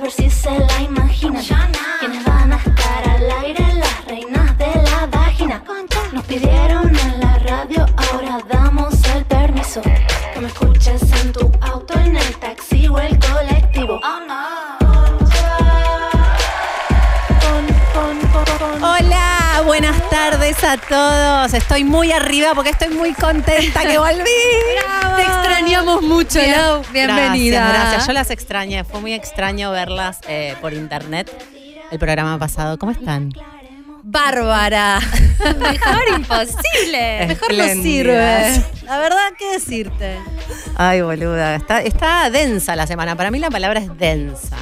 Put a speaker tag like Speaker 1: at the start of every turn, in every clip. Speaker 1: ver si se la imaginan. Quienes van a estar al aire, las reinas de la vagina. Nos pidieron en la radio, ahora damos el permiso. Que me escuches en tu auto, en el taxi o el colectivo. Oh,
Speaker 2: Hola, buenas tardes a todos. Estoy muy arriba porque estoy muy contenta que volví.
Speaker 3: Te extrañamos mucho,
Speaker 2: Bien-
Speaker 3: Lau. Bienvenida.
Speaker 2: Gracias, gracias. Yo las extrañé. Fue muy extraño verlas eh, por internet el programa pasado. ¿Cómo están?
Speaker 3: Bárbara.
Speaker 4: Mejor imposible.
Speaker 3: Mejor no
Speaker 2: Espléndidas.
Speaker 3: sirve. La verdad, ¿qué decirte?
Speaker 2: Ay, boluda. Está, está densa la semana. Para mí la palabra es densa.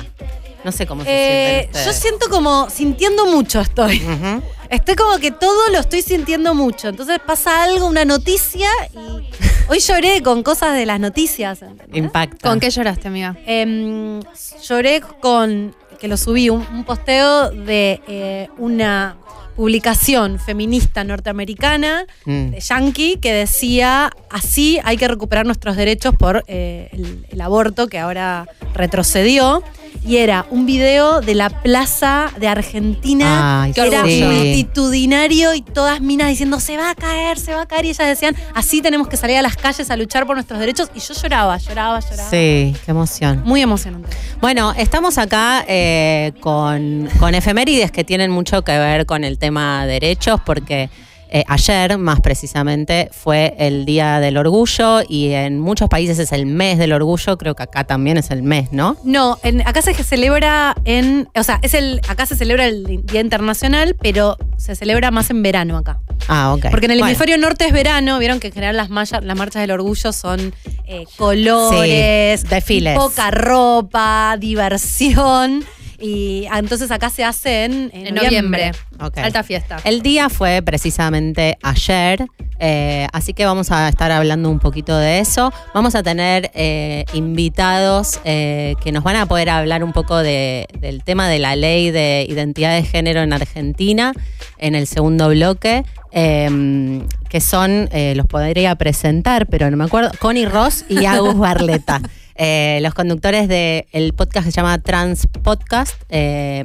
Speaker 2: No sé cómo se
Speaker 3: Eh,
Speaker 2: sienten
Speaker 3: yo
Speaker 2: ustedes.
Speaker 3: siento como sintiendo mucho estoy.
Speaker 2: Ujú.
Speaker 3: Estoy como que todo lo estoy sintiendo mucho. Entonces pasa algo, una noticia y hoy lloré con cosas de las noticias. ¿entendés?
Speaker 2: Impacta.
Speaker 4: ¿Con qué lloraste, amiga?
Speaker 3: Em, lloré con, que lo subí, un, un posteo de eh, una publicación feminista norteamericana
Speaker 2: Mm.
Speaker 3: de Yankee que decía así hay que recuperar nuestros derechos por eh, el, el aborto que ahora retrocedió y era un video de la plaza de Argentina
Speaker 2: Ay,
Speaker 3: que era
Speaker 2: sí.
Speaker 3: multitudinario y todas minas diciendo se va a caer, se va a caer y ellas decían así tenemos que salir a las calles a luchar por nuestros derechos y yo lloraba, lloraba, lloraba.
Speaker 2: Sí, qué emoción.
Speaker 3: Muy emocionante.
Speaker 2: Bueno, estamos acá eh, con, con efemérides que tienen mucho que ver con el tema derechos, porque eh, ayer, más precisamente, fue el Día del Orgullo y en muchos países es el mes del orgullo, creo que acá también es el mes, ¿no?
Speaker 3: No, en- acá se celebra en, o sea, es el, acá se celebra el Día Internacional, pero se celebra más en verano acá.
Speaker 2: Ah, ok.
Speaker 3: Porque en el
Speaker 2: Bueno,
Speaker 3: hemisferio norte es verano, vieron que en general las, malla- las marchas del orgullo son eh, colores,
Speaker 2: Sí, desfiles.
Speaker 3: poca ropa, diversión. Y ah, entonces acá se hace en, en
Speaker 4: En noviembre.
Speaker 2: ok.
Speaker 4: Alta fiesta.
Speaker 2: El día fue precisamente ayer, eh, así que vamos a estar hablando un poquito de eso. Vamos a tener eh, invitados eh, que nos van a poder hablar un poco de- del tema de la ley de identidad de género en Argentina en el segundo bloque, eh, que son, eh, los podría presentar, pero no me acuerdo, Connie Ross y Agus Barleta. eh, los conductores del podcast que se llama Trans Podcast. eh,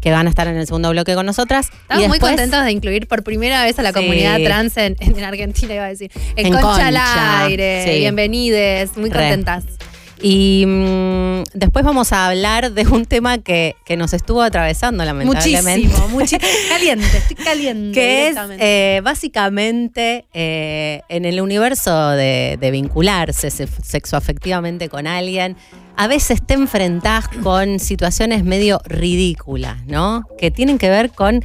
Speaker 2: que van a estar en el segundo bloque con nosotras.
Speaker 4: Estamos
Speaker 2: Y
Speaker 4: muy
Speaker 2: después-
Speaker 4: contentos de incluir por primera vez a la
Speaker 2: Sí.
Speaker 4: comunidad trans en, en Argentina, iba a decir. En,
Speaker 2: En
Speaker 4: Concha,
Speaker 2: Concha,
Speaker 4: al aire.
Speaker 2: sí.
Speaker 4: Bienvenides. Muy
Speaker 2: Re.
Speaker 4: contentas.
Speaker 2: Y mm, después vamos a hablar de un tema que, que nos estuvo atravesando lamentablemente.
Speaker 3: Muchísimo, muchísimo. caliente, estoy caliente.
Speaker 2: Que es
Speaker 3: directamente.
Speaker 2: eh, básicamente eh, en el universo de, de vincularse se- sexoafectivamente con alguien, a veces te enfrentás con situaciones medio ridículas, ¿no? Que tienen que ver con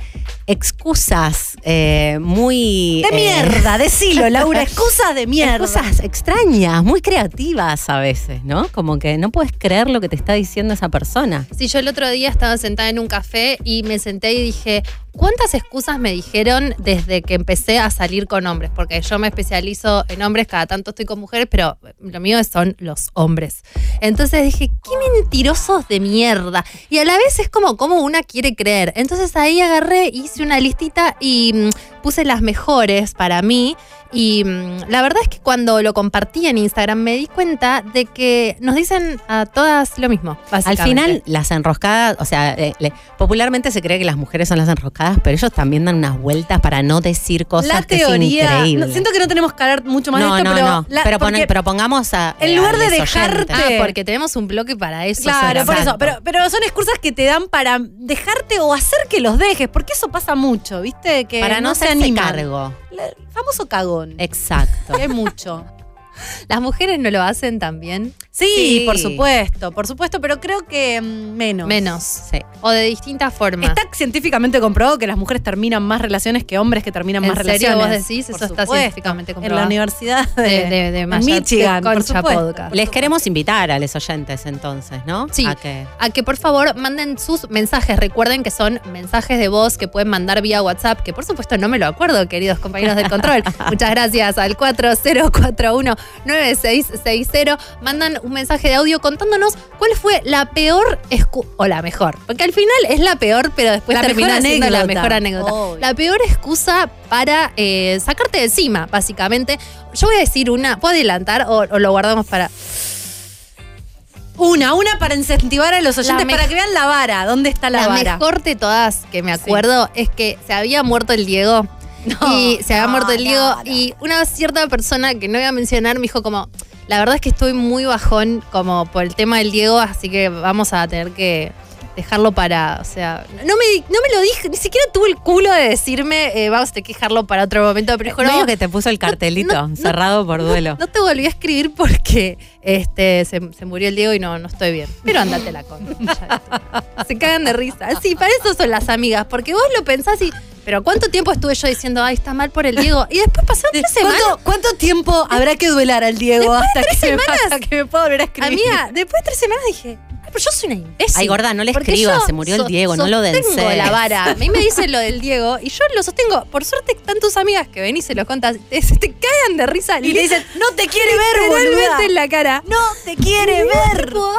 Speaker 2: excusas eh, muy...
Speaker 3: de
Speaker 2: eh,
Speaker 3: mierda, decilo, Laura, excusas de mierda.
Speaker 2: Cosas extrañas, muy creativas a veces, ¿no? Como que no puedes creer lo que te está diciendo esa persona.
Speaker 4: Sí, yo el otro día estaba sentada en un café y me senté y dije, ¿cuántas excusas me dijeron desde que empecé a salir con hombres? Porque yo me especializo en hombres, cada tanto estoy con mujeres, pero lo mío son los hombres. Entonces dije, qué mentirosos de mierda. Y a la vez es como, como una quiere creer. Entonces ahí agarré, hice una listita y mm, puse las mejores para mí. Y mm, la verdad es que cuando lo compartí en Instagram me di cuenta de que nos dicen a todas lo mismo.
Speaker 2: Al
Speaker 4: básicamente.
Speaker 2: final, las enroscadas, o sea, eh, le- popularmente se cree que las mujeres son las enroscadas, pero ellos también dan unas vueltas para no decir cosas
Speaker 3: la
Speaker 2: que son
Speaker 3: teoría.
Speaker 2: increíbles.
Speaker 3: no, siento que no tenemos que hablar mucho más
Speaker 2: no,
Speaker 3: de esto,
Speaker 2: no,
Speaker 3: pero.
Speaker 2: no.
Speaker 3: la-
Speaker 2: pero pon-
Speaker 3: porque-
Speaker 2: propongamos a.
Speaker 3: en
Speaker 2: eh, a
Speaker 3: lugar de
Speaker 2: los
Speaker 3: dejarte-
Speaker 2: oyentes.
Speaker 4: Ah, porque tenemos un bloque para eso.
Speaker 3: Claro,
Speaker 4: solamente.
Speaker 3: por eso.
Speaker 2: Exacto.
Speaker 3: Pero, pero son excusas que te dan para dejarte o hacer que los dejes, porque eso pasa mucho, ¿viste? Que
Speaker 2: para no,
Speaker 3: se
Speaker 2: hacerse
Speaker 3: animan.
Speaker 2: cargo.
Speaker 3: La- el famoso cagón.
Speaker 2: Exacto.
Speaker 3: Es mucho.
Speaker 4: Las mujeres no lo hacen también.
Speaker 3: Sí,
Speaker 2: Sí.
Speaker 3: por supuesto, por supuesto, pero creo que mm, menos.
Speaker 4: Menos.
Speaker 2: Sí.
Speaker 4: O de distintas formas.
Speaker 3: Está científicamente comprobado que las mujeres terminan más relaciones que hombres que terminan
Speaker 4: ¿En
Speaker 3: más
Speaker 4: serio
Speaker 3: relaciones.
Speaker 4: vos decís?
Speaker 3: Por
Speaker 4: Eso está
Speaker 3: supuesto.
Speaker 4: científicamente
Speaker 3: En la
Speaker 4: comprobado.
Speaker 3: universidad de,
Speaker 4: de, de, de
Speaker 3: en
Speaker 4: Mayat,
Speaker 3: Michigan,
Speaker 4: de
Speaker 3: por
Speaker 4: Concha
Speaker 3: supuesto.
Speaker 4: Podcast.
Speaker 2: Les queremos invitar a los oyentes entonces, ¿no?
Speaker 4: Sí.
Speaker 2: A que-
Speaker 4: A que por favor manden sus mensajes. Recuerden que son mensajes de voz que pueden mandar vía WhatsApp, que por supuesto no me lo acuerdo, queridos compañeros del control. Muchas gracias al 4041-9660. Mandan un mensaje de audio contándonos cuál fue la peor escu- o la mejor. Porque al final es la peor, pero después
Speaker 3: La mejor
Speaker 4: termina siendo la
Speaker 3: anécdota.
Speaker 4: mejor anécdota.
Speaker 3: Obvio.
Speaker 4: La peor excusa para eh, sacarte de encima, básicamente. Yo voy a decir una, ¿puedo adelantar o, o lo guardamos para.?
Speaker 3: Una, una para incentivar a los oyentes,
Speaker 4: mej-
Speaker 3: para que vean la vara. ¿Dónde está la,
Speaker 4: La,
Speaker 3: vara?
Speaker 4: mejor de todas que me acuerdo es que se había muerto el Diego. y se había
Speaker 3: no,
Speaker 4: muerto el
Speaker 3: no,
Speaker 4: Diego.
Speaker 3: no.
Speaker 4: Y una cierta persona que no voy a mencionar me dijo como, la verdad es que estoy muy bajón como por el tema del Diego, así que vamos a tener que dejarlo para, o sea, no me, di- no me lo dije, ni siquiera tuvo el culo de decirme, eh, vamos a tener que dejarlo para otro momento, pero dijo,
Speaker 2: Medio
Speaker 4: no,
Speaker 2: que te puso el cartelito,
Speaker 4: no, no,
Speaker 2: cerrado por duelo.
Speaker 4: no te volví a escribir porque este, se, se murió el Diego y no, no estoy bien. Pero andate la con. se cagan de risa. Sí, para eso son las amigas, porque vos lo pensás y. Pero ¿cuánto tiempo estuve yo diciendo, ay, está mal por el Diego? Y después pasaron tres semanas.
Speaker 3: ¿Cuánto, cuánto tiempo habrá que duelar al Diego hasta que, hasta que me pueda volver a escribir?
Speaker 4: Amiga, después de tres semanas dije, ay, pero yo soy una imbécil.
Speaker 2: Ay, gorda, no le
Speaker 4: Porque
Speaker 2: escribas,
Speaker 4: yo
Speaker 2: se murió el
Speaker 4: so-
Speaker 2: Diego, no lo
Speaker 4: sostengo
Speaker 2: denses.
Speaker 4: la vara. A mí me dicen lo del Diego y yo lo sostengo. Por suerte, están tus amigas que ven y se los contas, te, te cagan de risa.
Speaker 3: y le dicen, no te quiere ver,
Speaker 4: literalmente en
Speaker 3: boluda.
Speaker 4: la cara.
Speaker 3: No te quiere ver.
Speaker 4: Tipo,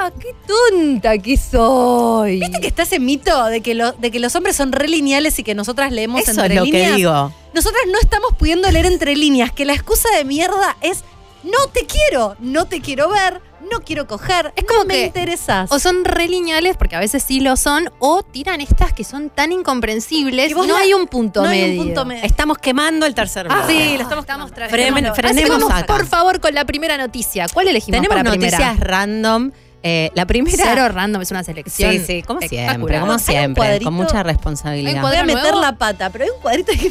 Speaker 4: ah, qué tonta que soy.
Speaker 3: ¿Viste que está ese mito de que, lo- de que los hombres son re lineales y que nosotras leemos
Speaker 2: Eso
Speaker 3: entre
Speaker 2: es lo
Speaker 3: líneas?
Speaker 2: que digo.
Speaker 3: Nosotras no estamos pudiendo leer entre líneas, que la excusa de mierda es no te quiero, no te quiero ver, no quiero coger, es como
Speaker 4: como
Speaker 3: me
Speaker 4: que-
Speaker 3: interesas.
Speaker 4: O son re lineales, porque a veces sí lo son, o tiran estas que son tan incomprensibles.
Speaker 3: Que vos
Speaker 4: No
Speaker 3: la-
Speaker 4: hay un punto
Speaker 3: no hay
Speaker 4: medio.
Speaker 3: un punto medio.
Speaker 2: Estamos quemando el tercer
Speaker 3: Ah,
Speaker 2: bloque.
Speaker 3: sí, lo estamos
Speaker 4: estamos tra-
Speaker 2: Fremen-
Speaker 4: Así que
Speaker 2: frenemos
Speaker 4: vamos,
Speaker 2: acá.
Speaker 4: por favor, con la primera noticia. ¿Cuál elegimos
Speaker 2: Tenemos
Speaker 4: para primera?
Speaker 2: noticias random. Eh, la primera.
Speaker 4: Cero random, es una selección.
Speaker 2: Sí, sí, como siempre,
Speaker 4: espectacular.
Speaker 2: como siempre,
Speaker 3: cuadrito-
Speaker 2: con mucha
Speaker 4: Hay un
Speaker 2: responsabilidad.
Speaker 3: Voy a
Speaker 4: ¿Cuadro
Speaker 3: meter
Speaker 4: nuevo?
Speaker 3: la pata, pero hay un cuadrito que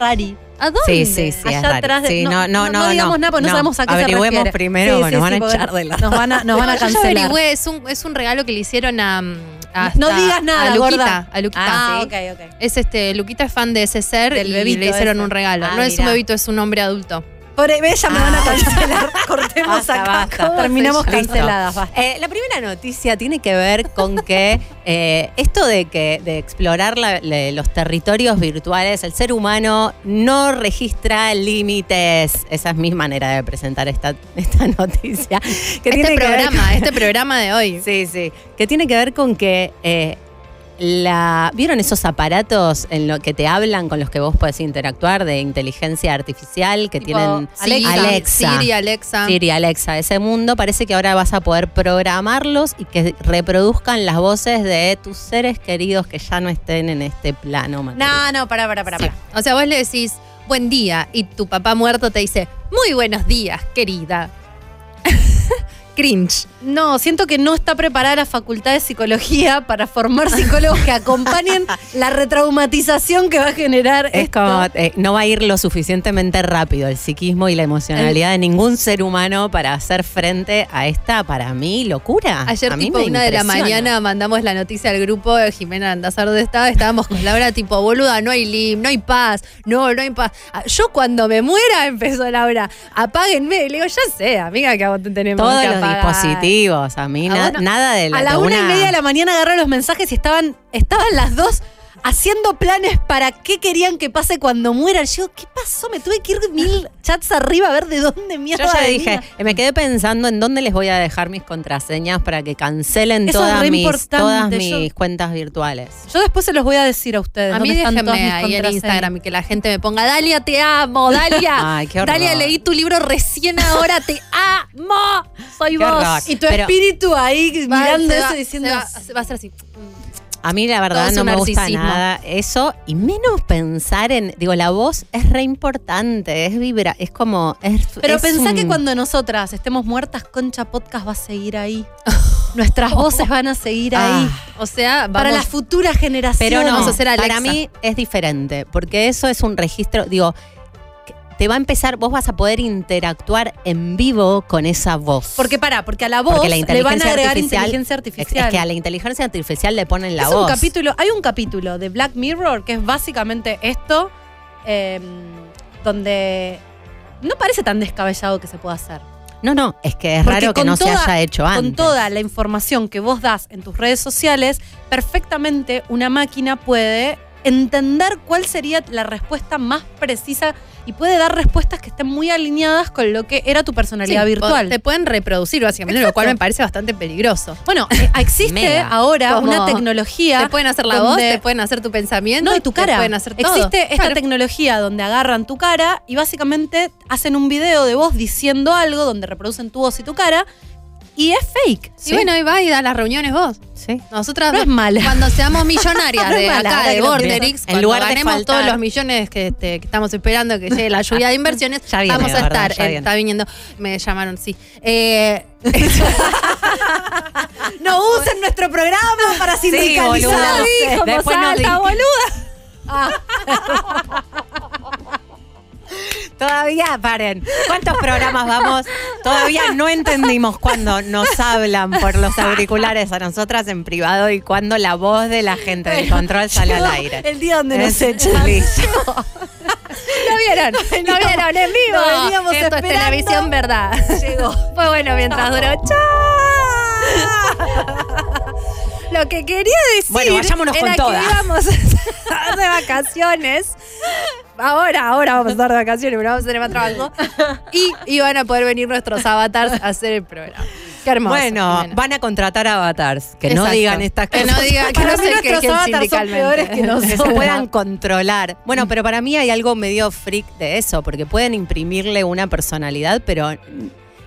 Speaker 3: rari.
Speaker 4: ¿A dónde?
Speaker 2: Sí, sí, sí, es
Speaker 3: Allá
Speaker 2: raro.
Speaker 3: atrás de-
Speaker 2: Sí, no, no, no,
Speaker 3: digamos nada, porque no,
Speaker 2: no.
Speaker 3: sabemos a qué
Speaker 2: Averigüemos
Speaker 3: se refiere.
Speaker 2: primero, porque nos van a
Speaker 3: porque
Speaker 2: echar de la-
Speaker 3: Nos van a, nos
Speaker 4: No,
Speaker 3: van a
Speaker 4: yo ya
Speaker 3: cancelar.
Speaker 4: averigüé, es un, es un regalo que le hicieron a. mm, a
Speaker 3: No
Speaker 4: esta-
Speaker 3: digas nada,
Speaker 4: a Luquita.
Speaker 3: gorda.
Speaker 4: A Luquita.
Speaker 3: Ah,
Speaker 4: Sí.
Speaker 3: ok, ok.
Speaker 4: Es este, Luquita es fan de ese ser
Speaker 3: Del
Speaker 4: y
Speaker 3: bebito
Speaker 4: le hicieron
Speaker 3: ese.
Speaker 4: un regalo.
Speaker 2: Ah,
Speaker 4: no es un
Speaker 2: mirá.
Speaker 4: bebito, es un hombre adulto.
Speaker 3: Por ella me
Speaker 2: Ah.
Speaker 3: van a cancelar. Cortemos
Speaker 2: Basta,
Speaker 3: acá.
Speaker 2: basta.
Speaker 3: ¿Cómo Terminamos
Speaker 2: se llama?
Speaker 3: canceladas. basta.
Speaker 2: Eh, la primera noticia tiene que ver con que eh, esto de que de explorar la- la- los territorios virtuales, el ser humano no registra límites. Esa es mi manera de presentar esta, esta noticia. Que
Speaker 4: Este
Speaker 2: tiene que ver
Speaker 4: programa,
Speaker 2: con-
Speaker 4: este programa de hoy.
Speaker 2: Sí, sí. Que tiene que ver con que eh, la. ¿Vieron esos aparatos en lo que te hablan con los que vos podés interactuar de inteligencia artificial que
Speaker 4: Tipo,
Speaker 2: tienen
Speaker 4: Siri,
Speaker 2: Alexa?
Speaker 4: Siri, Alexa.
Speaker 2: Siri, Alexa, ese mundo parece que ahora vas a poder programarlos y que reproduzcan las voces de tus seres queridos que ya no estén en este plano. material.
Speaker 3: No, no, pará, pará, pará.
Speaker 4: Sí.
Speaker 3: pará.
Speaker 4: O sea, vos le decís buen día y tu papá muerto te dice muy buenos días, querida. Cringe.
Speaker 3: No, siento que no está preparada la facultad de psicología para formar psicólogos que acompañen la retraumatización que va a generar
Speaker 2: Es
Speaker 3: esto.
Speaker 2: como, eh, no va a ir lo suficientemente rápido el psiquismo y la emocionalidad de ningún ser humano para hacer frente a esta, para mí, locura.
Speaker 4: Ayer,
Speaker 2: A mí
Speaker 4: tipo,
Speaker 2: me
Speaker 4: una de la
Speaker 2: impresiona.
Speaker 4: mañana, mandamos la noticia al grupo de Jimena Andazar de estaba. Estábamos con Laura, tipo, boluda, no hay lim, no hay paz, no, no hay paz. Ah, Yo cuando me muera, empezó Laura, apáguenme. Y le digo, ya sé, amiga, que a vos te tenemos
Speaker 2: Todos
Speaker 4: que
Speaker 2: los
Speaker 4: apagar".
Speaker 2: dispositivos, a mí
Speaker 4: Ah,
Speaker 3: A
Speaker 2: na-
Speaker 3: vos no-
Speaker 2: nada de la,
Speaker 3: a la
Speaker 2: de
Speaker 3: una, y media de la mañana agarraron los mensajes y estaban, estaban las dos haciendo planes para qué querían que pase cuando mueran. Yo, ¿qué pasó? Me tuve que ir mil chats arriba a ver de dónde mierda.
Speaker 2: Yo ya
Speaker 3: venía.
Speaker 2: dije, eh, me quedé pensando en dónde les voy a dejar mis contraseñas para que cancelen
Speaker 3: Eso es
Speaker 2: todas,
Speaker 3: re
Speaker 2: mis,
Speaker 3: importante,
Speaker 2: todas
Speaker 3: yo-
Speaker 2: mis cuentas virtuales.
Speaker 3: Yo después se los voy a decir a ustedes.
Speaker 4: A mí
Speaker 3: dónde están
Speaker 4: déjenme
Speaker 3: todas mis
Speaker 4: ahí en
Speaker 3: contraseñas.
Speaker 4: Instagram y que la gente me ponga, Dalia, te amo, Dalia.
Speaker 2: Ay, qué horror.
Speaker 4: Dalia, leí tu libro recién ahora, te amo. Soy
Speaker 2: Qué
Speaker 4: vos.
Speaker 2: horror.
Speaker 3: Y tu
Speaker 2: Pero-
Speaker 3: espíritu ahí
Speaker 4: Va,
Speaker 3: mirando
Speaker 4: se va,
Speaker 3: eso y diciendo.
Speaker 4: se va, se va a hacer así.
Speaker 3: Mm.
Speaker 2: A mí la
Speaker 4: Todo
Speaker 2: verdad
Speaker 4: es
Speaker 2: no
Speaker 4: un
Speaker 2: me gusta
Speaker 4: narcisismo.
Speaker 2: nada eso y menos pensar en, digo, la voz es re importante, es vibra, es como es-
Speaker 3: Pero
Speaker 2: es
Speaker 3: pensá que
Speaker 2: un-
Speaker 3: cuando nosotras estemos muertas, Concha Podcast va a seguir ahí. Nuestras voces van a seguir ahí.
Speaker 2: Ah.
Speaker 4: O sea, vamos.
Speaker 3: para las futuras generaciones.
Speaker 2: Pero no,
Speaker 4: vamos a hacer Alexa.
Speaker 2: para mí es diferente, porque eso es un registro, digo, que te va a empezar, vos vas a poder interactuar en vivo con esa voz.
Speaker 3: Porque para, porque a la voz
Speaker 2: Porque la
Speaker 3: le van a
Speaker 2: inteligencia
Speaker 3: agregar
Speaker 2: artificial-
Speaker 3: inteligencia
Speaker 2: Es,
Speaker 3: artificial.
Speaker 2: es que a la inteligencia artificial le ponen la
Speaker 3: Es
Speaker 2: voz.
Speaker 3: un capítulo, hay un capítulo de Black Mirror que es básicamente esto, eh, donde no parece tan descabellado que se pueda hacer.
Speaker 2: No, no, es que es
Speaker 3: Porque
Speaker 2: raro que
Speaker 3: con
Speaker 2: no se
Speaker 3: toda-
Speaker 2: haya hecho antes.
Speaker 3: Con toda la información que vos das en tus redes sociales, perfectamente una máquina puede entender cuál sería la respuesta más precisa y puede dar respuestas que estén muy alineadas con lo que era tu
Speaker 4: Sí,
Speaker 3: personalidad virtual.
Speaker 4: Te pueden reproducir, básicamente, lo cual me parece bastante peligroso.
Speaker 3: Bueno, eh, existe
Speaker 2: Mega.
Speaker 3: ahora
Speaker 4: Como-
Speaker 3: una tecnología
Speaker 4: Te pueden hacer la
Speaker 3: donde-
Speaker 4: voz, te pueden hacer tu pensamiento.
Speaker 3: No, y tu cara.
Speaker 4: Te pueden hacer todo.
Speaker 3: Existe esta
Speaker 4: Claro.
Speaker 3: tecnología donde agarran tu cara y básicamente hacen un video de vos diciendo algo donde reproducen tu voz y tu cara. y es fake.
Speaker 4: Y bueno, ahí va y da las reuniones vos.
Speaker 2: Sí.
Speaker 4: Nosotras
Speaker 3: No es mala.
Speaker 4: cuando seamos millonarias
Speaker 3: No es
Speaker 4: de
Speaker 3: mala,
Speaker 4: acá,
Speaker 3: ahora
Speaker 4: de
Speaker 3: que lo
Speaker 4: Borderix,
Speaker 2: pienso. En
Speaker 4: cuando
Speaker 2: lugar de
Speaker 4: ganemos
Speaker 2: faltar.
Speaker 4: todos los millones que, este, que estamos esperando que llegue la lluvia de inversiones,
Speaker 2: Ya viene,
Speaker 4: vamos a
Speaker 2: de verdad,
Speaker 4: estar.
Speaker 2: ya
Speaker 4: eh,
Speaker 2: viene.
Speaker 4: está viniendo. Me llamaron, sí. Eh,
Speaker 3: No usen nuestro programa para sindicalizarse.
Speaker 2: boludo. Después nos di-
Speaker 3: boluda.
Speaker 2: Todavía, paren. ¿Cuántos programas vamos? Todavía no entendimos cuándo nos hablan por los auriculares a nosotras en privado y cuándo la voz de la gente del control sale al aire.
Speaker 3: El día donde nos
Speaker 2: Es-
Speaker 3: echen.
Speaker 2: Listo.
Speaker 4: ¿Lo vieron? ¿Lo vieron en vivo?
Speaker 3: Lo veníamos
Speaker 4: Esto es
Speaker 3: esperando.
Speaker 4: televisión, ¿verdad?
Speaker 3: Llegó.
Speaker 4: Fue bueno mientras duró. ¡Chao! Lo que quería decir
Speaker 2: Bueno, vayámonos
Speaker 4: era
Speaker 2: con
Speaker 4: que
Speaker 2: todas.
Speaker 4: íbamos a estar de vacaciones. Ahora, ahora vamos a estar de vacaciones, pero vamos a tener más trabajo. Y iban a poder venir nuestros avatars a hacer el programa. Qué hermoso.
Speaker 2: Bueno, van a contratar avatars. Que no
Speaker 4: Exacto.
Speaker 2: digan estas
Speaker 4: Que
Speaker 2: cosas.
Speaker 4: no digan, que
Speaker 3: Para
Speaker 4: no
Speaker 3: mí
Speaker 4: se
Speaker 3: nuestros
Speaker 4: quejen
Speaker 3: avatars son peores
Speaker 4: sindicalmente.
Speaker 3: que nosotros.
Speaker 2: que se puedan controlar. Bueno, pero para mí hay algo medio freak de eso, porque pueden imprimirle una personalidad, pero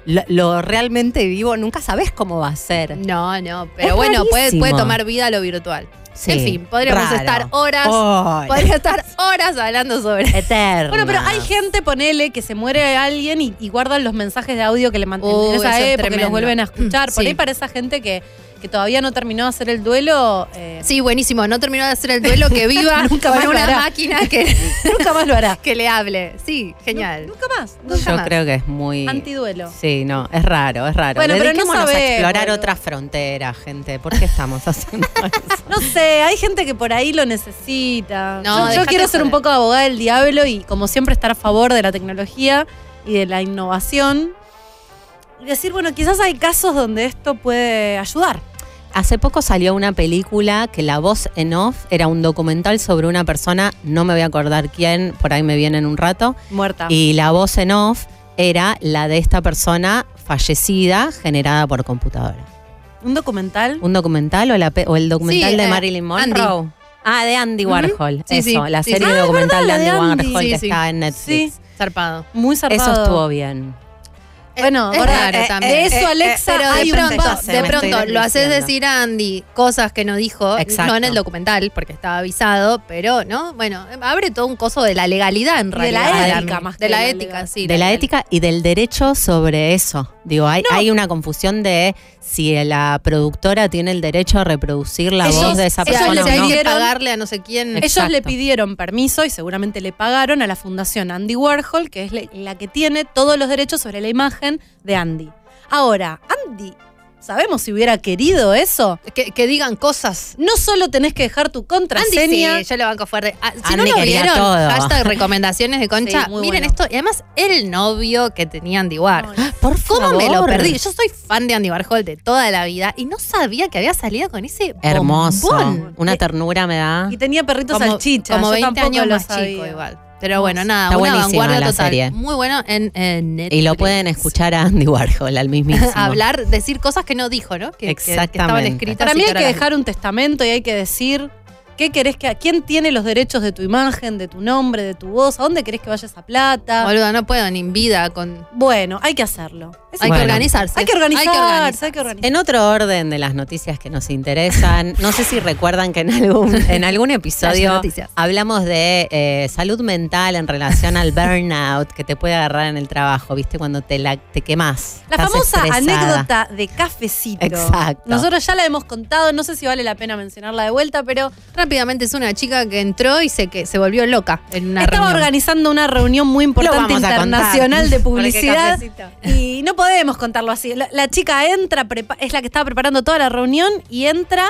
Speaker 2: lo, lo realmente vivo nunca sabes cómo va a ser.
Speaker 4: No, no, pero
Speaker 2: Es
Speaker 4: bueno, puede,
Speaker 2: rarísimo.
Speaker 4: puede tomar vida lo virtual.
Speaker 2: Sí,
Speaker 4: en fin, podríamos
Speaker 2: raro.
Speaker 4: estar horas,
Speaker 2: Ay,
Speaker 4: podría estar horas hablando sobre
Speaker 2: eterna.
Speaker 3: Bueno, pero hay gente, ponele, que se muere alguien y, y guardan los mensajes de audio que le mantienen
Speaker 4: Uh,
Speaker 3: en esa
Speaker 4: eso es
Speaker 3: época y los
Speaker 4: tremendo.
Speaker 3: vuelven a escuchar. Por
Speaker 4: Sí.
Speaker 3: ahí para esa gente que, que todavía no terminó de hacer el duelo, eh,
Speaker 4: Sí, buenísimo. No terminó de hacer el duelo que viva
Speaker 3: Nunca más
Speaker 4: con
Speaker 3: lo
Speaker 4: una
Speaker 3: hará.
Speaker 4: máquina que,
Speaker 3: nunca más lo hará.
Speaker 4: que le hable. Sí, genial.
Speaker 3: Nunca más.
Speaker 4: Nunca
Speaker 3: Nunca
Speaker 2: Yo
Speaker 4: más.
Speaker 2: creo que es muy.
Speaker 3: Antiduelo.
Speaker 2: Sí, no, es raro, es raro.
Speaker 3: Bueno, pero no
Speaker 2: Dediquémonos
Speaker 3: sabemos,
Speaker 2: a explorar
Speaker 3: boludo.
Speaker 2: otras fronteras, gente. ¿Por qué estamos haciendo eso?
Speaker 3: No sé, hay gente que por ahí lo necesita.
Speaker 4: No,
Speaker 3: Yo- yo,
Speaker 4: dejate
Speaker 3: quiero ser
Speaker 4: joder.
Speaker 3: un poco abogada del diablo y como siempre estar a favor de la tecnología y de la innovación. Y decir, bueno, quizás hay casos donde esto puede ayudar.
Speaker 2: Hace poco salió una película que la voz en off era un documental sobre una persona, no me voy a acordar quién, por ahí me viene en un rato,
Speaker 3: Muerta.
Speaker 2: y la voz en off era la de esta persona fallecida generada por computadora.
Speaker 3: un documental.
Speaker 2: ¿Un documental o, la pe- o el documental
Speaker 4: Sí,
Speaker 2: de
Speaker 4: eh,
Speaker 2: Marilyn Monroe?
Speaker 4: Andy.
Speaker 2: Ah, de Andy
Speaker 4: Ujú.
Speaker 2: Warhol.
Speaker 4: Sí, sí,
Speaker 2: Eso, la
Speaker 4: sí,
Speaker 2: serie
Speaker 4: sí.
Speaker 2: documental
Speaker 3: verdad, la
Speaker 2: de Andy
Speaker 3: Ah, de
Speaker 2: Warhol
Speaker 3: Andy.
Speaker 2: que
Speaker 4: Sí, sí.
Speaker 2: está en Netflix.
Speaker 4: Zarpado.
Speaker 3: Muy zarpado.
Speaker 2: Eso estuvo bien.
Speaker 3: Bueno,
Speaker 4: es
Speaker 3: gorda,
Speaker 4: raro
Speaker 3: eh,
Speaker 4: también.
Speaker 3: de eso,
Speaker 4: Eh, eh,
Speaker 3: Alexa,
Speaker 4: Pero
Speaker 3: hay
Speaker 4: de
Speaker 3: un
Speaker 4: pronto,
Speaker 3: paso.
Speaker 4: de
Speaker 2: Me
Speaker 4: pronto
Speaker 2: estoy
Speaker 4: lo haces
Speaker 2: diciendo.
Speaker 4: decir a Andy cosas que no dijo,
Speaker 2: Exacto.
Speaker 4: no en el documental, porque estaba avisado, pero no, bueno, abre todo un coso de la legalidad en
Speaker 3: Y de la
Speaker 4: realidad.
Speaker 3: ética,
Speaker 4: Adami.
Speaker 3: más
Speaker 4: De
Speaker 3: que
Speaker 4: la,
Speaker 3: la
Speaker 4: ética,
Speaker 3: legal.
Speaker 4: sí.
Speaker 2: de la ética y del derecho sobre eso. Digo, hay, hay una confusión de si la productora tiene el derecho a reproducir la
Speaker 3: Ellos-
Speaker 2: voz de esa
Speaker 3: ellos
Speaker 4: Ellos
Speaker 2: persona.
Speaker 3: le
Speaker 2: o no.
Speaker 4: hay que
Speaker 3: pidieron-
Speaker 4: pagarle a no sé quién.
Speaker 2: Exacto.
Speaker 3: Ellos le pidieron permiso y seguramente le pagaron a la fundación Andy Warhol, que es le- la que tiene todos los derechos sobre la imagen de Andy. Ahora, Andy, ¿sabemos si hubiera querido eso?
Speaker 4: Que, que digan cosas.
Speaker 3: No solo tenés que dejar tu
Speaker 4: Andy,
Speaker 3: contraseña.
Speaker 4: sí, yo lo banco fuerte. Ah, si
Speaker 2: Andy
Speaker 4: no lo
Speaker 2: quería
Speaker 4: vieron,
Speaker 2: todo.
Speaker 4: hashtag recomendaciones de Concha.
Speaker 3: Sí, muy
Speaker 4: Miren
Speaker 3: bueno.
Speaker 4: esto. Y además, el novio que tenía Andy Warhol.
Speaker 2: Por
Speaker 4: ¿Cómo me lo
Speaker 2: favor.
Speaker 4: perdí? Yo soy fan de Andy Warhol de toda la vida y no sabía que había salido con ese
Speaker 2: Hermoso.
Speaker 4: bombón.
Speaker 2: Una ternura me da.
Speaker 3: Eh, Y tenía perritos
Speaker 4: Como,
Speaker 3: salchicha.
Speaker 4: como
Speaker 3: yo
Speaker 4: 20
Speaker 3: tampoco
Speaker 4: años
Speaker 3: lo
Speaker 4: más
Speaker 3: sabía.
Speaker 4: chico igual. Pero bueno, nada,
Speaker 2: Está
Speaker 4: una
Speaker 2: buenísima
Speaker 4: vanguardia
Speaker 2: la
Speaker 4: total.
Speaker 2: serie.
Speaker 4: Muy bueno en, en Netflix.
Speaker 2: Y lo pueden escuchar a Andy Warhol, al mismísimo.
Speaker 4: Hablar, decir cosas que no dijo, ¿no? Que, que- que estaban
Speaker 2: Exactamente.
Speaker 4: escritas.
Speaker 3: Para
Speaker 4: y
Speaker 3: mí hay
Speaker 4: ahora
Speaker 3: que
Speaker 4: las-
Speaker 3: dejar un testamento y hay que decir qué querés que quién tiene los derechos de tu imagen, de tu nombre, de tu voz, a dónde querés que vaya esa plata.
Speaker 4: Boluda, no puedo ni en vida con.
Speaker 3: Bueno, hay que hacerlo. Es un-
Speaker 4: Hay
Speaker 2: Bueno.
Speaker 4: que organizarse.
Speaker 3: hay que organizarse, hay que organizarse.
Speaker 2: En otro orden de las noticias que nos interesan, no sé si recuerdan que en algún, en algún
Speaker 4: Las
Speaker 2: episodio
Speaker 4: noticias.
Speaker 2: hablamos de eh, salud mental en relación al burnout que te puede agarrar en el trabajo, ¿viste? Cuando te, la, te quemás.
Speaker 3: La
Speaker 2: estás
Speaker 3: famosa
Speaker 2: estresada.
Speaker 3: anécdota de cafecito.
Speaker 2: Exacto.
Speaker 3: Nosotros ya la hemos contado, no sé si vale la pena mencionarla de vuelta, pero
Speaker 4: Rápidamente es una chica que entró y se, que, se volvió loca en una
Speaker 3: estaba
Speaker 4: reunión.
Speaker 3: organizando una reunión muy importante
Speaker 2: vamos a contar.
Speaker 3: internacional de
Speaker 2: Porque
Speaker 3: publicidad y no podemos contarlo así. La, la chica entra, prepa- es la que estaba preparando toda la reunión y entra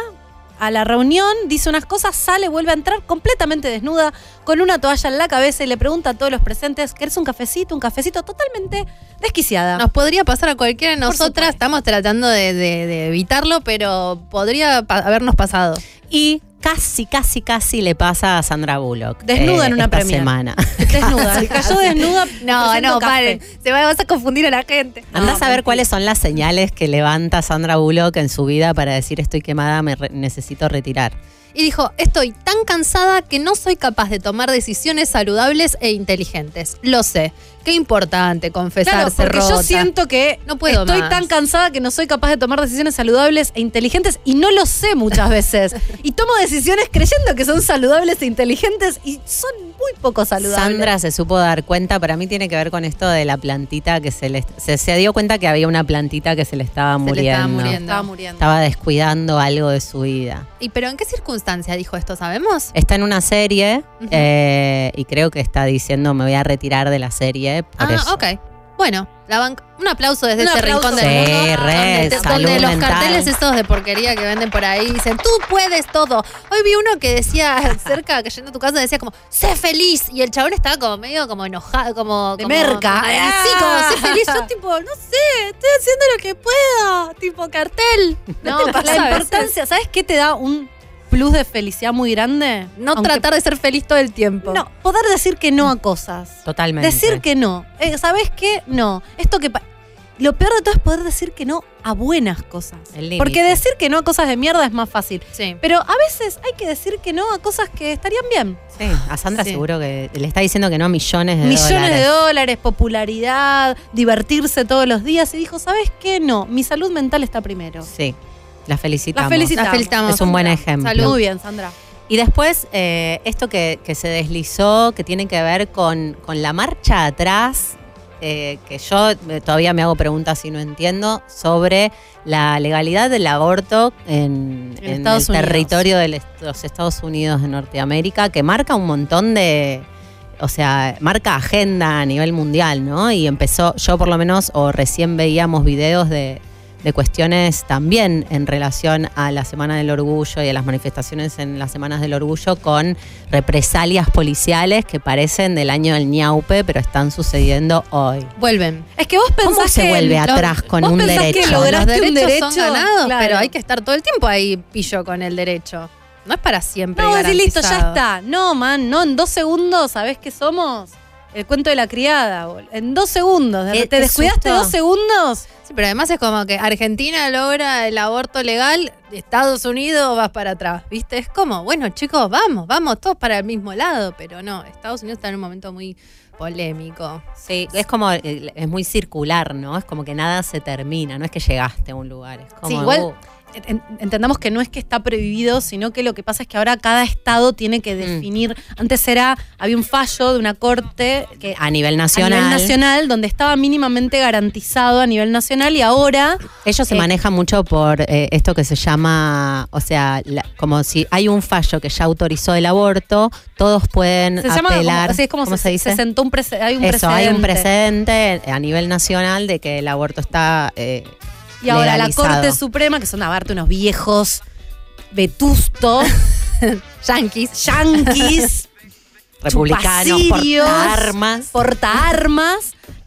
Speaker 3: a la reunión, dice unas cosas, sale, vuelve a entrar completamente desnuda con una toalla en la cabeza y le pregunta a todos los presentes, ¿querés un cafecito? Un cafecito totalmente desquiciada.
Speaker 4: Nos podría pasar a cualquiera de nosotras.
Speaker 3: supuesto.
Speaker 4: Estamos tratando de, de- de evitarlo, pero podría pa- habernos pasado.
Speaker 2: Y casi, casi, casi le pasa a Sandra Bullock. eh,
Speaker 3: Desnuda en una
Speaker 2: esta
Speaker 3: premiere.
Speaker 2: semana.
Speaker 3: Desnuda, se cayó desnuda.
Speaker 4: No,
Speaker 3: ofreciendo
Speaker 4: no,
Speaker 3: café.
Speaker 4: paren. Se va, vas a confundir a la gente.
Speaker 2: Andás a ver cuáles son las señales que levanta Sandra Bullock en su vida para decir estoy quemada, me re- necesito retirar.
Speaker 4: y dijo, estoy tan cansada que no soy capaz de tomar decisiones saludables e inteligentes. Lo sé. Qué importante
Speaker 3: Claro,
Speaker 4: confesarse
Speaker 3: porque yo
Speaker 4: rota.
Speaker 3: siento que
Speaker 4: No puedo
Speaker 3: estoy
Speaker 4: más.
Speaker 3: tan cansada que no soy capaz de tomar decisiones saludables e inteligentes y no lo sé muchas veces. y tomo decisiones creyendo que son saludables e inteligentes y son muy poco saludables.
Speaker 2: Sandra se supo dar cuenta, para mí tiene que ver con esto de la plantita que se le... Se, se dio cuenta que había una plantita que se le estaba
Speaker 4: Se
Speaker 2: muriendo.
Speaker 4: le estaba muriendo.
Speaker 3: estaba muriendo.
Speaker 2: Estaba descuidando algo de su vida.
Speaker 4: ¿Y pero en qué circunstancia dijo esto? ¿Sabemos?
Speaker 2: Está en una serie
Speaker 4: Ujú.
Speaker 2: eh, y creo que está diciendo me voy a retirar de la serie. Por
Speaker 4: ah,
Speaker 2: eso.
Speaker 4: ok. Bueno, la banca. Un aplauso desde
Speaker 3: Un
Speaker 4: ese
Speaker 3: aplauso.
Speaker 4: rincón del
Speaker 2: Sí,
Speaker 4: mundo.
Speaker 2: re,
Speaker 4: donde te-
Speaker 2: salud
Speaker 4: donde los
Speaker 2: mental.
Speaker 4: carteles estos de porquería que venden por ahí dicen, tú puedes todo. Hoy vi uno que decía, cerca, que yendo a tu casa, decía como, sé feliz. Y el chabón estaba como medio como enojado, como.
Speaker 3: De
Speaker 4: como-
Speaker 3: merca.
Speaker 4: Ay, Sí,
Speaker 3: Ah.
Speaker 4: como sé feliz. Yo tipo, no sé, estoy haciendo lo que puedo. Tipo cartel.
Speaker 3: No, pero la
Speaker 4: ¿sabes?
Speaker 3: importancia, ¿sabes qué te da un plus de felicidad muy grande?
Speaker 4: No
Speaker 3: Aunque-
Speaker 4: tratar de ser feliz todo el tiempo.
Speaker 3: No, poder decir que no a cosas.
Speaker 2: Totalmente.
Speaker 3: Decir que no. Eh, ¿Sabes qué? No. Esto que. pa- Lo peor de todo es poder decir que no a buenas cosas.
Speaker 2: El límite.
Speaker 3: Porque decir que no a cosas de mierda es más fácil.
Speaker 4: Sí.
Speaker 3: Pero a veces hay que decir que no a cosas que estarían bien.
Speaker 2: Sí, a Sandra
Speaker 4: Sí.
Speaker 2: seguro que le está diciendo que no a millones de
Speaker 3: Millones
Speaker 2: dólares.
Speaker 3: de dólares, popularidad, divertirse todos los días. Y dijo, ¿sabes qué? No, mi salud mental está primero.
Speaker 2: Sí, la felicitamos.
Speaker 3: La felicitamos.
Speaker 2: Es un buen ejemplo.
Speaker 4: Salud.
Speaker 3: Muy bien, Sandra.
Speaker 2: Y después, eh, esto que, que se deslizó, que tiene que ver con, con la marcha atrás, eh, que yo eh, todavía me hago preguntas y no entiendo, sobre la legalidad del aborto en,
Speaker 3: En
Speaker 2: en
Speaker 3: Estados
Speaker 2: el
Speaker 3: Unidos.
Speaker 2: territorio de les- los Estados Unidos de Norteamérica, que marca un montón de... O sea, marca agenda a nivel mundial, ¿no? Y empezó, yo por lo menos, o recién veíamos videos de, de cuestiones también en relación a la Semana del Orgullo y a las manifestaciones en las Semanas del Orgullo con represalias policiales que parecen del año del ñaupe, pero están sucediendo hoy.
Speaker 4: Vuelven.
Speaker 3: Es que vos pensás
Speaker 2: ¿Cómo se
Speaker 3: que
Speaker 2: vuelve
Speaker 4: los-
Speaker 2: atrás con
Speaker 3: vos
Speaker 2: un
Speaker 3: pensás que lo
Speaker 2: derecho? no?
Speaker 3: lograste
Speaker 4: los
Speaker 3: un
Speaker 4: derechos son
Speaker 3: derecho,
Speaker 4: ganados,
Speaker 3: claro.
Speaker 4: pero hay que estar todo el tiempo ahí pillo con el derecho. No es para siempre.
Speaker 3: No, decís, listo,
Speaker 4: garantizado.
Speaker 3: ya está. No, man, no, en dos segundos, ¿sabés qué somos? El cuento de la criada, bol- En dos segundos. De-
Speaker 2: Qué-
Speaker 3: ¿Te
Speaker 2: qué
Speaker 3: descuidaste
Speaker 2: susto.
Speaker 3: dos segundos?
Speaker 4: Eh, Sí, pero además es como que Argentina logra el aborto legal, Estados Unidos vas para atrás, ¿viste? Es como, bueno, chicos, vamos, vamos todos para el mismo lado, pero no, Estados Unidos está en un momento muy polémico.
Speaker 2: Sí, es como, eh, es muy circular, ¿no? Es como que nada se termina, no es que llegaste a un lugar. Es como,
Speaker 3: Sí, igual-
Speaker 2: uh,
Speaker 3: En- entendamos que no es que está prohibido, sino que lo que pasa es que ahora cada estado tiene
Speaker 2: Mm.
Speaker 3: que definir. Antes era, había un fallo de una corte que
Speaker 2: a nivel
Speaker 3: a
Speaker 2: nacional,
Speaker 3: nivel nacional, donde estaba mínimamente garantizado a nivel nacional y ahora
Speaker 2: ellos se
Speaker 3: eh,
Speaker 2: manejan mucho por eh, esto que se llama, o sea, la- como si hay un fallo que ya autorizó el aborto, todos pueden
Speaker 3: se llama.
Speaker 2: apelar.
Speaker 3: como- así es como
Speaker 2: ¿Cómo
Speaker 3: se,
Speaker 2: se, dice?
Speaker 3: se sentó un, prece- hay un
Speaker 2: Eso,
Speaker 3: precedente.
Speaker 2: hay un precedente a nivel nacional de que el aborto está. eh,
Speaker 3: Y ahora
Speaker 2: legalizado.
Speaker 3: la Corte Suprema, que son aparte unos viejos vetustos,
Speaker 4: Yankees.
Speaker 3: yanquis,
Speaker 2: republicanos
Speaker 3: chupacirios,
Speaker 2: porta armas.
Speaker 3: porta armas.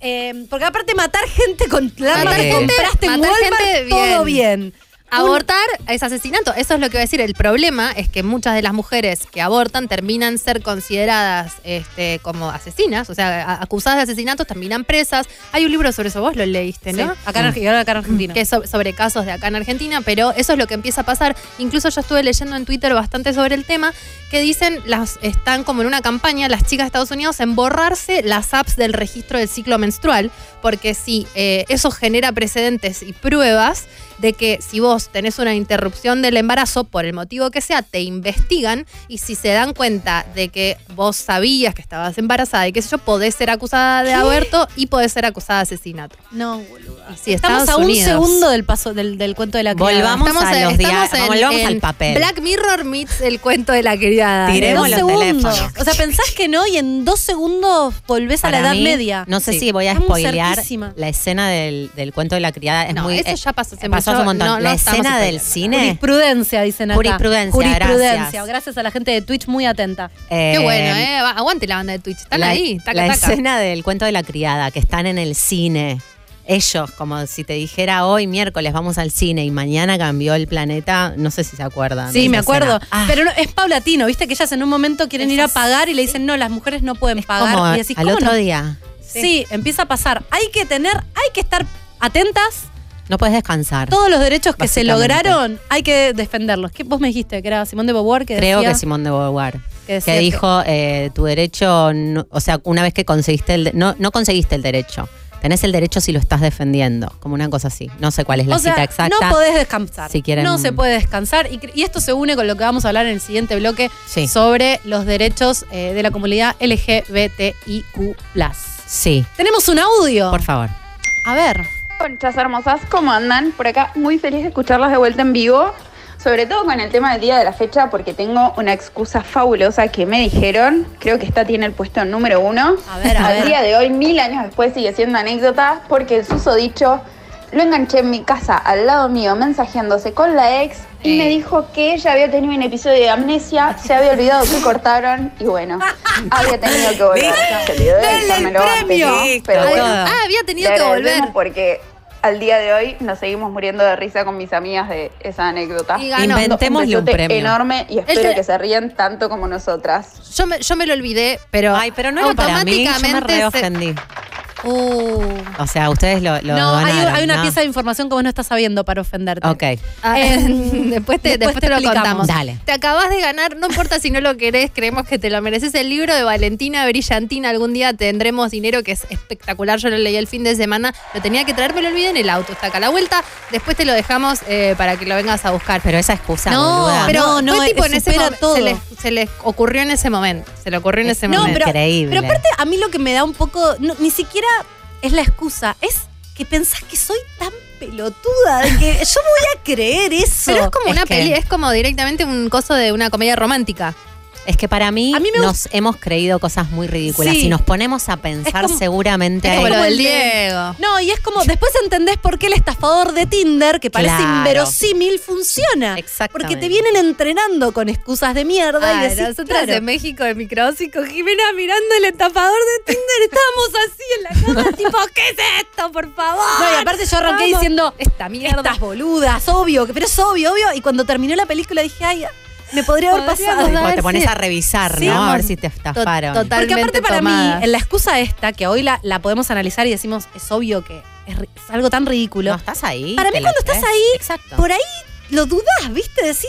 Speaker 3: eh, porque aparte matar gente con la arma
Speaker 2: Matar
Speaker 3: que
Speaker 2: gente-
Speaker 3: compraste en
Speaker 4: matar
Speaker 3: Walmart,
Speaker 4: gente,
Speaker 3: todo bien.
Speaker 4: Abortar es asesinato, eso es lo que voy a decir. El problema es que muchas de las mujeres que abortan terminan ser consideradas este, como asesinas, o sea, a- acusadas de asesinatos, terminan presas. Hay un libro sobre eso, vos lo leíste,
Speaker 3: Sí,
Speaker 4: ¿no?
Speaker 3: acá, en, Arge- ahora acá en Argentina.
Speaker 4: que es so- sobre casos de acá en Argentina, pero eso es lo que empieza a pasar. Incluso yo estuve leyendo en Twitter bastante sobre el tema, que dicen, las están como en una campaña, las chicas de Estados Unidos, en borrarse las apps del registro del ciclo menstrual, porque si eso genera precedentes y pruebas de que si vos tenés una interrupción del embarazo, por el motivo que sea, te investigan y si se dan cuenta de que vos sabías que estabas embarazada y qué sé yo, podés ser acusada de aborto y podés ser acusada de asesinato.
Speaker 3: no, boluda.
Speaker 4: Y si
Speaker 3: Estamos
Speaker 4: Estados
Speaker 3: a un
Speaker 4: Unidos-
Speaker 3: segundo del paso del, del cuento de la criada.
Speaker 2: Volvamos. a
Speaker 4: en-
Speaker 2: los
Speaker 4: estamos
Speaker 2: dia- volvamos al papel.
Speaker 4: Black Mirror meets el cuento de la criada.
Speaker 2: Tiré- Tiremos
Speaker 3: Dos
Speaker 2: los
Speaker 3: segundos.
Speaker 2: teléfonos.
Speaker 3: O sea, pensás que no y en dos segundos volvés
Speaker 2: Para
Speaker 3: a la edad
Speaker 2: mí,
Speaker 3: media.
Speaker 2: No sé
Speaker 4: Sí.
Speaker 2: si voy a
Speaker 3: Estamos
Speaker 2: spoilear
Speaker 3: cerquísima.
Speaker 2: la escena del, del cuento de la criada. Es
Speaker 4: no,
Speaker 2: muy,
Speaker 4: eso
Speaker 2: eh,
Speaker 4: ya pasó. hace
Speaker 2: pasó
Speaker 4: mucho,
Speaker 2: hace un montón.
Speaker 4: no- no
Speaker 2: la
Speaker 4: estamos
Speaker 2: escena del
Speaker 4: spoileando.
Speaker 2: cine.
Speaker 3: Jurisprudencia, dicen acá.
Speaker 2: Jurisprudencia, gracias.
Speaker 3: gracias a la gente de Twitch muy atenta.
Speaker 2: eh,
Speaker 4: Qué bueno, ¿eh? Va- Aguante la banda de Twitch. Están
Speaker 2: la,
Speaker 4: ahí. Taca,
Speaker 2: la
Speaker 4: taca.
Speaker 2: escena del cuento de la criada, que están en el cine. Ellos, como si te dijera hoy miércoles vamos al cine y mañana cambió el planeta, no sé si se acuerdan. de
Speaker 3: Sí,
Speaker 2: esa
Speaker 3: me acuerdo.
Speaker 2: escena. Ah,
Speaker 3: Pero no- es paulatino, viste que ellas en un momento quieren
Speaker 4: Es
Speaker 3: ir a
Speaker 4: así.
Speaker 3: pagar y le dicen, no, las mujeres no pueden pagar.
Speaker 2: como
Speaker 3: y decís,
Speaker 2: al
Speaker 3: "¿Cómo
Speaker 2: otro
Speaker 3: no?".
Speaker 2: día.
Speaker 3: Sí, empieza a pasar. Hay que tener, hay que estar atentas
Speaker 2: No puedes descansar.
Speaker 3: Todos los derechos que se
Speaker 2: Básicamente.
Speaker 3: lograron hay que defenderlos. ¿Qué, vos me dijiste que era Simón de Beauvoir que
Speaker 2: Creo
Speaker 3: decía
Speaker 2: que Simón de Beauvoir.
Speaker 3: que decía
Speaker 2: que dijo eh, tu derecho, no- o sea, una vez que conseguiste el, de- no, no conseguiste el derecho, tenés el derecho si lo estás defendiendo, como una cosa así. No sé cuál es la
Speaker 3: o sea,
Speaker 2: cita exacta.
Speaker 3: no podés descansar.
Speaker 2: Si quieren-
Speaker 3: No se puede descansar. Y, cre- y esto se une con lo que vamos a hablar en el siguiente bloque
Speaker 2: Sí.
Speaker 3: sobre los derechos eh, de la comunidad LGBTIQ.
Speaker 2: Sí,
Speaker 3: Tenemos un audio.
Speaker 2: por favor.
Speaker 3: A ver.
Speaker 5: Conchas hermosas, ¿cómo andan? Por acá muy feliz de escucharlas de vuelta en vivo, sobre todo con el tema del día de la fecha, porque tengo una excusa fabulosa que me dijeron, creo que esta tiene el puesto número uno.
Speaker 3: A ver, a
Speaker 5: Al
Speaker 3: ver.
Speaker 5: día de hoy, mil años después, sigue siendo anécdota, porque el susodicho lo enganché en mi casa al lado mío mensajeándose con la ex y
Speaker 4: Sí.
Speaker 5: me dijo que ella había tenido un episodio de amnesia, se había olvidado que cortaron y bueno, había tenido que volver. Se olvidó de
Speaker 3: Denle el
Speaker 5: avisármelo antes,
Speaker 3: premio.
Speaker 5: ¿no? Pero
Speaker 2: Listo,
Speaker 5: bueno,
Speaker 2: todo.
Speaker 4: Ah, había tenido
Speaker 5: le
Speaker 4: que volver.
Speaker 5: agradecemos Porque al día de hoy nos seguimos muriendo de risa con mis amigas de esa anécdota.
Speaker 4: Y ganó.
Speaker 2: Inventémosle un
Speaker 5: besote
Speaker 2: premio.
Speaker 5: enorme y espero
Speaker 4: Él te-
Speaker 5: que se rían tanto como nosotras.
Speaker 4: Yo me, yo me lo olvidé, pero.
Speaker 2: Ay, pero no era para mí, yo me
Speaker 4: automáticamente
Speaker 2: re
Speaker 4: se-
Speaker 2: ofendí.
Speaker 4: Uh,
Speaker 2: O sea, ustedes lo, lo
Speaker 3: no, hay,
Speaker 2: ganaron,
Speaker 3: hay una
Speaker 2: ¿no?
Speaker 3: pieza de información que vos no estás sabiendo para ofenderte.
Speaker 2: Ok.
Speaker 4: ah,
Speaker 3: Eh,
Speaker 4: después te,
Speaker 3: después
Speaker 4: después
Speaker 3: te
Speaker 4: te lo
Speaker 3: explicamos.
Speaker 4: contamos.
Speaker 2: Dale.
Speaker 4: Te acabas de ganar, no importa si no lo querés, creemos que te lo mereces. El libro de Valentina Brillantina, algún día tendremos dinero, que es espectacular. Yo lo leí el fin de semana, lo tenía que traer, me lo olvidé en el auto. Está acá a la vuelta, después te lo dejamos eh, para que lo vengas a buscar.
Speaker 2: Pero esa excusa,
Speaker 3: No,
Speaker 2: boluda.
Speaker 4: pero
Speaker 3: no, no, eh,
Speaker 4: fue tipo en ese
Speaker 3: supera
Speaker 4: momento,
Speaker 3: todo. Eh,
Speaker 4: Se, les, se les ocurrió en ese momento. Se le ocurrió en ese
Speaker 2: No,
Speaker 4: momento.
Speaker 2: pero- Increíble.
Speaker 3: Pero aparte, a mí lo que me da un poco. no, ni siquiera es la excusa, es que pensás que soy tan pelotuda, de que yo voy a creer eso.
Speaker 4: Pero es como
Speaker 2: Es
Speaker 4: una
Speaker 2: que-
Speaker 4: peli, es como directamente un coso de una comedia romántica.
Speaker 2: Es que para mí,
Speaker 3: A mí me
Speaker 2: nos hemos creído cosas muy ridículas.
Speaker 3: Sí.
Speaker 2: Si nos ponemos a pensar,
Speaker 3: como-
Speaker 2: seguramente
Speaker 4: Es
Speaker 2: hay-
Speaker 4: como lo
Speaker 3: como
Speaker 4: del
Speaker 3: el de-
Speaker 4: Diego.
Speaker 3: No, y es como, después entendés por qué el estafador de Tinder, que parece
Speaker 2: Claro.
Speaker 3: inverosímil, funciona.
Speaker 2: Exactamente.
Speaker 3: Porque te vienen entrenando con excusas de mierda y
Speaker 4: Ay,
Speaker 3: decís,
Speaker 4: nosotras
Speaker 3: claro,
Speaker 4: en México de microsis con Jimena mirando el estafador de Tinder. Estábamos así en la cama, tipo, ¿qué es esto, por favor?
Speaker 3: No, y aparte yo arranqué
Speaker 4: Vamos.
Speaker 3: diciendo,
Speaker 4: Esta mierda.
Speaker 3: estas boludas, obvio, que- pero es obvio, obvio. Y cuando terminó la película dije, ay, me podría haber
Speaker 4: Podríamos
Speaker 3: pasado.
Speaker 4: haber
Speaker 2: Tipo,
Speaker 4: a ver
Speaker 2: te pones
Speaker 4: si-
Speaker 2: a revisar,
Speaker 3: Sí,
Speaker 2: ¿no? A ver
Speaker 4: vamos.
Speaker 2: si te estafaron.
Speaker 4: Total.
Speaker 3: Porque aparte
Speaker 4: totalmente
Speaker 3: para
Speaker 4: tomadas.
Speaker 3: mí, en la excusa esta, que hoy la, la podemos analizar y decimos, es obvio que es, ri- es algo tan ridículo,
Speaker 2: No estás ahí.
Speaker 3: Para
Speaker 2: te
Speaker 3: mí
Speaker 2: la
Speaker 3: cuando estás
Speaker 2: crees.
Speaker 3: ahí,
Speaker 2: Exacto.
Speaker 3: por ahí lo dudás, ¿viste? Decís,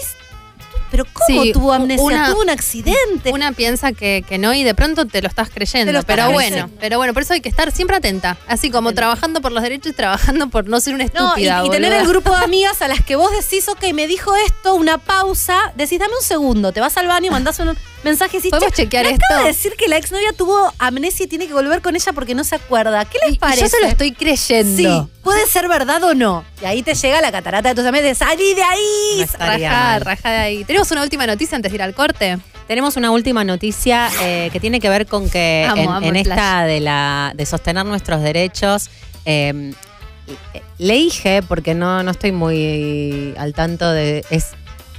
Speaker 3: pero ¿cómo
Speaker 4: Sí,
Speaker 3: tuvo amnesia?
Speaker 4: una-
Speaker 3: ¿Tuvo un accidente?
Speaker 4: Una piensa que, que no y de pronto te lo estás creyendo.
Speaker 3: Te lo estás
Speaker 4: pero
Speaker 3: creyendo.
Speaker 4: bueno, pero bueno, por eso hay que estar siempre atenta. Así como
Speaker 3: Atenta.
Speaker 4: trabajando por los derechos y trabajando por no ser una
Speaker 3: No, y,
Speaker 4: estúpida.
Speaker 3: y tener
Speaker 4: boluda.
Speaker 3: el grupo de amigas a las que vos decís, ok, me dijo esto, una pausa, decís, dame un segundo, te vas al baño, mandás un mensaje y decís,
Speaker 4: ¿Podemos
Speaker 3: "Che,
Speaker 4: chequear
Speaker 3: me
Speaker 4: esto?"
Speaker 3: acaba de decir que la exnovia tuvo amnesia y tiene que volver con ella porque no se acuerda. ¿Qué
Speaker 4: Y-
Speaker 3: les
Speaker 4: y
Speaker 3: parece?
Speaker 4: Yo se lo estoy
Speaker 3: Sí,
Speaker 4: creyendo.
Speaker 3: puede ser verdad o no. Y ahí te llega la catarata de tus amigas de salí de ahí.
Speaker 2: No estaría
Speaker 4: Rajá,
Speaker 2: mal.
Speaker 4: rajá de ahí. Tenemos una última noticia antes de ir al corte.
Speaker 2: Tenemos una última noticia eh, que tiene que ver con que
Speaker 4: Amo,
Speaker 2: en,
Speaker 4: amo
Speaker 2: en
Speaker 4: el
Speaker 2: esta de la de sostener nuestros derechos. eh, le dije, porque no, no estoy muy al tanto de. Es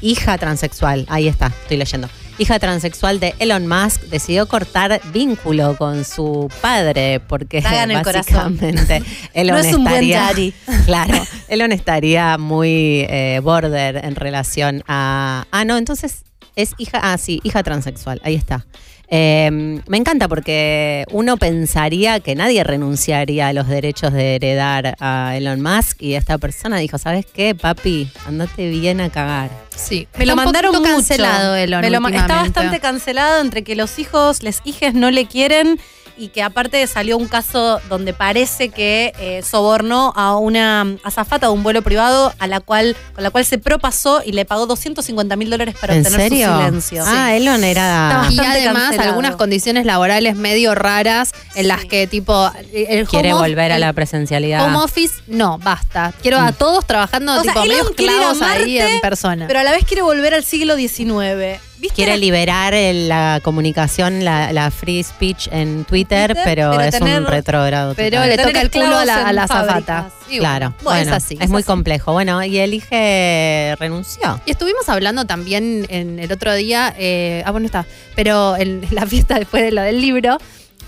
Speaker 2: hija transexual. Ahí está, estoy leyendo. Hija transexual de Elon Musk decidió cortar vínculo con su padre porque
Speaker 3: Hagan el corazón.
Speaker 2: básicamente Elon
Speaker 3: no es un buen
Speaker 2: estaría-
Speaker 3: daddy.
Speaker 2: Claro, Elon estaría muy eh, border en relación a. Ah, no, entonces es hija. Ah, sí, hija transexual, ahí está. Eh, me encanta porque uno pensaría que nadie renunciaría a los derechos de heredar a Elon Musk y esta persona dijo: ¿Sabes qué, papi? Andate bien a cagar.
Speaker 4: Sí.
Speaker 3: Me lo mandaron mucho.
Speaker 4: cancelado, Elon.
Speaker 3: Me lo ma- está
Speaker 4: últimamente.
Speaker 3: bastante cancelado entre que los hijos, les hijes no le quieren y que aparte salió un caso donde parece que eh, sobornó a una azafata de un vuelo privado a la cual, con la cual se propasó y le pagó 250 mil dólares para
Speaker 2: ¿En
Speaker 3: obtener
Speaker 2: serio?
Speaker 3: su silencio.
Speaker 2: Ah, Elon era.
Speaker 4: Y
Speaker 3: bastante
Speaker 4: además
Speaker 3: cancelado.
Speaker 4: algunas condiciones laborales medio raras en
Speaker 3: Sí.
Speaker 4: las que tipo el home
Speaker 2: Quiere
Speaker 4: off-
Speaker 2: volver a
Speaker 4: el
Speaker 2: la presencialidad.
Speaker 4: home office, no, basta. Quiero a
Speaker 2: Mm.
Speaker 4: todos trabajando
Speaker 3: O sea,
Speaker 4: tipo
Speaker 3: Elon
Speaker 4: medio
Speaker 3: quiere ir a
Speaker 4: esclavos ahí
Speaker 3: Marte,
Speaker 4: en persona.
Speaker 3: Pero a la vez quiere volver al siglo XIX. ¿Viste?
Speaker 2: Quiere liberar el- la comunicación, la, la free speech en Twitter,
Speaker 3: Twitter,
Speaker 2: pero,
Speaker 3: pero
Speaker 2: es
Speaker 3: tener-
Speaker 2: un retrógrado.
Speaker 4: Pero
Speaker 2: total.
Speaker 4: le
Speaker 3: Tener
Speaker 4: toca el culo a la,
Speaker 3: esclavos
Speaker 4: a la
Speaker 3: en
Speaker 4: azafata.
Speaker 3: fábricas.
Speaker 4: Y bueno,
Speaker 2: Claro,
Speaker 4: bueno,
Speaker 2: bueno,
Speaker 4: es así.
Speaker 2: Es muy
Speaker 4: así.
Speaker 2: complejo. Bueno, y el IGE renunció.
Speaker 4: Y estuvimos hablando también en el otro día, eh, ah, bueno, está, pero en la fiesta después de lo del libro,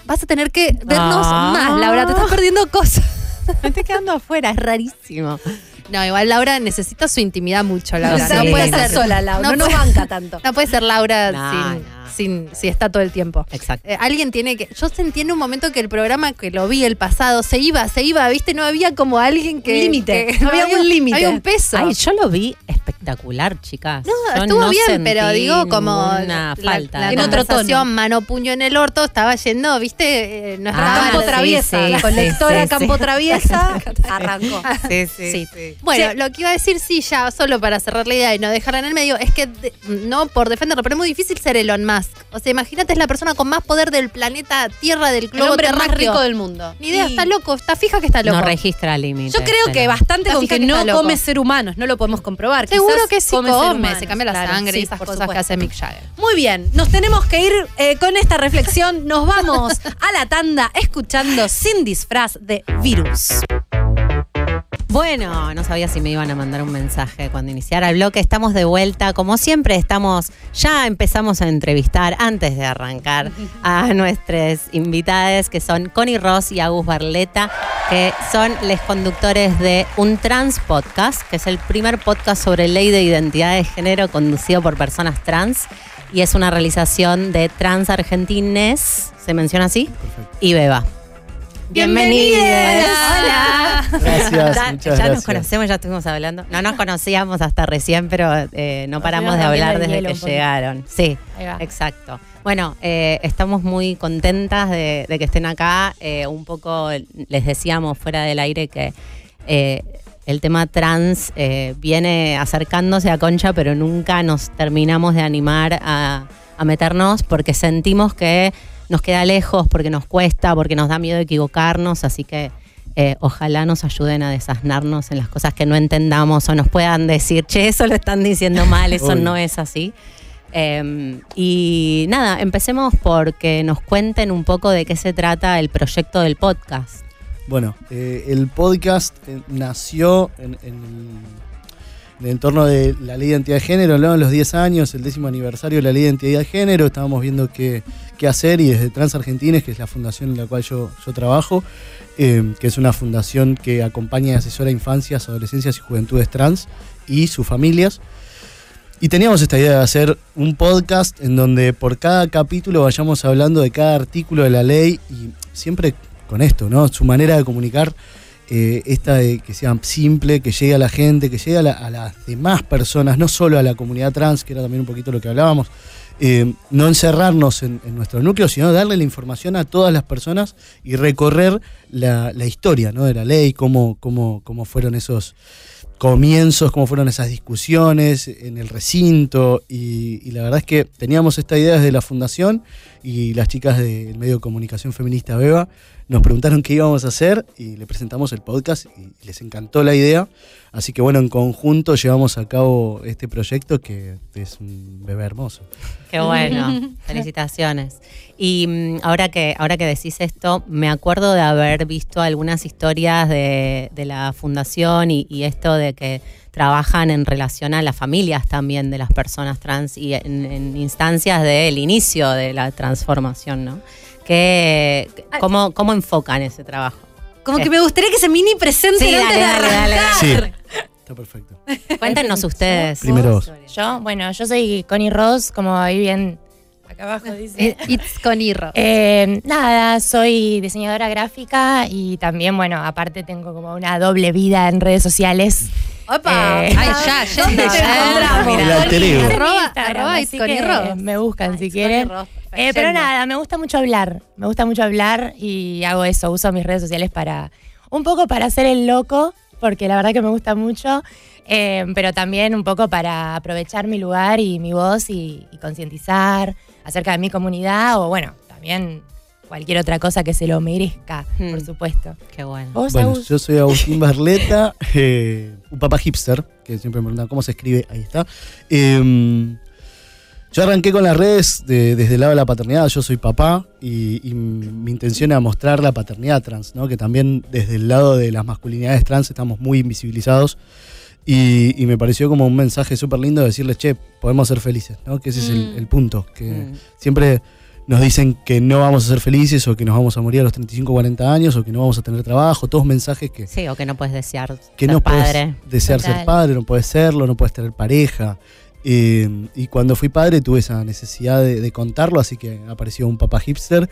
Speaker 4: vas a tener que vernos
Speaker 2: Ah.
Speaker 4: más, Laura, te estás perdiendo cosas.
Speaker 2: Me estoy quedando afuera, es rarísimo.
Speaker 4: No, igual Laura necesita su intimidad mucho,
Speaker 3: No,
Speaker 4: Laura.
Speaker 2: sé,
Speaker 4: No, puede
Speaker 2: no
Speaker 4: ser
Speaker 2: sé.
Speaker 3: sola, Lau. No,
Speaker 4: No
Speaker 3: nos
Speaker 4: puede-
Speaker 3: banca tanto.
Speaker 4: No puede ser Laura
Speaker 2: No,
Speaker 4: sin,
Speaker 2: no.
Speaker 4: sin- si está todo el tiempo.
Speaker 2: Exacto.
Speaker 4: Eh, alguien tiene que. Yo sentí en un momento que el programa que lo vi el pasado se iba, se iba, viste, no había como alguien que.
Speaker 3: Un límite.
Speaker 4: que-
Speaker 3: No había un límite.
Speaker 4: Había un peso.
Speaker 2: Ay, yo lo vi espectacular, chicas.
Speaker 4: No,
Speaker 2: Yo
Speaker 4: estuvo bien,
Speaker 2: sentí
Speaker 4: pero digo como
Speaker 2: ninguna
Speaker 4: la-
Speaker 2: falta.
Speaker 4: la,
Speaker 2: de
Speaker 3: En
Speaker 2: nada.
Speaker 3: otro tono.
Speaker 4: conversación, mano puño en el orto, estaba yendo, viste, eh, no estaba
Speaker 2: Ah,
Speaker 3: Campo
Speaker 4: mal.
Speaker 3: Traviesa,
Speaker 2: sí,
Speaker 3: la
Speaker 2: sí,
Speaker 3: colectora
Speaker 2: sí,
Speaker 3: Campo
Speaker 2: sí.
Speaker 3: Traviesa arrancó.
Speaker 2: Sí,
Speaker 3: Sí.
Speaker 4: Bueno, lo que iba a decir, sí, ya solo para cerrar la idea y no dejarla en el medio, es que de- no por defenderlo, pero es muy difícil ser Elon Musk. O sea, imagínate, es la persona con más poder del planeta Tierra, del
Speaker 3: El
Speaker 4: globo
Speaker 3: hombre más
Speaker 4: terráqueo.
Speaker 3: rico del mundo.
Speaker 4: Ni idea,
Speaker 3: Y
Speaker 4: está loco, está fija que está loco.
Speaker 2: No registra límites.
Speaker 3: Yo creo que
Speaker 2: pero-
Speaker 3: bastante
Speaker 4: Está
Speaker 3: con
Speaker 4: fija
Speaker 3: que
Speaker 4: que
Speaker 3: no
Speaker 4: está loco.
Speaker 3: come ser humanos, no lo podemos comprobar.
Speaker 4: Seguro
Speaker 3: Quizás
Speaker 4: que sí
Speaker 3: come
Speaker 4: come,
Speaker 3: ser humanos,
Speaker 4: se cambia la
Speaker 3: claro,
Speaker 4: sangre
Speaker 3: sí,
Speaker 4: y esas
Speaker 3: por
Speaker 4: cosas que
Speaker 3: supuesto.
Speaker 4: hace Mick Jagger.
Speaker 3: Muy bien, nos tenemos que ir eh, con esta reflexión. Nos vamos a la tanda escuchando sin disfraz de virus.
Speaker 2: Bueno, no sabía si me iban a mandar un mensaje cuando iniciara el bloque. Estamos de vuelta, como siempre estamos, ya empezamos a entrevistar antes de arrancar a nuestras invitadas, que son Connie Ross y Agus Barleta, que son los conductores de Un Trans Podcast, que es el primer podcast sobre ley de identidad de género conducido por personas trans y es una realización de Trans Argentines, se menciona así, y Beba.
Speaker 3: Bienvenides.
Speaker 2: Hola.
Speaker 6: Gracias,
Speaker 2: Ya,
Speaker 6: muchas
Speaker 2: ya nos
Speaker 6: gracias.
Speaker 2: conocemos, ya estuvimos hablando. No nos conocíamos hasta recién, pero eh, no paramos de hablar desde que llegaron. Sí,
Speaker 4: Ahí va.
Speaker 2: exacto. Bueno, eh, estamos muy contentas de, de que estén acá. Eh, un poco les decíamos fuera del aire que eh, el tema trans eh, viene acercándose a Concha, pero nunca nos terminamos de animar a, a meternos porque sentimos que nos queda lejos, porque nos cuesta, porque nos da miedo equivocarnos, así que eh, ojalá nos ayuden a desasnarnos en las cosas que no entendamos o nos puedan decir, che, eso lo están diciendo mal, eso
Speaker 6: Uy.
Speaker 2: no es así. Eh, y nada, empecemos porque nos cuenten un poco de qué se trata el proyecto del podcast.
Speaker 6: Bueno, eh, el podcast eh, nació en, en el, en el entorno de la ley de identidad de género, hablamos de los 10 años, el décimo aniversario de la ley de identidad de género, estábamos viendo qué, qué hacer y desde Trans Argentines, que es la fundación en la cual yo, yo trabajo, eh, que es una fundación que acompaña y asesora a infancias, adolescencias y juventudes trans y sus familias. Y teníamos esta idea de hacer un podcast en donde por cada capítulo vayamos hablando de cada artículo de la ley y siempre con esto, ¿no? Su manera de comunicar, eh, esta de que sea simple, que llegue a la gente, que llegue a, la- a las demás personas, no solo a la comunidad trans, que era también un poquito lo que hablábamos. eh, no encerrarnos en, en nuestro núcleo, sino darle la información a todas las personas y recorrer la, la historia ¿no? de la ley, cómo, cómo, cómo fueron esos comienzos, cómo fueron esas discusiones en el recinto. Y, y la verdad es que teníamos esta idea desde la fundación y las chicas del medio de comunicación feminista Beba nos preguntaron qué íbamos a hacer y le presentamos el podcast y les encantó la idea. Así que bueno, en conjunto llevamos a cabo este proyecto que es un bebé hermoso.
Speaker 2: Qué bueno, felicitaciones. Y mm, ahora que, ahora que decís esto, me acuerdo de haber visto algunas historias de, de la fundación y, y esto de que trabajan en relación a las familias también de las personas trans y en, en instancias del inicio de la transformación, ¿no? Que, ¿cómo, ¿Cómo enfocan ese trabajo?
Speaker 3: Como que me gustaría que se mini presente
Speaker 2: Eh. Sí,
Speaker 3: antes
Speaker 2: dale,
Speaker 3: de
Speaker 2: dale, dale,
Speaker 3: arrancar.
Speaker 6: Sí, está perfecto.
Speaker 2: Cuéntenos ustedes.
Speaker 6: Primero vos.
Speaker 7: Yo, bueno, yo soy Connie Ross, como ahí bien acá abajo dice.
Speaker 4: Eh, It's con Irro.
Speaker 7: Eh, nada, soy diseñadora gráfica y también, bueno, aparte tengo como una doble vida en redes sociales.
Speaker 3: Opa.
Speaker 7: Eh,
Speaker 4: Ay, ya, ya,
Speaker 3: ¿Dónde te
Speaker 4: ya.
Speaker 3: encontramos?
Speaker 6: El alter ego.
Speaker 7: En
Speaker 4: Arroba-
Speaker 7: Instagram,
Speaker 4: arroba
Speaker 7: así
Speaker 4: Connie
Speaker 7: que
Speaker 4: Ross.
Speaker 7: Me buscan si quieren. Eh, pero nada, me gusta mucho hablar. Me gusta mucho hablar y hago eso. Uso mis redes sociales para. Un poco para hacer el loco, porque la verdad que me gusta mucho. eh, pero también un poco para aprovechar mi lugar y mi voz y, y concientizar acerca de mi comunidad o, bueno, también cualquier otra cosa que se lo merezca,
Speaker 2: Hmm.
Speaker 7: por supuesto.
Speaker 2: Qué bueno.
Speaker 7: ¿Vos,
Speaker 6: Bueno,
Speaker 7: Agus?
Speaker 6: yo soy Agustín Barleta, eh, un papá hipster, que siempre me preguntan cómo se escribe, ahí está. Eh, yo arranqué con las redes de- desde el lado de la paternidad, yo soy papá y, y mi intención era mostrar la paternidad trans, ¿no? que también desde el lado de las masculinidades trans estamos muy invisibilizados y, y me pareció como un mensaje súper lindo decirles, che, podemos ser felices, ¿no? que ese es el, el punto, que
Speaker 2: Mm.
Speaker 6: siempre nos dicen que no vamos a ser felices o que nos vamos a morir a los 35, 40 años o que no vamos a tener trabajo, todos mensajes que,
Speaker 2: Sí, o que no puedes desear
Speaker 6: que
Speaker 2: ser
Speaker 6: no
Speaker 2: padre.
Speaker 6: puedes desear ser
Speaker 7: Total.
Speaker 6: padre, no puedes serlo, no puedes tener pareja. Eh, y cuando fui padre tuve esa necesidad de, de contarlo, así que apareció un papá hipster.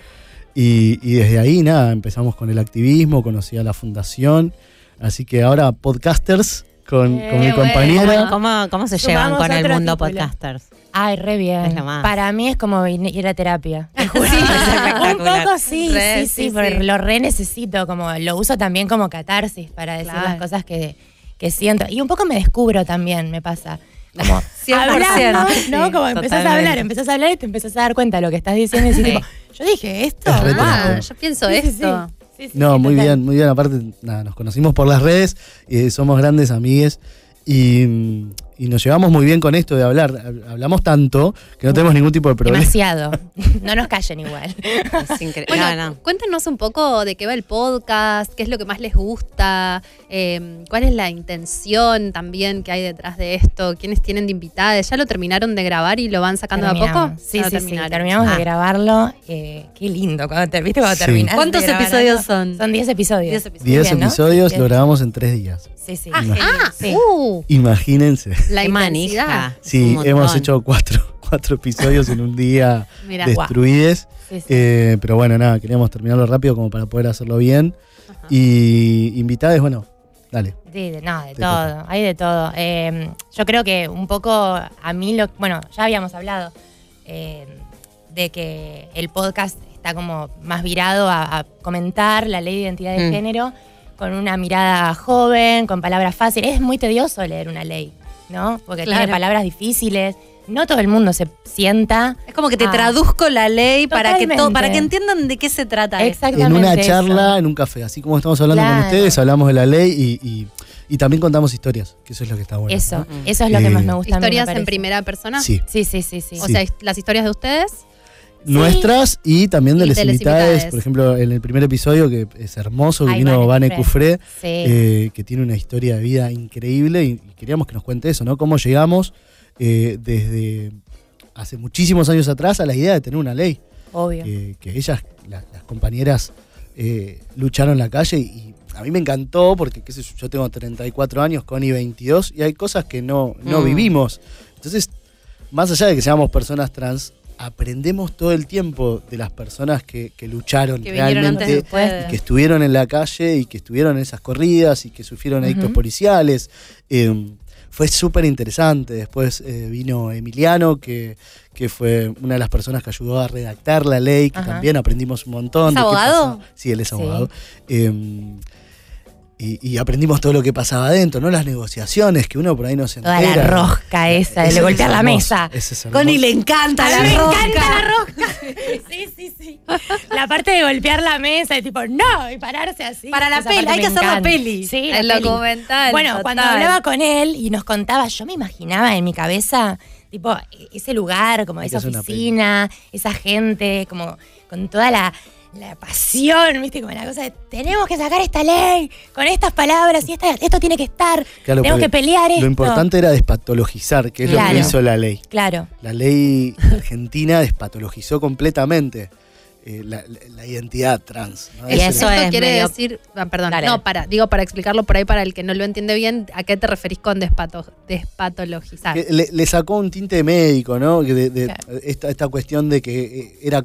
Speaker 6: Y, y desde ahí, nada, empezamos con el activismo, conocí a la fundación. Así que ahora, podcasters con,
Speaker 7: Eh,
Speaker 6: con mi
Speaker 7: bueno.
Speaker 6: compañera.
Speaker 2: ¿Cómo, cómo, cómo se llevan
Speaker 7: Sumamos
Speaker 2: con el
Speaker 7: otro
Speaker 2: mundo
Speaker 7: título.
Speaker 2: podcasters?
Speaker 7: Ay, re bien.
Speaker 2: Es lo más.
Speaker 7: Para mí es como in- ir a terapia. Sí,
Speaker 2: espectacular.
Speaker 7: un poco sí,
Speaker 4: Re,
Speaker 7: sí, sí,
Speaker 4: sí,
Speaker 7: porque
Speaker 4: sí.
Speaker 7: lo re necesito, como lo uso también como catarsis para decir
Speaker 4: Claro.
Speaker 7: las cosas que, que siento. Y un poco me descubro también, me pasa. Como
Speaker 4: 100%,
Speaker 7: hablando, ¿no?
Speaker 4: sí,
Speaker 7: como empezás a
Speaker 2: totalmente.
Speaker 7: hablar, empezás a hablar y te empezás a dar cuenta de lo que estás diciendo y decís,
Speaker 2: Sí.
Speaker 7: tipo, yo dije esto.
Speaker 6: Es re
Speaker 4: Ah,
Speaker 6: terapéutico.
Speaker 4: yo pienso
Speaker 7: Sí, sí,
Speaker 4: esto.
Speaker 7: sí. Sí, sí,
Speaker 6: No,
Speaker 7: sí,
Speaker 6: muy
Speaker 7: total.
Speaker 6: bien, muy bien. Aparte, nada, nos conocimos por las redes, eh, somos grandes amigues y, mm, y nos llevamos muy bien con esto de hablar. Hab- Hablamos tanto que no tenemos ningún tipo de problema.
Speaker 7: Demasiado. No nos callen igual.
Speaker 2: Es increíble.
Speaker 4: Bueno,
Speaker 2: no, no.
Speaker 4: cuéntenos un poco de qué va el podcast, qué es lo que más les gusta, eh, cuál es la intención también que hay detrás de esto, quiénes tienen de invitadas. ¿Ya lo terminaron de grabar y lo van sacando de a poco?
Speaker 7: Terminamos. Sí,
Speaker 4: Ya lo
Speaker 7: sí, sí.
Speaker 4: terminaron.
Speaker 7: Terminamos
Speaker 4: Ah.
Speaker 7: de grabarlo. Eh, qué lindo. Cuando te, ¿Viste cuando
Speaker 6: Sí.
Speaker 7: terminás de
Speaker 4: ¿Cuántos
Speaker 7: grabar
Speaker 4: episodios
Speaker 7: algo?
Speaker 4: son?
Speaker 7: Son 10 episodios.
Speaker 4: 10 episodios.
Speaker 6: 10
Speaker 7: Bien, ¿no?
Speaker 6: episodios,
Speaker 7: Sí,
Speaker 6: lo
Speaker 7: sí.
Speaker 6: grabamos en 3 días.
Speaker 7: Sí, sí.
Speaker 4: Ah, ah,
Speaker 7: Sí. Ah.
Speaker 4: uh,
Speaker 6: Imagínense.
Speaker 4: la intensidad.
Speaker 2: Qué manija.
Speaker 6: Sí,
Speaker 2: Es un
Speaker 6: hemos
Speaker 2: montón.
Speaker 6: hecho cuatro, cuatro episodios en un día
Speaker 4: Mirá, guau.
Speaker 6: destruides.
Speaker 7: Sí, sí.
Speaker 6: Eh, pero bueno, nada, queríamos terminarlo rápido como para poder hacerlo bien. Y invitades, bueno, dale.
Speaker 7: Sí, de- no, de
Speaker 6: Te
Speaker 7: todo,
Speaker 6: toca.
Speaker 7: hay de todo. Eh, yo creo que un poco a mí lo. Bueno, ya habíamos hablado eh, de que el podcast está como más virado a, a comentar la ley de identidad de
Speaker 2: Mm.
Speaker 7: género con una mirada joven, con palabras fáciles. Es muy tedioso leer una ley, ¿no? Porque
Speaker 4: Claro.
Speaker 7: tiene palabras difíciles. No todo el mundo se sienta.
Speaker 4: Es como que te
Speaker 7: Ah.
Speaker 4: traduzco la ley para que, to-
Speaker 7: Totalmente.
Speaker 4: para que entiendan de qué se trata. esto.
Speaker 6: En
Speaker 7: Exactamente.
Speaker 6: una
Speaker 7: eso.
Speaker 6: charla, en un café, así como estamos hablando
Speaker 7: Claro.
Speaker 6: con ustedes, hablamos de la ley y, y- y también contamos historias, que eso es lo que está bueno.
Speaker 7: Eso,
Speaker 6: ¿no?
Speaker 7: eso es lo que
Speaker 6: Eh,
Speaker 7: más me gusta. a
Speaker 4: Mm.
Speaker 7: mí, me
Speaker 4: Historias en
Speaker 7: parece.
Speaker 4: primera persona.
Speaker 6: Sí.
Speaker 7: Sí, sí, sí, sí.
Speaker 4: O
Speaker 6: Sí.
Speaker 4: sea, hist- las historias de ustedes.
Speaker 6: Nuestras y también de
Speaker 4: Y
Speaker 6: las
Speaker 4: de les
Speaker 6: invitadas,
Speaker 4: invitades.
Speaker 6: por ejemplo, en el primer episodio que es hermoso, que
Speaker 7: Ay,
Speaker 6: vino
Speaker 7: Vane
Speaker 6: Vane Cufré,
Speaker 7: Cufré. sí.
Speaker 6: eh, que tiene una historia de vida increíble y, y queríamos que nos cuente eso, ¿no? Cómo llegamos eh, desde hace muchísimos años atrás a la idea de tener una ley,
Speaker 7: obvio.
Speaker 6: que, que ellas, la- las compañeras, eh, lucharon en la calle y, y a mí me encantó porque, qué sé yo, yo tengo 34 años, Connie 22 y hay cosas que no, no
Speaker 2: Mm.
Speaker 6: vivimos. Entonces, más allá de que seamos personas trans, aprendemos todo el tiempo de las personas que, que lucharon
Speaker 4: Que vinieron
Speaker 6: realmente
Speaker 4: antes de
Speaker 6: y
Speaker 4: ustedes.
Speaker 6: que estuvieron en la calle y que estuvieron en esas corridas y que sufrieron adictos policiales. Eh, fue súper interesante. Después eh, vino Emiliano, que, que fue una de las personas que ayudó a redactar la ley, que
Speaker 7: Ajá.
Speaker 6: también aprendimos un montón.
Speaker 4: ¿Es
Speaker 6: de qué
Speaker 4: abogado?
Speaker 6: pasaba. Sí, él es
Speaker 7: Sí.
Speaker 6: abogado. Eh, y, y aprendimos todo lo que pasaba adentro, ¿no? Las negociaciones, que uno por ahí no se
Speaker 7: Toda
Speaker 6: entera.
Speaker 7: la rosca esa,
Speaker 6: Eso
Speaker 7: de
Speaker 6: es
Speaker 7: golpear la
Speaker 6: hermoso,
Speaker 7: mesa.
Speaker 6: eso es hermoso.
Speaker 8: Connie le encanta la roca.
Speaker 7: Sí, sí, sí. La parte de golpear la mesa, de tipo, no, y pararse así.
Speaker 8: Para la
Speaker 7: Esa
Speaker 8: peli,
Speaker 7: parte
Speaker 8: hay
Speaker 7: me
Speaker 8: que hacer la
Speaker 7: encanta.
Speaker 8: peli.
Speaker 7: Sí, la
Speaker 4: El
Speaker 7: peli.
Speaker 4: documental.
Speaker 7: Bueno,
Speaker 4: total.
Speaker 7: cuando hablaba con él y nos contaba, yo me imaginaba en mi cabeza, tipo, e- ese lugar, como
Speaker 6: Hay que
Speaker 7: esa
Speaker 6: hacer una
Speaker 7: oficina, esa gente, como con toda la, la pasión, ¿viste? Como la cosa de, tenemos que sacar esta ley con estas palabras y esta- esto tiene que estar.
Speaker 6: Claro,
Speaker 7: tenemos
Speaker 6: porque
Speaker 7: que pelear esto.
Speaker 6: Lo importante era despatologizar, que es lo
Speaker 7: Claro.
Speaker 6: que hizo la ley.
Speaker 7: Claro.
Speaker 6: La ley argentina despatologizó completamente eh, la, la- la identidad trans. ¿no?
Speaker 2: Y
Speaker 6: Ese-
Speaker 2: eso
Speaker 4: Esto
Speaker 2: es
Speaker 4: quiere
Speaker 2: medio-
Speaker 4: decir, ah, perdón,
Speaker 2: Dale.
Speaker 4: no, para, digo, para explicarlo por ahí para el que no lo entiende bien, ¿a qué te referís con despato- despatologizar?
Speaker 6: que le, le sacó un tinte médico, ¿no? Que de- de-
Speaker 7: Claro.
Speaker 6: esta, esta cuestión de que eh, era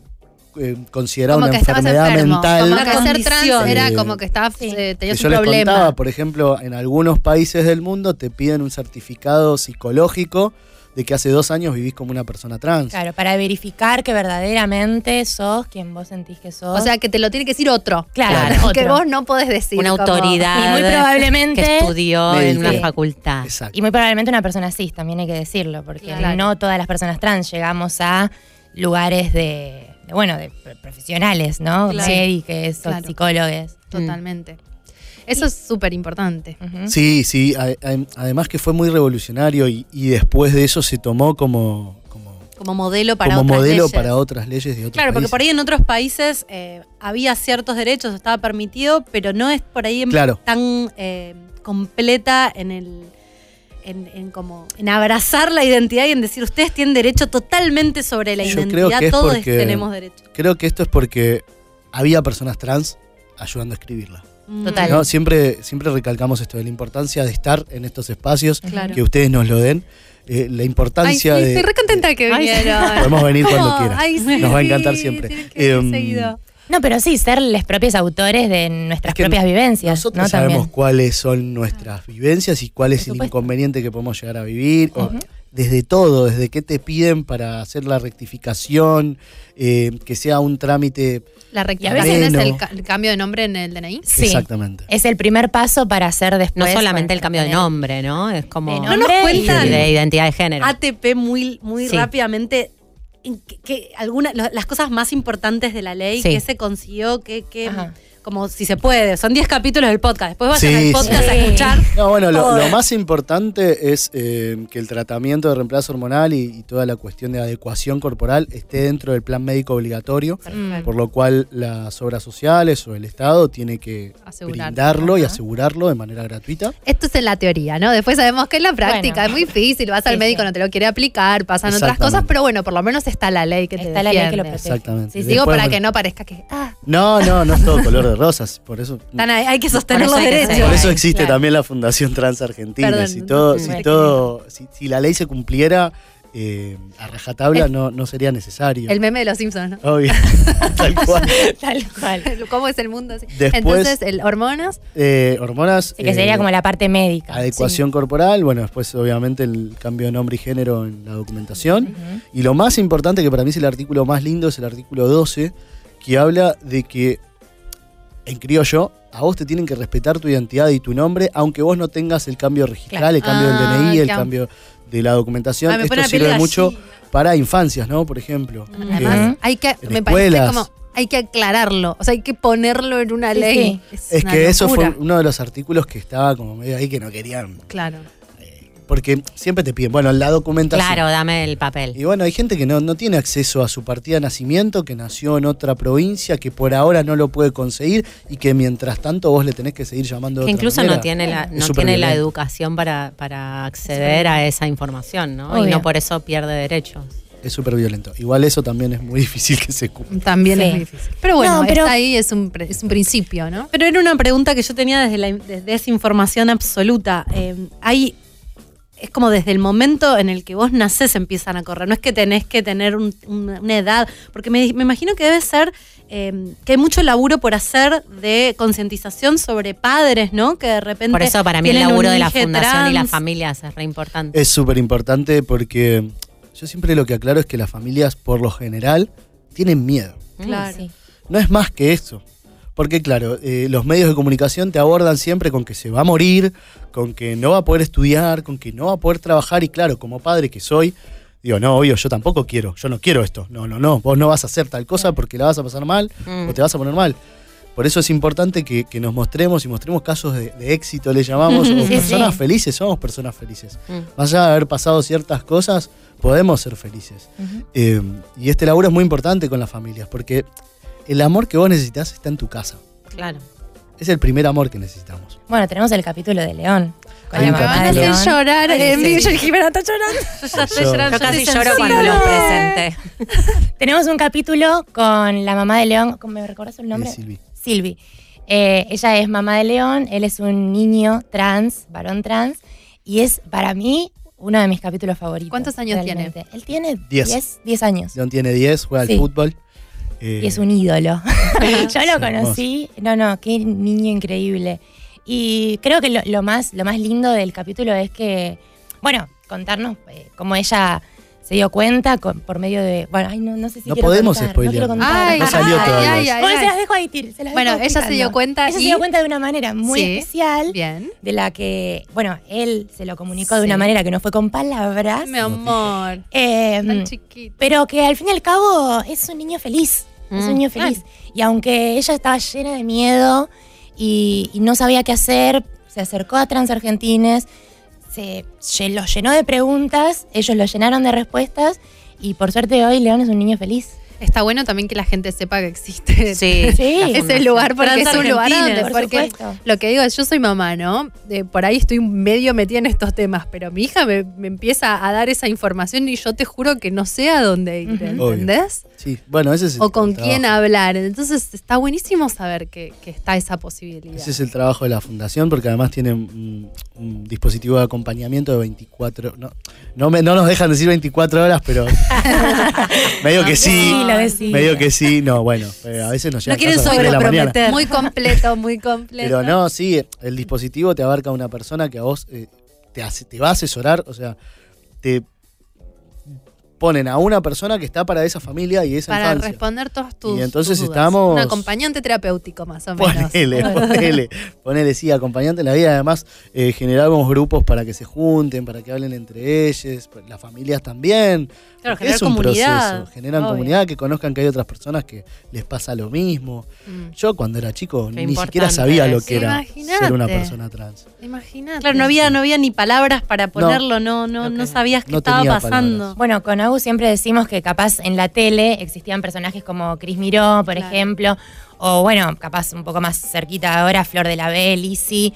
Speaker 6: eh, considerada
Speaker 4: Como
Speaker 6: una
Speaker 4: que estabas
Speaker 6: enfermedad
Speaker 4: enfermo,
Speaker 6: mental.
Speaker 4: como que ser trans
Speaker 8: condición.
Speaker 4: era
Speaker 6: Eh,
Speaker 4: como que estabas, eh,
Speaker 6: Que
Speaker 4: tenías
Speaker 6: yo
Speaker 4: un
Speaker 6: les contaba,
Speaker 4: problema.
Speaker 6: por ejemplo, en algunos países del mundo te piden un certificado psicológico de que hace dos años vivís como una persona trans.
Speaker 7: Claro, para verificar que verdaderamente sos quien vos sentís que sos.
Speaker 4: O sea, que te lo tiene que decir otro.
Speaker 7: Claro,
Speaker 4: que
Speaker 7: otro.
Speaker 4: vos no podés decir.
Speaker 2: Una
Speaker 4: como-
Speaker 2: autoridad
Speaker 7: y muy
Speaker 2: que
Speaker 7: probablemente.
Speaker 2: estudió en
Speaker 6: Médica.
Speaker 2: una facultad.
Speaker 6: Exacto.
Speaker 7: Y muy probablemente una persona cis, también hay que decirlo, porque
Speaker 4: Claro.
Speaker 7: no todas las personas trans llegamos a lugares de, de, bueno, de pr- profesionales, ¿no?
Speaker 4: Claro.
Speaker 7: Médicos o
Speaker 4: Claro.
Speaker 7: psicólogos. Mm.
Speaker 4: Totalmente. Eso es súper importante.
Speaker 7: Ujú.
Speaker 6: Sí, sí, a- a- además que fue muy revolucionario y, y después de eso se tomó como, como,
Speaker 4: Como modelo para
Speaker 6: como
Speaker 4: otras
Speaker 6: modelo
Speaker 4: leyes.
Speaker 6: para otras leyes de otros
Speaker 8: Claro, porque por
Speaker 6: países.
Speaker 8: ahí en otros países eh, había ciertos derechos, estaba permitido, pero no es por ahí en-
Speaker 6: Claro.
Speaker 8: tan eh, completa en el en, en como, en abrazar la identidad y en decir, ustedes tienen derecho totalmente sobre la
Speaker 6: Yo creo
Speaker 8: identidad,
Speaker 6: que es
Speaker 8: todos
Speaker 6: porque-
Speaker 8: tenemos derecho.
Speaker 6: Creo que esto es porque había personas trans ayudando a escribirla.
Speaker 8: Mm.
Speaker 7: Total.
Speaker 6: ¿no? Siempre, siempre recalcamos esto de la importancia de estar en estos espacios,
Speaker 8: Claro.
Speaker 6: que ustedes nos lo den. Eh, la
Speaker 4: Ay, sí,
Speaker 6: importancia de.
Speaker 4: estoy re contenta que
Speaker 7: Ay, sí.
Speaker 4: vinieron.
Speaker 6: Podemos venir cuando
Speaker 8: Oh,
Speaker 6: quieran.
Speaker 8: ay, sí,
Speaker 6: Nos va a encantar
Speaker 8: sí,
Speaker 6: siempre.
Speaker 8: tienen que venir
Speaker 4: Mm.
Speaker 6: Em,
Speaker 8: seguido.
Speaker 7: No, pero sí, ser los propios autores de nuestras
Speaker 6: Es que
Speaker 7: propias vivencias.
Speaker 6: Nosotros
Speaker 7: ¿no?
Speaker 6: sabemos
Speaker 7: También.
Speaker 6: cuáles son nuestras vivencias y cuál es el
Speaker 7: supuesto.
Speaker 6: inconveniente que podemos llegar a vivir. o desde todo, desde qué te piden para hacer la rectificación, eh, que sea un trámite.
Speaker 4: La
Speaker 6: Y
Speaker 4: rectificación
Speaker 6: a
Speaker 4: es
Speaker 6: veces-
Speaker 4: el, ca- el cambio de nombre en el DNI.
Speaker 7: Sí.
Speaker 6: Exactamente.
Speaker 7: Es el primer paso para hacer
Speaker 2: No
Speaker 7: después.
Speaker 2: solamente
Speaker 7: bueno,
Speaker 2: el cambio de
Speaker 7: tener-
Speaker 2: nombre, ¿no? Es como.
Speaker 7: de nombre
Speaker 8: nos
Speaker 7: y-
Speaker 8: cuentan.
Speaker 2: De identidad de género.
Speaker 8: ATP muy, muy
Speaker 2: Sí.
Speaker 8: rápidamente. en que, que alguna- lo- las cosas más importantes de la ley,
Speaker 2: Sí.
Speaker 8: que se consiguió, que, que-
Speaker 7: Ajá.
Speaker 8: como si se puede. Son 10 capítulos del podcast. Después vas
Speaker 6: Sí,
Speaker 8: al podcast
Speaker 7: sí.
Speaker 8: a escuchar.
Speaker 6: No, bueno, lo,
Speaker 8: Todo.
Speaker 6: lo más importante es eh, que el tratamiento de reemplazo hormonal y, y toda la cuestión de adecuación corporal esté dentro del plan médico obligatorio,
Speaker 4: Perfecto.
Speaker 6: por lo cual las obras sociales o el Estado tiene que
Speaker 4: Asegurar.
Speaker 6: brindarlo y
Speaker 4: Ajá. Este,
Speaker 6: asegurarlo de manera gratuita.
Speaker 4: Esto es en la teoría, ¿no? Después sabemos que en la práctica
Speaker 7: Bueno.
Speaker 4: es muy difícil. Vas al
Speaker 7: Sí,
Speaker 4: médico,
Speaker 7: sí.
Speaker 4: no te lo quiere aplicar, pasan otras
Speaker 6: Exactamente.
Speaker 4: cosas, pero bueno, por lo menos está la ley que te
Speaker 7: Está la ley que lo
Speaker 4: defiende.
Speaker 7: protege.
Speaker 6: Exactamente.
Speaker 7: Sí, sí.
Speaker 4: Digo
Speaker 6: Después,
Speaker 4: para
Speaker 6: bueno,
Speaker 4: que no parezca que. Ah,
Speaker 6: No, no, no es todo color de rosas. Por eso,
Speaker 8: Están ahí, Ah, hay que sostener
Speaker 2: Por
Speaker 8: los
Speaker 2: eso hay que
Speaker 8: derechos.
Speaker 2: ser.
Speaker 6: por eso existe
Speaker 7: claro.
Speaker 6: también la Fundación Trans Argentina.
Speaker 4: Perdón.
Speaker 6: si todo,
Speaker 2: Ujú.
Speaker 6: si, todo si, si la ley se cumpliera eh, a rajatabla, no, no sería necesario.
Speaker 4: el meme de los Simpsons, ¿no?
Speaker 6: Obvio. Tal cual.
Speaker 7: Tal cual.
Speaker 4: ¿Cómo es el mundo? así?
Speaker 6: Después-
Speaker 4: Entonces, el hormonas.
Speaker 6: Eh, hormonas.
Speaker 7: Así que sería
Speaker 6: eh,
Speaker 7: como la parte médica.
Speaker 6: Adecuación corporal, bueno, después obviamente el cambio de nombre y género en la documentación. Y lo más importante, que para mí es el artículo más lindo, es el artículo 12, que habla de que, en criollo, a vos te tienen que respetar tu identidad y tu nombre, aunque vos no tengas el cambio registral, el cambio
Speaker 4: Ah,
Speaker 6: del DNI, el
Speaker 4: claro.
Speaker 6: cambio de la documentación.
Speaker 8: Ay, Ah, me pone
Speaker 6: Esto
Speaker 8: la piel de
Speaker 6: sirve mucho
Speaker 8: gallina.
Speaker 6: para infancias, ¿no? Por ejemplo.
Speaker 7: Mm,
Speaker 4: Además,
Speaker 6: Eh,
Speaker 4: hay que.
Speaker 6: en
Speaker 4: Me parece
Speaker 6: escuelas.
Speaker 4: como. Hay que aclararlo. O sea, hay que ponerlo en una
Speaker 7: Sí,
Speaker 4: ley.
Speaker 6: es
Speaker 4: una
Speaker 6: que eso fue
Speaker 4: locura.
Speaker 6: uno de los artículos que estaba como medio ahí que no querían.
Speaker 4: Claro.
Speaker 6: Porque siempre te piden, bueno, la documentación.
Speaker 2: Claro, dame el papel.
Speaker 6: Y bueno, hay gente que no, no tiene acceso a su partida de nacimiento, que nació en otra provincia, que por ahora no lo puede conseguir y que mientras tanto vos le tenés que seguir llamando de
Speaker 2: Que
Speaker 6: otra
Speaker 2: incluso
Speaker 6: manera.
Speaker 2: no tiene la,
Speaker 6: Es
Speaker 2: no
Speaker 6: súper
Speaker 2: tiene la
Speaker 6: violento.
Speaker 2: educación para, para acceder a esa información, ¿no? Y
Speaker 7: Obvio.
Speaker 2: no por eso pierde derechos.
Speaker 6: Es súper violento. Igual eso también es muy difícil que se cumpla.
Speaker 4: También
Speaker 7: Sí.
Speaker 4: es difícil. Pero bueno,
Speaker 7: No, pero-
Speaker 4: está ahí, es un, pre- es un principio, ¿no?
Speaker 8: Pero era una pregunta que yo tenía desde la desde esa información absoluta. Eh, hay, es como desde el momento en el que vos nacés empiezan a correr. No es que tenés que tener un- una, una edad, porque me, me imagino que debe ser eh, que hay mucho laburo por hacer de concientización sobre padres, ¿no? Que de repente.
Speaker 2: Por eso para mí el
Speaker 8: tienen un
Speaker 2: laburo de la
Speaker 8: hijo
Speaker 2: fundación y las
Speaker 8: trans.
Speaker 2: familias es re importante.
Speaker 6: Es súper importante porque yo siempre lo que aclaro es que las familias, por lo general, tienen miedo.
Speaker 8: Claro.
Speaker 6: No es más que eso. Porque claro, eh, los medios de comunicación te abordan siempre con que se va a morir, con que no va a poder estudiar, con que no va a poder trabajar. Y claro, como padre que soy, digo, no, obvio, yo tampoco quiero, yo no quiero esto. No, no, no, vos no vas a hacer tal cosa porque la vas a pasar mal
Speaker 2: Mm.
Speaker 6: o te vas a poner mal. Por eso es importante que, que nos mostremos y mostremos casos de, de éxito, le llamamos, o
Speaker 7: Sí,
Speaker 6: personas
Speaker 7: sí.
Speaker 6: felices, somos personas felices.
Speaker 2: Mm.
Speaker 6: Más allá de haber pasado ciertas cosas, podemos ser felices. Eh, y este laburo es muy importante con las familias, porque el amor que vos necesitas está en tu casa.
Speaker 2: Claro.
Speaker 6: Es el primer amor que necesitamos.
Speaker 7: Bueno, tenemos el capítulo de León. Con
Speaker 6: Ay, me
Speaker 7: la mamá
Speaker 6: van a
Speaker 7: de
Speaker 6: hacer
Speaker 7: León.
Speaker 4: llorar.
Speaker 7: Ay, sí.
Speaker 8: Yo ya estoy
Speaker 6: Yo-
Speaker 8: llorando.
Speaker 2: Yo casi
Speaker 8: estoy sensible.
Speaker 2: lloro cuando lo presenté.
Speaker 7: Tenemos un capítulo con la mamá de León. ¿cómo ¿Me recordás el nombre?
Speaker 6: Eh, Silvi.
Speaker 7: Silvi. Eh, ella es mamá de León, él es un niño trans, varón trans, y es para mí uno de mis capítulos favoritos.
Speaker 4: ¿Cuántos años
Speaker 7: tiene? Él tiene
Speaker 6: Diez.
Speaker 7: 10 10 años.
Speaker 6: León tiene 10, juega
Speaker 7: Sí.
Speaker 6: al fútbol. Eh,
Speaker 7: Y es un ídolo. Yo
Speaker 6: hermoso.
Speaker 7: lo conocí. No, no, qué niño increíble. Y creo que lo, lo más, lo más lindo del capítulo es que, bueno, contarnos eh, cómo ella se dio cuenta con- por medio de. Bueno, ay, no, no sé si.
Speaker 6: No
Speaker 7: quiero
Speaker 6: podemos
Speaker 7: contar,
Speaker 6: spoilear.
Speaker 7: No quiero contar.
Speaker 4: Ay,
Speaker 6: No salió
Speaker 4: ay,
Speaker 6: todavía.
Speaker 4: ay, ay,
Speaker 7: Bueno, se
Speaker 4: ay.
Speaker 7: las dejo ahí, Til, se las
Speaker 4: Bueno,
Speaker 7: dejo
Speaker 4: ella se dio
Speaker 7: explicando.
Speaker 4: cuenta
Speaker 7: Ella
Speaker 4: y-
Speaker 7: se dio cuenta de una manera muy
Speaker 4: Sí.
Speaker 7: especial,
Speaker 4: Bien.
Speaker 7: de la que, bueno, él se lo comunicó de una manera que no fue con palabras.
Speaker 4: Mi amor.
Speaker 7: Eh,
Speaker 4: Tan chiquito.
Speaker 7: pero que al fin y al cabo es un niño feliz. Es
Speaker 2: Mm,
Speaker 7: un niño feliz. Y aunque ella estaba llena de miedo y, y no sabía qué hacer, se acercó a Trans Argentines, se lle- los llenó de preguntas, ellos lo llenaron de respuestas y por suerte hoy León es un niño feliz.
Speaker 4: Está bueno también que la gente sepa que existe
Speaker 2: Sí.
Speaker 7: Sí.
Speaker 2: la
Speaker 4: ese
Speaker 2: fundación.
Speaker 4: lugar, porque
Speaker 8: Franza
Speaker 4: es un lugar
Speaker 8: Argentina,
Speaker 4: donde.
Speaker 7: por
Speaker 4: porque
Speaker 7: supuesto.
Speaker 4: lo que digo es, yo soy mamá, ¿no? Eh, por ahí estoy medio metida en estos temas, pero mi hija me, me empieza a dar esa información y yo te juro que no sé a dónde ir,
Speaker 6: Obvio.
Speaker 4: ¿entendés?
Speaker 6: Sí, bueno, ese es el
Speaker 4: o con
Speaker 6: trabajo.
Speaker 4: quién hablar. Entonces está buenísimo saber que, que está esa posibilidad.
Speaker 6: Ese es el trabajo de la fundación, porque además tienen un, un dispositivo de acompañamiento de 24. No, no, me- no nos dejan decir 24 horas, pero. medio que sí.
Speaker 7: Decilo, decilo.
Speaker 6: Medio que sí. No, bueno, eh, a veces nos llega
Speaker 8: No quieren
Speaker 6: de la mañana.
Speaker 8: sobreprometer.
Speaker 4: Muy completo, muy completo.
Speaker 6: Pero no, sí, el dispositivo te abarca a una persona que a vos eh, te, hace- te va a asesorar, o sea, te ponen a una persona que está para esa familia y esa
Speaker 4: para
Speaker 6: infancia.
Speaker 4: responder todas tus
Speaker 6: Y entonces
Speaker 4: tus dudas.
Speaker 6: estamos-
Speaker 4: Un acompañante terapéutico, más o menos.
Speaker 6: Ponele, ponele, ponele, sí, acompañante en la vida. Además, eh, generamos grupos para que se junten, para que hablen entre ellos, pa- las familias también. Porque
Speaker 8: Claro, generar
Speaker 6: es un
Speaker 8: comunidad,
Speaker 6: proceso. Generan
Speaker 8: obvio.
Speaker 6: comunidad, que conozcan que hay otras personas que les pasa lo mismo.
Speaker 4: Mm.
Speaker 6: Yo cuando era chico
Speaker 7: Qué
Speaker 6: ni siquiera
Speaker 7: importante
Speaker 6: sabía lo
Speaker 7: es.
Speaker 6: que era ser una
Speaker 4: Imagínate.
Speaker 6: persona trans.
Speaker 4: Imagínate.
Speaker 8: Claro, no había, no había ni palabras para ponerlo, no, no, no,
Speaker 6: Ok.
Speaker 8: sabías qué
Speaker 6: No
Speaker 8: estaba
Speaker 6: tenía
Speaker 8: pasando.
Speaker 7: Bueno, con Agus siempre decimos que capaz en la tele existían personajes como Cris Miró, por ejemplo, o bueno, capaz un poco más cerquita ahora, Flor de la B, Lizzy.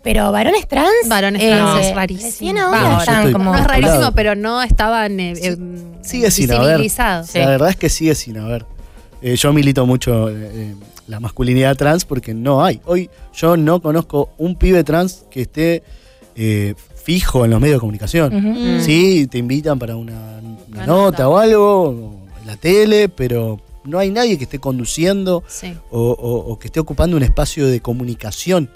Speaker 7: Pero varones trans.
Speaker 4: Varones
Speaker 7: eh,
Speaker 4: trans es
Speaker 7: recién
Speaker 4: rarísimo.
Speaker 7: ahora
Speaker 6: Va, yo
Speaker 7: están
Speaker 6: estoy-
Speaker 7: como.
Speaker 4: No es rarísimo,
Speaker 6: Claro.
Speaker 4: pero no estaban eh,
Speaker 6: Sí,
Speaker 4: em,
Speaker 6: sigue sin haber.
Speaker 4: visibilizados.
Speaker 7: Sí.
Speaker 6: La verdad es que sigue sin haber. Eh, yo milito mucho eh, eh, la masculinidad trans porque no hay. Hoy yo no conozco un pibe trans que esté eh, fijo en los medios de comunicación.
Speaker 7: Ujú.
Speaker 8: Mm.
Speaker 6: Sí, te invitan para una, una
Speaker 8: Una
Speaker 6: nota
Speaker 8: nota.
Speaker 6: o algo, o en la tele, pero no hay nadie que esté conduciendo
Speaker 4: Sí.
Speaker 6: o, o- o que esté ocupando un espacio de comunicación.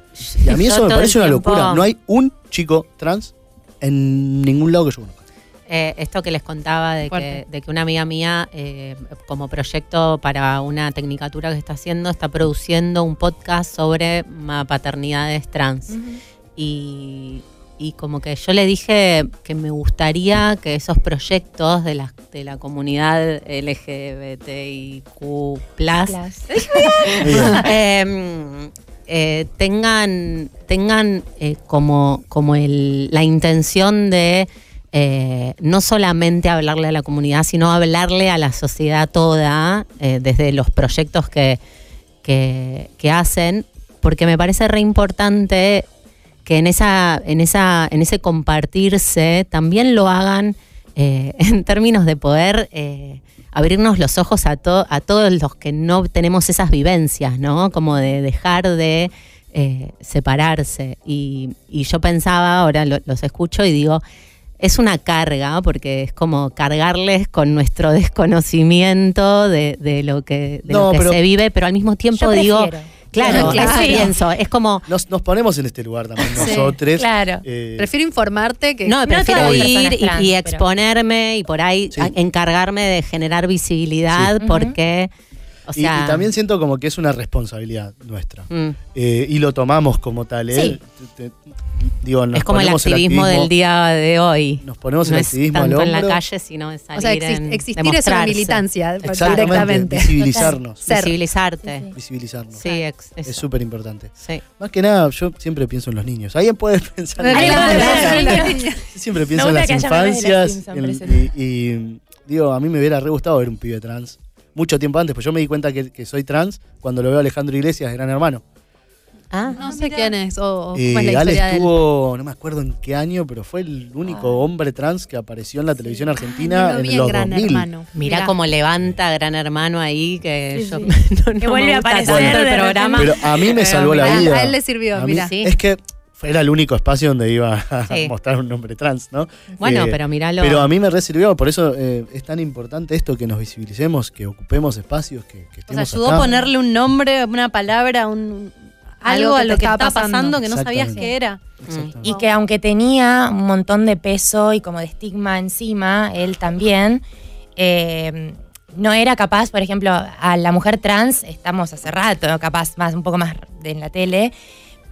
Speaker 6: Y a mí
Speaker 7: Yo
Speaker 6: eso me
Speaker 7: todo
Speaker 6: parece
Speaker 7: el
Speaker 6: una
Speaker 7: tiempo-
Speaker 6: locura. No hay un chico trans en ningún lado que yo conozca.
Speaker 2: Eh, esto que les contaba de que,
Speaker 4: Fuerte.
Speaker 2: de que una amiga mía, eh, como proyecto para una tecnicatura que está haciendo, está produciendo un podcast sobre ma- paternidades trans. y, y como que yo le dije que me gustaría que esos proyectos de la, de la comunidad LGBTIQ
Speaker 6: Muy bien.
Speaker 5: Em,
Speaker 2: eh, eh, tengan, tengan eh, como, como el- la intención de eh, no solamente hablarle a la comunidad, sino hablarle a la sociedad toda eh, desde los proyectos que, que, que hacen, porque me parece re importante que en esa, en esa, en ese compartirse también lo hagan eh, en términos de poder eh, abrirnos los ojos a, to- a todos los que no tenemos esas vivencias, ¿no? Como de dejar de eh, separarse. Y, y yo pensaba, ahora lo- los escucho y digo, es una carga, porque es como cargarles con nuestro desconocimiento de, de lo que, de
Speaker 6: No,
Speaker 2: lo que
Speaker 6: pero-
Speaker 2: se vive, pero al mismo tiempo
Speaker 7: Yo
Speaker 2: digo,
Speaker 7: prefiero.
Speaker 2: claro,
Speaker 4: Claro.
Speaker 2: eso pienso, es como...
Speaker 6: Nos, nos ponemos en este lugar también,
Speaker 4: Sí,
Speaker 6: nosotros.
Speaker 7: claro.
Speaker 6: Eh,
Speaker 4: Prefiero informarte que.
Speaker 2: No, prefiero
Speaker 7: todas las
Speaker 2: ir
Speaker 7: personas
Speaker 2: y,
Speaker 7: trans,
Speaker 2: y
Speaker 7: pero-
Speaker 2: exponerme y por ahí
Speaker 6: Sí.
Speaker 2: a- encargarme de generar visibilidad
Speaker 7: Sí.
Speaker 2: porque, o
Speaker 6: y-
Speaker 2: sea...
Speaker 6: y, también siento como que es una responsabilidad nuestra.
Speaker 2: mm,
Speaker 6: Eh, y lo tomamos como tal. ¿eh?
Speaker 7: Sí.
Speaker 6: Te- te- digo, nos
Speaker 2: es como el
Speaker 6: ponemos
Speaker 2: activismo, del
Speaker 6: activismo-
Speaker 2: día de hoy.
Speaker 6: Nos ponemos
Speaker 2: no
Speaker 6: el
Speaker 2: es
Speaker 6: activismo al
Speaker 2: tanto en la
Speaker 6: hombro.
Speaker 2: calle, sino de salir
Speaker 4: o sea, exis-
Speaker 2: en-
Speaker 4: existir es una
Speaker 2: demostrarse,
Speaker 4: militancia
Speaker 6: Exactamente.
Speaker 4: directamente.
Speaker 6: Visibilizarnos.
Speaker 4: Ser.
Speaker 2: Visibilizarte.
Speaker 7: Sí,
Speaker 2: Sí,
Speaker 6: Visibilizarnos.
Speaker 2: ex-
Speaker 6: Es
Speaker 2: es-
Speaker 6: súper importante.
Speaker 2: sí.
Speaker 6: Más que nada, yo siempre pienso en los niños. Alguien puede pensar en
Speaker 4: Alguien
Speaker 6: los
Speaker 4: puede
Speaker 6: niños.
Speaker 4: pensar en los
Speaker 6: Yo siempre pienso en
Speaker 7: gusta
Speaker 6: las
Speaker 7: que haya memes de los
Speaker 6: infancias.
Speaker 7: Simpsons,
Speaker 6: en- y, y, digo, a mí me hubiera re gustado ver un pibe trans. Mucho tiempo antes, pues yo me di cuenta que, que soy trans cuando lo veo a Alejandro Iglesias, gran hermano.
Speaker 2: Ah,
Speaker 4: No sé quién es o, o
Speaker 6: Eh,
Speaker 4: cómo Oh, es la historia
Speaker 6: Ale
Speaker 4: de él. Ah.
Speaker 6: estuvo, no me acuerdo en qué año, pero fue el único hombre trans que apareció en la televisión argentina
Speaker 4: No lo
Speaker 6: en
Speaker 4: vi
Speaker 6: los
Speaker 4: Gran
Speaker 6: 2000.
Speaker 4: Hermano.
Speaker 2: mirá
Speaker 4: Mirá.
Speaker 2: cómo levanta Gran Hermano ahí, que yo no, no
Speaker 7: Que vuelve
Speaker 2: me
Speaker 7: a
Speaker 2: gusta
Speaker 7: aparecer
Speaker 2: tanto el
Speaker 7: de
Speaker 2: programa.
Speaker 6: Pero ah, a mí me
Speaker 2: Pero
Speaker 6: salvó la
Speaker 4: a-
Speaker 6: vida.
Speaker 4: a él le sirvió,
Speaker 6: A mí-
Speaker 4: mirá.
Speaker 2: Sí.
Speaker 6: Es que fue- era el único espacio donde iba a
Speaker 2: Sí.
Speaker 6: mostrar un hombre trans, ¿no?
Speaker 2: bueno,
Speaker 6: Eh,
Speaker 2: pero miralo.
Speaker 6: Pero a mí me re sirvió, por eso eh, es tan importante esto que nos visibilicemos, que ocupemos espacios, que, que
Speaker 8: O sea,
Speaker 6: estemos
Speaker 8: ayudó
Speaker 6: acá.
Speaker 8: a ponerle un nombre, una palabra, un
Speaker 4: Algo
Speaker 8: algo,
Speaker 4: que
Speaker 8: a lo
Speaker 4: te
Speaker 8: que
Speaker 4: estaba
Speaker 8: estaba pasando,
Speaker 4: pasando.
Speaker 8: que no sabías
Speaker 6: Exactamente.
Speaker 8: que era.
Speaker 6: Exactamente.
Speaker 7: Y que aunque tenía un montón de peso y como de estigma encima, él también, eh, no era capaz, por ejemplo, a la mujer trans, estamos hace rato, capaz más un poco más de- en la tele,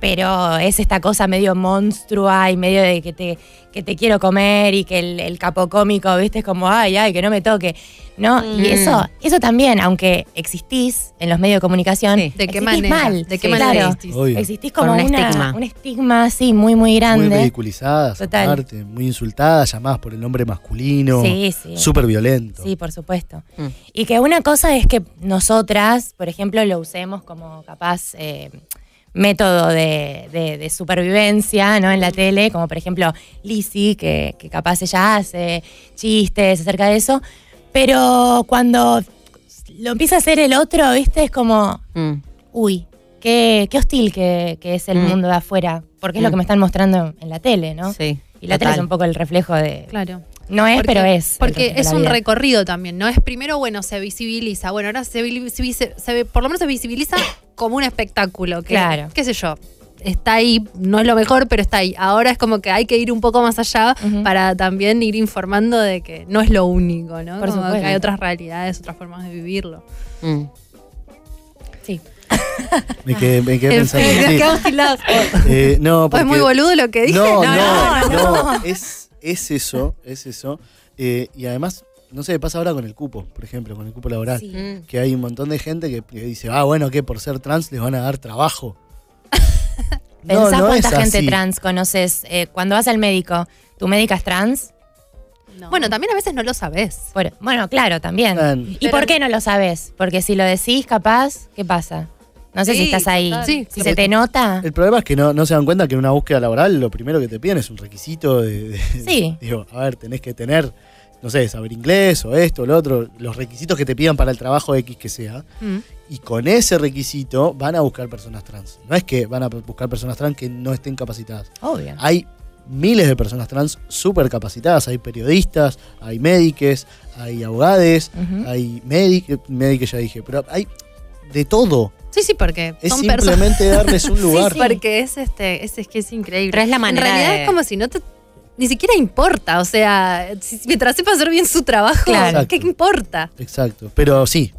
Speaker 7: pero es esta cosa medio monstrua y medio de que te, que te quiero comer y que el, el capocómico, viste, es como, ay, ay, que no me toque. ¿No?
Speaker 2: Mm.
Speaker 8: Mm.
Speaker 7: Y eso, eso también, aunque existís en los medios de comunicación,
Speaker 2: Sí.
Speaker 4: ¿De qué
Speaker 7: existís
Speaker 4: manera?
Speaker 7: mal.
Speaker 4: ¿De qué
Speaker 7: Sí,
Speaker 4: manera
Speaker 7: claro.
Speaker 4: existís?
Speaker 6: Obvio.
Speaker 7: Existís como
Speaker 2: Con un
Speaker 7: una-
Speaker 2: estigma.
Speaker 7: un estigma así muy, muy grande.
Speaker 6: Muy ridiculizadas,
Speaker 7: Total.
Speaker 6: aparte, muy insultadas, llamadas por el nombre masculino.
Speaker 7: Sí, sí.
Speaker 6: Súper violento.
Speaker 7: Sí, por supuesto.
Speaker 2: Mm.
Speaker 7: Y que una cosa es que nosotras, por ejemplo, lo usemos como capaz eh, método de, de- de supervivencia ¿no? en la tele, como por ejemplo Lizzie, que, que capaz ella hace chistes acerca de eso, pero cuando lo empieza a hacer el otro, ¿viste? Es como,
Speaker 2: Mm.
Speaker 7: uy, qué, qué hostil que, que es el
Speaker 2: Mm.
Speaker 7: mundo de afuera, porque es lo
Speaker 2: Mm.
Speaker 7: que me están mostrando en la tele, ¿no?
Speaker 2: Sí.
Speaker 7: Y la tele
Speaker 2: total.
Speaker 7: es un poco el reflejo de...
Speaker 4: Claro.
Speaker 7: No es, pero es. el
Speaker 4: Porque
Speaker 7: reflejo de
Speaker 4: es
Speaker 7: la
Speaker 4: un
Speaker 7: vida.
Speaker 4: recorrido también, ¿no? Es primero, bueno, se visibiliza. Bueno, ahora se, visibiliza- se, ve- por lo menos se visibiliza como un espectáculo. Que,
Speaker 7: Claro.
Speaker 4: Qué sé yo. Está ahí, no es lo mejor, pero está ahí. Ahora es como que hay que ir un poco más allá
Speaker 7: Ujú.
Speaker 4: para también ir informando de que no es lo único, ¿no?
Speaker 7: Por
Speaker 4: Como que
Speaker 7: supuesto.
Speaker 4: hay otras realidades, otras formas de vivirlo.
Speaker 2: Mm.
Speaker 6: Me quedé, me quedé pensando.
Speaker 4: Nos
Speaker 6: sí.
Speaker 4: quedamos tilados.
Speaker 6: Eh, no,
Speaker 4: ¿Fue
Speaker 6: porque-
Speaker 4: muy boludo lo que dije?
Speaker 6: No,
Speaker 4: No,
Speaker 6: no, no. Es, es eso, es eso. Eh, y además, no sé, pasa ahora con el cupo, por ejemplo, con el cupo laboral.
Speaker 2: Mm.
Speaker 6: Que hay un montón de gente que, que dice, ah, bueno, que por ser trans les van a dar trabajo. No,
Speaker 7: Pensás
Speaker 6: no
Speaker 7: cuánta
Speaker 6: es
Speaker 7: gente
Speaker 6: así.
Speaker 7: trans conoces eh, cuando vas al médico. ¿Tu médica es trans?
Speaker 4: Bueno, también a veces no lo sabes.
Speaker 7: Por- bueno, claro, también.
Speaker 6: Bien.
Speaker 7: ¿Y por qué no lo sabes? Porque si lo decís, capaz, ¿qué pasa? No sé
Speaker 4: Sí,
Speaker 7: si estás ahí.
Speaker 4: total. Sí,
Speaker 7: si
Speaker 4: claro.
Speaker 7: se te nota.
Speaker 6: El problema es que no, no se dan cuenta que en una búsqueda laboral lo primero que te piden es un requisito de. de-
Speaker 7: Sí.
Speaker 6: digo, a ver, tenés que tener, no sé, saber inglés o esto o lo otro, los requisitos que te pidan para el trabajo X que sea.
Speaker 4: Mm.
Speaker 6: Y con ese requisito van a buscar personas trans. No es que van a buscar personas trans que no estén capacitadas.
Speaker 7: Obvio.
Speaker 6: Hay miles de personas trans súper capacitadas. Hay periodistas, hay médiques, hay abogados,
Speaker 7: Ujú.
Speaker 6: hay médicos, médicos ya dije, pero hay de todo.
Speaker 4: Sí, sí, porque
Speaker 6: Es
Speaker 4: son personas.
Speaker 6: simplemente darles un lugar.
Speaker 4: Sí, porque es este, es, es que es increíble.
Speaker 2: Pero es la manera
Speaker 4: En realidad
Speaker 2: de-
Speaker 4: es como si no te ni siquiera importa, o sea, si- mientras sepa hacer bien su trabajo,
Speaker 6: Claro.
Speaker 4: ¿qué importa?
Speaker 6: Exacto. Pero sí,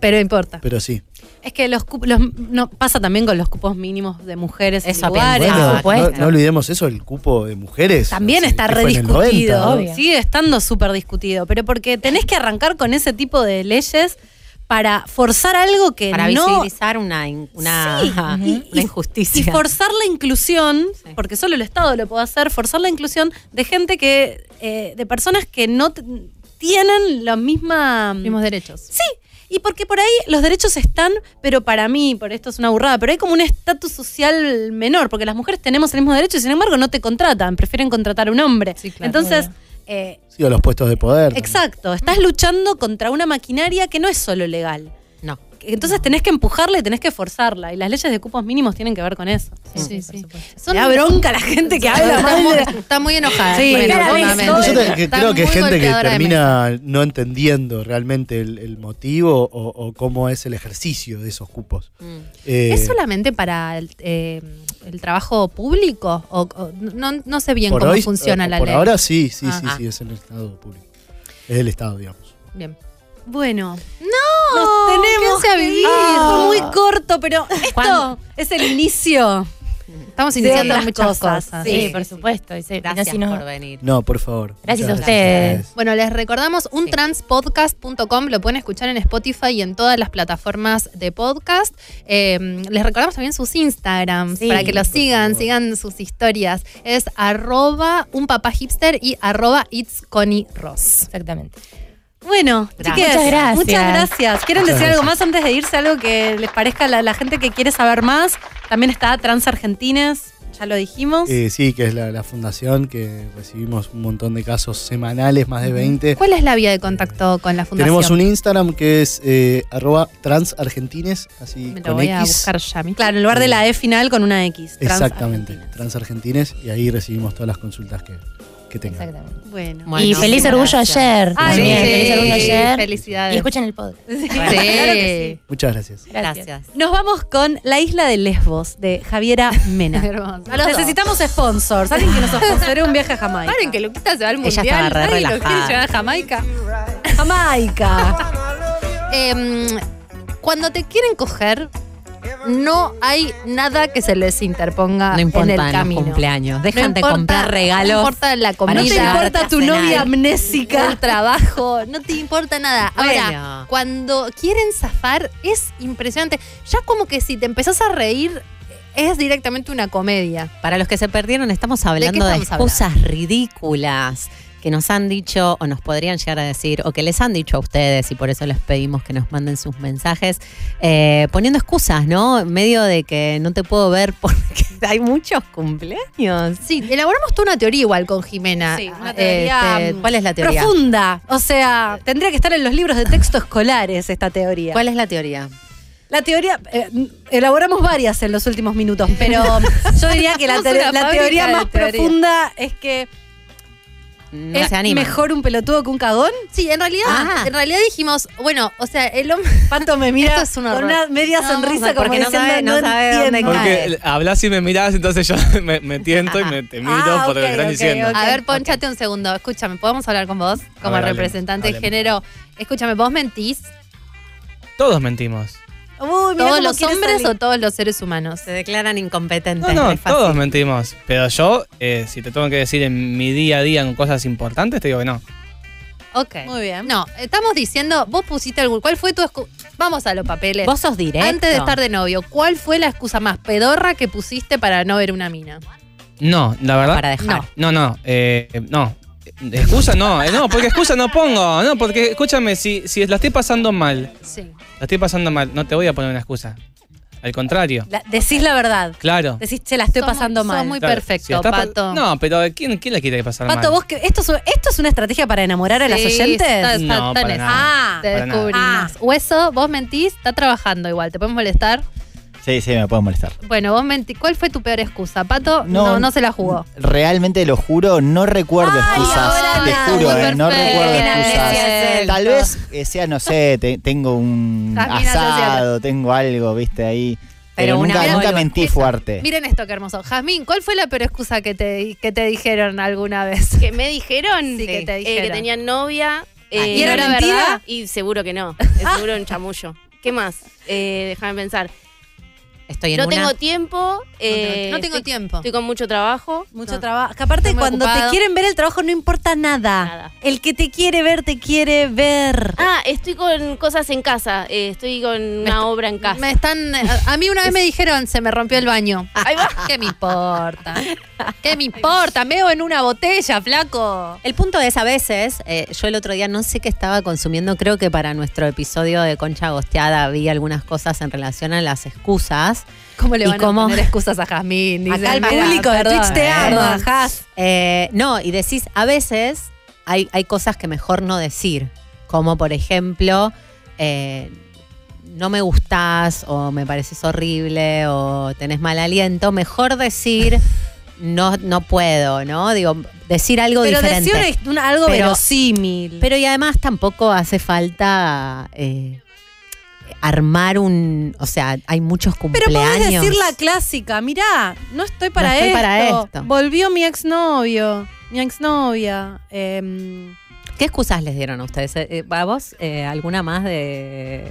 Speaker 4: Pero importa.
Speaker 6: pero sí.
Speaker 8: Es que los, cup- los no pasa también con los cupos mínimos de mujeres
Speaker 2: Eso
Speaker 8: en lugares.
Speaker 2: pensaba.
Speaker 6: Bueno, no,
Speaker 7: supuesto.
Speaker 6: no olvidemos eso, el cupo de mujeres.
Speaker 8: También
Speaker 6: no sé,
Speaker 8: está
Speaker 6: que fue en el 90,
Speaker 8: rediscutido,
Speaker 6: ¿no?
Speaker 7: obvio.
Speaker 8: sigue estando súper discutido, pero porque tenés que arrancar con ese tipo de leyes para forzar algo que
Speaker 2: Para
Speaker 8: no
Speaker 2: visibilizar una, in- una,
Speaker 8: Sí, y-
Speaker 2: una
Speaker 8: y-
Speaker 2: injusticia.
Speaker 8: Y forzar la inclusión,
Speaker 2: Sí.
Speaker 8: porque solo el Estado lo puede hacer, forzar la inclusión de gente que, eh, de personas que no t- tienen la misma... mm,
Speaker 4: Mismos derechos.
Speaker 8: Sí, y porque por ahí los derechos están, pero para mí, por esto es una burrada, pero hay como un estatus social menor, porque las mujeres tenemos el mismo derecho y sin embargo no te contratan, prefieren contratar a un hombre.
Speaker 4: Sí, claro.
Speaker 8: Entonces, eh,
Speaker 6: Sí, o los puestos de poder. también.
Speaker 8: exacto, estás luchando contra una maquinaria que no es solo legal.
Speaker 2: No.
Speaker 8: Entonces tenés que empujarla y tenés que forzarla. Y las leyes de cupos mínimos tienen que ver con eso.
Speaker 4: Sí, sí.
Speaker 8: Me da bronca la gente que habla
Speaker 4: está,
Speaker 8: mal
Speaker 4: muy,
Speaker 8: de-
Speaker 4: está muy enojada.
Speaker 8: Sí,
Speaker 4: Bueno,
Speaker 8: cara de
Speaker 4: seguramente.
Speaker 8: sol.
Speaker 6: Yo te- que
Speaker 4: Está
Speaker 6: creo que es
Speaker 4: muy
Speaker 6: gente que
Speaker 4: golpeadora de
Speaker 6: termina no entendiendo realmente el, el motivo o, o cómo es el ejercicio de esos cupos.
Speaker 2: Mm.
Speaker 6: Eh,
Speaker 4: ¿Es solamente para el, eh, el trabajo público? O, o- no, no sé bien
Speaker 6: por
Speaker 4: cómo
Speaker 6: hoy-
Speaker 4: funciona
Speaker 6: eh,
Speaker 4: la
Speaker 6: por
Speaker 4: ley.
Speaker 6: ahora sí, sí,
Speaker 4: Ah,
Speaker 6: sí,
Speaker 2: ah.
Speaker 6: sí, es el Estado público. Es el Estado, digamos.
Speaker 4: Bien.
Speaker 8: Bueno,
Speaker 4: No,
Speaker 8: nos tenemos
Speaker 4: quédense a
Speaker 8: que
Speaker 4: vivir.
Speaker 8: ir. Fue
Speaker 4: Ah.
Speaker 8: muy corto, pero esto
Speaker 7: ¿Cuándo?
Speaker 8: es el inicio.
Speaker 4: Estamos iniciando
Speaker 8: otras
Speaker 4: muchas
Speaker 8: cosas,
Speaker 4: cosas.
Speaker 7: Sí,
Speaker 8: sí,
Speaker 7: por supuesto. y se- y
Speaker 2: Gracias
Speaker 7: así nos-
Speaker 2: por venir.
Speaker 6: No, por favor.
Speaker 7: Gracias a
Speaker 6: Muchas
Speaker 7: ustedes.
Speaker 4: Bueno, les recordamos untranspodcast.com, lo pueden escuchar en Spotify y en todas las plataformas de podcast. Eh, les recordamos también sus Instagrams
Speaker 7: Sí,
Speaker 4: para que los
Speaker 6: por
Speaker 4: sigan,
Speaker 6: favor.
Speaker 4: sigan sus historias. Es arroba un papá hipster y arroba it's Connie Ross.
Speaker 7: Exactamente.
Speaker 8: Bueno,
Speaker 2: Gracias.
Speaker 8: chiques,
Speaker 7: Muchas gracias.
Speaker 8: Muchas gracias. ¿Quieren
Speaker 6: Muchas
Speaker 8: decir algo
Speaker 6: gracias.
Speaker 8: más antes de irse? Algo que les parezca a la, la gente que quiere saber más. También está Trans Argentines, ya lo dijimos.
Speaker 6: Eh, sí, que es la, la fundación, que recibimos un montón de casos semanales, más de 20.
Speaker 4: ¿Cuál es la vía de contacto con la fundación?
Speaker 6: Tenemos un Instagram que es eh, arroba transargentines, así
Speaker 4: Me lo
Speaker 6: con
Speaker 4: voy
Speaker 6: X.
Speaker 4: a buscar ya. mi-
Speaker 8: Claro, en lugar de la E final con una X. Trans
Speaker 6: Exactamente,
Speaker 8: Argentines.
Speaker 6: transargentines, y ahí recibimos todas las consultas que, que tengan.
Speaker 7: Exactamente.
Speaker 8: Bueno.
Speaker 2: Bueno,
Speaker 7: y feliz
Speaker 2: muchas
Speaker 7: orgullo
Speaker 2: gracias.
Speaker 7: ayer.
Speaker 8: Ay,
Speaker 7: también,
Speaker 8: sí.
Speaker 7: Feliz orgullo ayer.
Speaker 4: Felicidades.
Speaker 7: Y escuchen el podcast.
Speaker 8: Sí.
Speaker 2: Bueno,
Speaker 8: Claro que sí.
Speaker 6: Muchas gracias.
Speaker 7: Gracias.
Speaker 2: Gracias.
Speaker 8: Nos vamos con La Isla de Lesbos, de Javiera Mena.
Speaker 4: Hermoso. A los dos.
Speaker 8: Necesitamos sponsors, alguien que nos sponsoree un viaje a Jamaica.
Speaker 4: Paren que Lupita se va al
Speaker 2: Ella
Speaker 4: mundial.
Speaker 2: estaba re
Speaker 4: nadie lo quiere
Speaker 2: relajada.
Speaker 4: llevar a Jamaica.
Speaker 8: Jamaica.
Speaker 4: Em, cuando te quieren coger, no hay nada que se les interponga
Speaker 2: No
Speaker 4: en el
Speaker 2: importan
Speaker 4: camino.
Speaker 2: los cumpleaños.
Speaker 4: No
Speaker 2: Dejan de
Speaker 4: importa-
Speaker 2: comprar regalos.
Speaker 4: No importa la
Speaker 2: para
Speaker 4: comida.
Speaker 2: No te llevar importa a tu cenar. novia
Speaker 4: amnésica. El trabajo. No te importa nada. Ahora,
Speaker 2: Bueno.
Speaker 4: cuando quieren zafar, es impresionante. Ya como que si te empezás a reír, es directamente una comedia.
Speaker 2: Para los que se perdieron, estamos hablando de,
Speaker 4: estamos
Speaker 2: excusas ridículas que nos han dicho o nos podrían llegar a decir o que les han dicho a ustedes y por eso les pedimos que nos manden sus mensajes eh, poniendo excusas, ¿no? En medio de que no te puedo ver porque hay muchos cumpleaños.
Speaker 4: Sí, elaboramos toda una teoría igual con Jimena. Este,
Speaker 8: Sí, una teoría, mm,
Speaker 2: ¿Cuál es la teoría?
Speaker 8: Profunda. O sea, tendría que estar en los libros de texto escolares esta teoría.
Speaker 2: ¿Cuál es la teoría?
Speaker 8: La teoría, eh, elaboramos varias en los últimos minutos, pero yo diría que la,
Speaker 4: Somos una
Speaker 8: te- la
Speaker 4: fábrica
Speaker 8: teoría
Speaker 4: de
Speaker 8: más
Speaker 4: teorías.
Speaker 8: profunda es que
Speaker 2: No
Speaker 8: es
Speaker 2: se anima.
Speaker 8: mejor un pelotudo que un cagón.
Speaker 4: Sí, en realidad,
Speaker 2: Ah.
Speaker 4: en realidad dijimos, bueno, o sea, el hombre.
Speaker 8: Pato me mira
Speaker 4: Esto es un horror.
Speaker 8: con una media
Speaker 4: No,
Speaker 8: sonrisa como
Speaker 2: porque no
Speaker 8: diciendo, no,
Speaker 2: sabe- no sabe dónde
Speaker 8: entiendo".
Speaker 2: cae.
Speaker 9: Porque hablas y me mirás, entonces yo me, me tiento y me te miro
Speaker 8: Ah,
Speaker 9: por lo que
Speaker 8: ok,
Speaker 9: estás
Speaker 8: ok,
Speaker 9: diciendo.
Speaker 8: ok.
Speaker 4: A ver, ponchate un segundo. Escúchame, ¿podemos hablar con vos? Como
Speaker 9: ver, hablemos,
Speaker 4: representante
Speaker 9: hablemos.
Speaker 4: de género. Escúchame, ¿vos mentís?
Speaker 9: Todos mentimos.
Speaker 8: Uy, mirá
Speaker 4: ¿Todos
Speaker 8: cómo
Speaker 4: los
Speaker 8: quiere
Speaker 4: hombres
Speaker 8: salir.
Speaker 4: o todos los seres humanos?
Speaker 2: Se declaran incompetentes.
Speaker 9: No, no,
Speaker 2: es fácil.
Speaker 9: todos mentimos. Pero yo, eh, si te tengo que decir en mi día a día en cosas importantes, te digo que no.
Speaker 4: Ok.
Speaker 8: Muy bien.
Speaker 4: No, estamos diciendo, vos pusiste algún. ¿Cuál fue tu excu- Vamos a los papeles.
Speaker 2: Vos sos directo.
Speaker 4: Antes de estar de novio, ¿cuál fue la excusa más pedorra que pusiste para no ver una mina?
Speaker 9: No, la verdad.
Speaker 2: Para dejar.
Speaker 9: No, no, eh, no. Excusa no, eh, no, porque excusa no pongo. No, porque escúchame, si, si la estoy pasando mal,
Speaker 4: Sí.
Speaker 9: la estoy pasando mal, no te voy a poner una excusa. Al contrario,
Speaker 8: La- decís la verdad.
Speaker 9: claro.
Speaker 8: Decís, che, la estoy pasando mal.
Speaker 4: muy
Speaker 9: Claro, si
Speaker 4: perfecto,
Speaker 9: está pa-
Speaker 4: Pato.
Speaker 9: No, pero ¿quién, quién la quiere pasar mal?
Speaker 8: Pato, vos que esto es, esto es una estrategia para enamorar a las
Speaker 4: Sí,
Speaker 8: oyentes.
Speaker 4: está- está-
Speaker 9: No,
Speaker 4: está en
Speaker 9: para
Speaker 4: esa.
Speaker 9: nada.
Speaker 8: Ah,
Speaker 4: Te
Speaker 9: para nada.
Speaker 4: descubrimos.
Speaker 8: Ah.
Speaker 4: Hueso, vos mentís, está trabajando igual, te podemos molestar.
Speaker 10: Sí, sí, me puedo molestar.
Speaker 4: Bueno, vos mentís. ¿Cuál fue tu peor excusa? Pato, no, no, se la jugó.
Speaker 10: Realmente lo juro, no recuerdo excusas.
Speaker 4: ahora
Speaker 10: Te
Speaker 4: la-
Speaker 10: juro, eh, no
Speaker 4: perfecto.
Speaker 10: recuerdo
Speaker 4: Tiene
Speaker 10: excusas.
Speaker 4: amnesia del
Speaker 10: Tal
Speaker 4: todo.
Speaker 10: vez eh, sea, no sé, te- tengo un
Speaker 4: Camina hacia
Speaker 10: asado, tengo algo, viste, ahí.
Speaker 2: Pero
Speaker 10: Pero,
Speaker 2: una
Speaker 10: nunca, nunca
Speaker 2: bolu-
Speaker 10: mentí
Speaker 4: Eso.
Speaker 10: fuerte.
Speaker 4: Miren esto, qué hermoso. Jazmín, ¿cuál fue la peor excusa que te, que te dijeron alguna vez?
Speaker 11: que me dijeron,
Speaker 4: Sí, que te
Speaker 11: eh,
Speaker 4: dijeron.
Speaker 11: que tenían novia. eh,
Speaker 4: ¿y
Speaker 11: no
Speaker 4: era mentira?
Speaker 11: verdad, Y seguro que no. Es seguro un chamullo. ¿Qué más? Eh, déjame pensar.
Speaker 2: Estoy en
Speaker 11: No
Speaker 2: una.
Speaker 11: tengo tiempo. eh,
Speaker 4: no tengo
Speaker 11: estoy-
Speaker 4: tiempo.
Speaker 11: Estoy con mucho trabajo.
Speaker 8: Mucho
Speaker 11: No.
Speaker 8: trabajo. Que aparte,
Speaker 4: Estoy muy
Speaker 8: cuando
Speaker 4: ocupado.
Speaker 8: te quieren ver el trabajo, no importa nada.
Speaker 11: Nada.
Speaker 8: El que te quiere ver, te quiere ver.
Speaker 11: Ah, estoy con cosas en casa. eh, estoy con una obra en casa.
Speaker 4: Me están,
Speaker 8: eh,
Speaker 4: a a mí una vez me dijeron, se me rompió el baño. ¿Qué me importa? ¿Qué me importa? Me veo en una botella, flaco.
Speaker 2: El punto es, a veces, eh, yo el otro día no sé qué estaba consumiendo, creo que para nuestro episodio de Concha Gosteada vi algunas cosas en relación a las excusas.
Speaker 4: ¿Cómo le
Speaker 2: ¿Y
Speaker 4: van
Speaker 2: cómo?
Speaker 4: a poner excusas a Jazmín? Dice,
Speaker 8: Acá el
Speaker 4: "Mira,
Speaker 8: público de
Speaker 4: perdón,
Speaker 8: Twitch te ama,
Speaker 4: perdón".
Speaker 8: Jas.
Speaker 2: Eh, no, y decís, a veces hay, hay cosas que mejor no decir, como por ejemplo, eh, no me gustás o me pareces horrible o tenés mal aliento, mejor decir... No, no puedo, ¿no? Digo, decir algo
Speaker 8: Pero
Speaker 2: diferente.
Speaker 8: decía una- una- algo
Speaker 2: Pero-
Speaker 8: verosímil.
Speaker 2: Pero y además tampoco hace falta eh, armar un. O sea, hay muchos
Speaker 8: Pero
Speaker 2: cumpleaños.
Speaker 8: podés decir la clásica, mirá, no estoy para,
Speaker 2: No estoy
Speaker 8: esto.
Speaker 2: para esto.
Speaker 8: Volvió mi exnovio, mi exnovia. em,
Speaker 2: ¿Qué excusas les dieron a ustedes? Eh, eh, ¿A vos eh, alguna más de.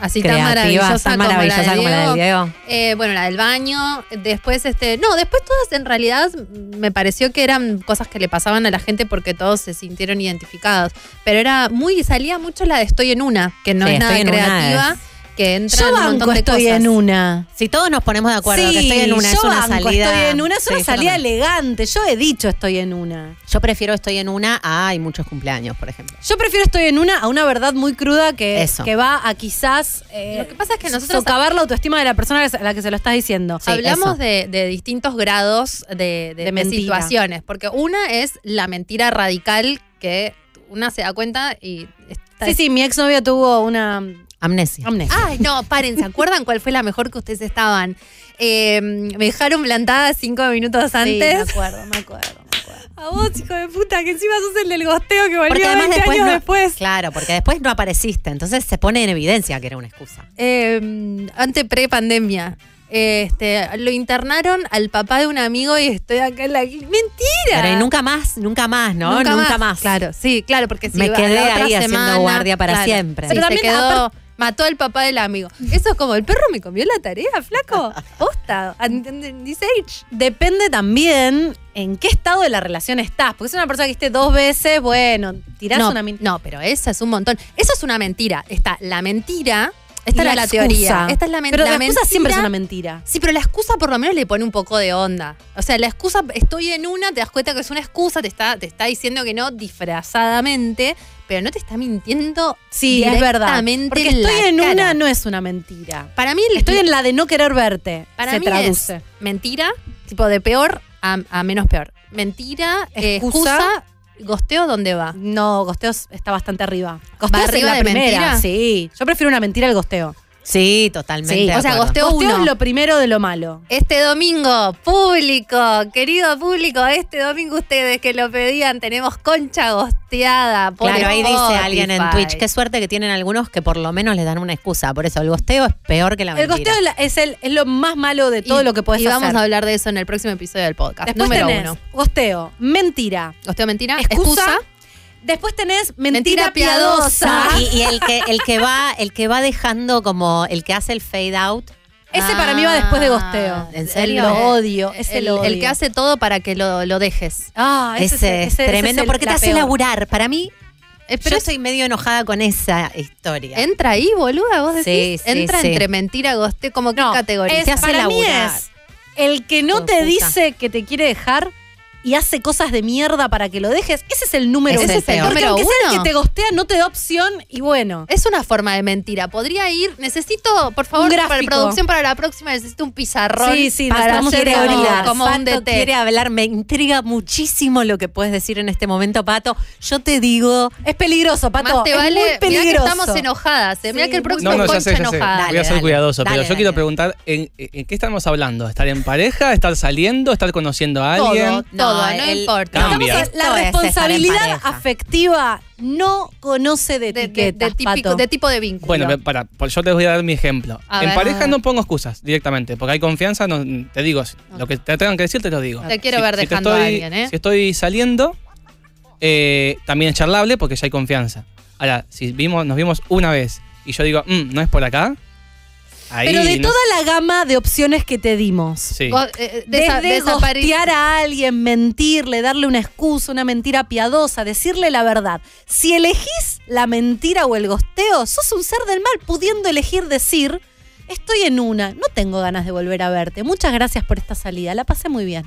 Speaker 4: Así tan
Speaker 2: creativas,
Speaker 4: maravillosa,
Speaker 2: tan
Speaker 4: como la de
Speaker 2: maravillosa como la
Speaker 4: Diego.
Speaker 2: del Diego?
Speaker 4: Eh, bueno, la del baño, después este, no, después todas en realidad me pareció que eran cosas que le pasaban a la gente porque todos se sintieron identificados, pero era muy salía mucho la de estoy en una, que no
Speaker 2: Sí,
Speaker 4: es nada
Speaker 2: estoy en una
Speaker 4: creativa, que entra
Speaker 8: Yo
Speaker 4: en un
Speaker 8: banco
Speaker 4: montón de
Speaker 8: estoy
Speaker 4: cosas.
Speaker 8: en una.
Speaker 2: Si todos nos ponemos de acuerdo
Speaker 8: sí,
Speaker 2: que estoy en una,
Speaker 8: yo
Speaker 2: es una
Speaker 8: banco,
Speaker 2: salida.
Speaker 8: Estoy en una, es
Speaker 2: Sí,
Speaker 8: una
Speaker 2: yo
Speaker 8: salida
Speaker 2: también.
Speaker 8: elegante. Yo he dicho estoy en una.
Speaker 2: Yo prefiero estoy en una a hay muchos cumpleaños, por ejemplo.
Speaker 8: Yo prefiero estoy en una a una verdad muy cruda que,
Speaker 2: Eso.
Speaker 8: que va a quizás eh,
Speaker 4: Lo que pasa es que nosotros
Speaker 8: socavar la autoestima de la persona a la que se lo estás diciendo.
Speaker 2: Sí, eso.
Speaker 4: Hablamos de, de distintos grados de, de- de
Speaker 8: mentira.
Speaker 4: situaciones, porque una es la mentira radical que una se da cuenta y está
Speaker 8: Sí, sí, mi exnovia tuvo una
Speaker 2: Amnesia. Ah,
Speaker 8: amnesia.
Speaker 4: Ay, no, paren, ¿se acuerdan cuál fue la mejor que ustedes estaban? Eh, me dejaron plantada cinco minutos antes.
Speaker 8: acuerdo, me acuerdo.
Speaker 4: A vos, hijo de puta, que encima sos el del gosteo que volvió
Speaker 2: Porque además
Speaker 4: 20
Speaker 2: después,
Speaker 4: años
Speaker 2: no-
Speaker 4: después.
Speaker 2: Claro, porque después no apareciste. Entonces se pone en evidencia que era una excusa.
Speaker 4: Eh, ante pre-pandemia. Este, lo internaron al papá de un amigo y estoy acá en la... cli- ¡Mentira!
Speaker 2: Pero y nunca más, nunca más, ¿no? Nunca, más.
Speaker 4: Claro, sí, claro, porque si
Speaker 2: Me
Speaker 4: iba
Speaker 2: quedé
Speaker 4: la otra
Speaker 2: ahí haciendo guardia para siempre.
Speaker 4: Sí,
Speaker 2: Pero
Speaker 4: se
Speaker 8: también,
Speaker 4: quedó
Speaker 8: aparte-
Speaker 4: mató al papá del amigo. Eso es como, el perro me comió la tarea, flaco. Posta. And- and- and this age.
Speaker 8: Depende también en qué estado de la relación estás. Porque si es una persona que esté dos veces, bueno, tirás
Speaker 4: no,
Speaker 8: una min-
Speaker 4: no, pero eso es un montón. Eso es una mentira. Está la mentira, esta
Speaker 8: Y
Speaker 4: es la,
Speaker 8: excusa.
Speaker 4: teoría. Esta es la, men-
Speaker 8: Pero la, excusa
Speaker 4: mentira.
Speaker 8: siempre es una mentira.
Speaker 4: Sí, pero la excusa por lo menos le pone un poco de onda. O sea, la excusa, estoy en una, te das cuenta que es una excusa, te está, te está diciendo que no disfrazadamente, pero no te está mintiendo
Speaker 8: Sí, es verdad.
Speaker 4: directamente
Speaker 8: Porque
Speaker 4: en la
Speaker 8: estoy en
Speaker 4: cara.
Speaker 8: una no es una mentira.
Speaker 4: Para mí, el-
Speaker 8: Estoy en la de no querer verte.
Speaker 4: para
Speaker 8: se
Speaker 4: mí
Speaker 8: traduce.
Speaker 4: es mentira, tipo de peor a, a menos peor. Mentira, eh,
Speaker 8: Excusa.
Speaker 4: excusa, gosteo, ¿dónde va?
Speaker 8: No, gosteos está bastante arriba. Gosteos es
Speaker 4: arriba
Speaker 8: la
Speaker 4: de
Speaker 8: primera.
Speaker 4: mentira?
Speaker 8: Sí. Yo prefiero una mentira al gosteo.
Speaker 2: Sí, totalmente.
Speaker 4: Sí,
Speaker 2: de
Speaker 4: o sea,
Speaker 2: acuerdo.
Speaker 4: gosteo
Speaker 8: Gosteo
Speaker 4: uno.
Speaker 8: es lo primero de lo malo.
Speaker 4: Este domingo, público, querido público, este domingo ustedes que lo pedían, tenemos concha gosteada. por
Speaker 2: Claro, ahí dice
Speaker 4: Spotify.
Speaker 2: alguien en Twitch, qué suerte que tienen algunos que por lo menos les dan una excusa. Por eso el gosteo es peor que la
Speaker 8: El
Speaker 2: mentira.
Speaker 8: gosteo es, la- es el, es lo más malo de
Speaker 4: Y-
Speaker 8: todo lo que puedes
Speaker 4: Y vamos
Speaker 8: hacer.
Speaker 4: a hablar de eso en el próximo episodio del podcast.
Speaker 8: Después
Speaker 4: Número
Speaker 8: tenés
Speaker 4: uno.
Speaker 8: gosteo, mentira,
Speaker 4: Gosteo mentira,
Speaker 8: excusa.
Speaker 4: excusa.
Speaker 8: Después tenés mentira,
Speaker 4: Mentira
Speaker 8: piadosa.
Speaker 4: piadosa.
Speaker 2: Y, y el que el que va el que va dejando como el que hace el fade out Ah,
Speaker 8: Ese para mí va después de gosteo.
Speaker 2: ¿En serio?
Speaker 8: Lo odio, es el,
Speaker 4: El, el que
Speaker 8: odio.
Speaker 4: hace todo para que lo, lo dejes.
Speaker 8: Ah,
Speaker 2: ese, es tremendo
Speaker 8: el-
Speaker 2: porque te
Speaker 8: la
Speaker 2: hace
Speaker 8: peor.
Speaker 2: laburar para mí
Speaker 4: Eh,
Speaker 2: yo
Speaker 4: Pero
Speaker 2: estoy medio enojada con esa historia
Speaker 4: entra ahí, boluda, vos decís.
Speaker 2: Sí, sí,
Speaker 4: entra
Speaker 2: sí.
Speaker 4: entre mentira, gosteo, como qué
Speaker 8: No,
Speaker 4: categoría.
Speaker 8: es-
Speaker 2: Te hace
Speaker 8: para mí
Speaker 2: laburar.
Speaker 8: es el que no
Speaker 2: Hijo de
Speaker 8: te
Speaker 2: puta.
Speaker 8: dice que te quiere dejar y hace cosas de mierda para que lo dejes. Ese es el número
Speaker 2: Ese
Speaker 8: uno.
Speaker 2: es el peor.
Speaker 8: Porque
Speaker 4: Número
Speaker 8: aunque sea el
Speaker 4: uno.
Speaker 8: que te gostea, no te da opción y bueno.
Speaker 4: Es una forma de mentira. Podría ir. Necesito, por favor,
Speaker 8: Un
Speaker 4: para
Speaker 8: gráfico.
Speaker 4: producción para la próxima, necesito un pizarrón.
Speaker 8: Sí, sí, nos
Speaker 4: para
Speaker 8: estamos
Speaker 4: hacer
Speaker 8: quiere
Speaker 4: como-
Speaker 8: olvidar.
Speaker 4: como un
Speaker 2: Pato
Speaker 4: DT.
Speaker 2: quiere hablar me intriga muchísimo lo que puedes decir en este momento Pato yo te digo
Speaker 8: Es peligroso, Pato.
Speaker 4: Más te
Speaker 8: es
Speaker 4: vale.
Speaker 8: muy
Speaker 4: mirá que
Speaker 8: peligroso.
Speaker 4: estamos enojadas. eh. Mirá
Speaker 8: Sí.
Speaker 4: que el próximo
Speaker 9: No, no, ya
Speaker 4: concha
Speaker 9: sé, ya sé.
Speaker 4: enojada.
Speaker 9: Voy a ser
Speaker 2: dale.
Speaker 9: cuidadoso, pero
Speaker 2: Dale,
Speaker 9: yo quiero
Speaker 2: dale.
Speaker 9: preguntar ¿en, en qué estamos hablando. ¿Estar en pareja? ¿Estar saliendo? ¿Estar conociendo a
Speaker 4: Todo,
Speaker 9: alguien?
Speaker 4: todo, no,
Speaker 2: el-
Speaker 4: importa.
Speaker 9: Cambia.
Speaker 8: Estamos en- la
Speaker 2: Esto es estar en
Speaker 8: responsabilidad
Speaker 2: pareja.
Speaker 8: afectiva no conoce de,
Speaker 4: de, de-
Speaker 8: etiquetas,
Speaker 4: de típico,
Speaker 8: Pato.
Speaker 4: de tipo de vínculo.
Speaker 9: Bueno, pe- para, por- yo te voy a dar mi ejemplo.
Speaker 4: A
Speaker 9: en
Speaker 4: ver.
Speaker 9: pareja no pongo excusas directamente, porque hay confianza, no- te digo, si- lo que te tengan que decir te lo digo.
Speaker 4: Te quiero ver
Speaker 9: te
Speaker 4: dejando a
Speaker 9: estoy-
Speaker 4: alguien, ¿eh?
Speaker 9: Si estoy saliendo, eh, también es charlable porque ya hay confianza. Ahora, si vimos, nos vimos una vez y yo digo, "Mm, no es por acá, ahí...
Speaker 8: Pero de
Speaker 9: no-
Speaker 8: toda la gama de opciones que te dimos.
Speaker 9: Sí.
Speaker 4: Go- eh, desa-
Speaker 8: Desde
Speaker 4: desapare-
Speaker 8: gostear a alguien, mentirle, darle una excusa, una mentira piadosa, decirle la verdad. Si elegís la mentira o el gosteo, sos un ser del mal pudiendo elegir decir, estoy en una, no tengo ganas de volver a verte. Muchas gracias por esta salida, la pasé muy bien.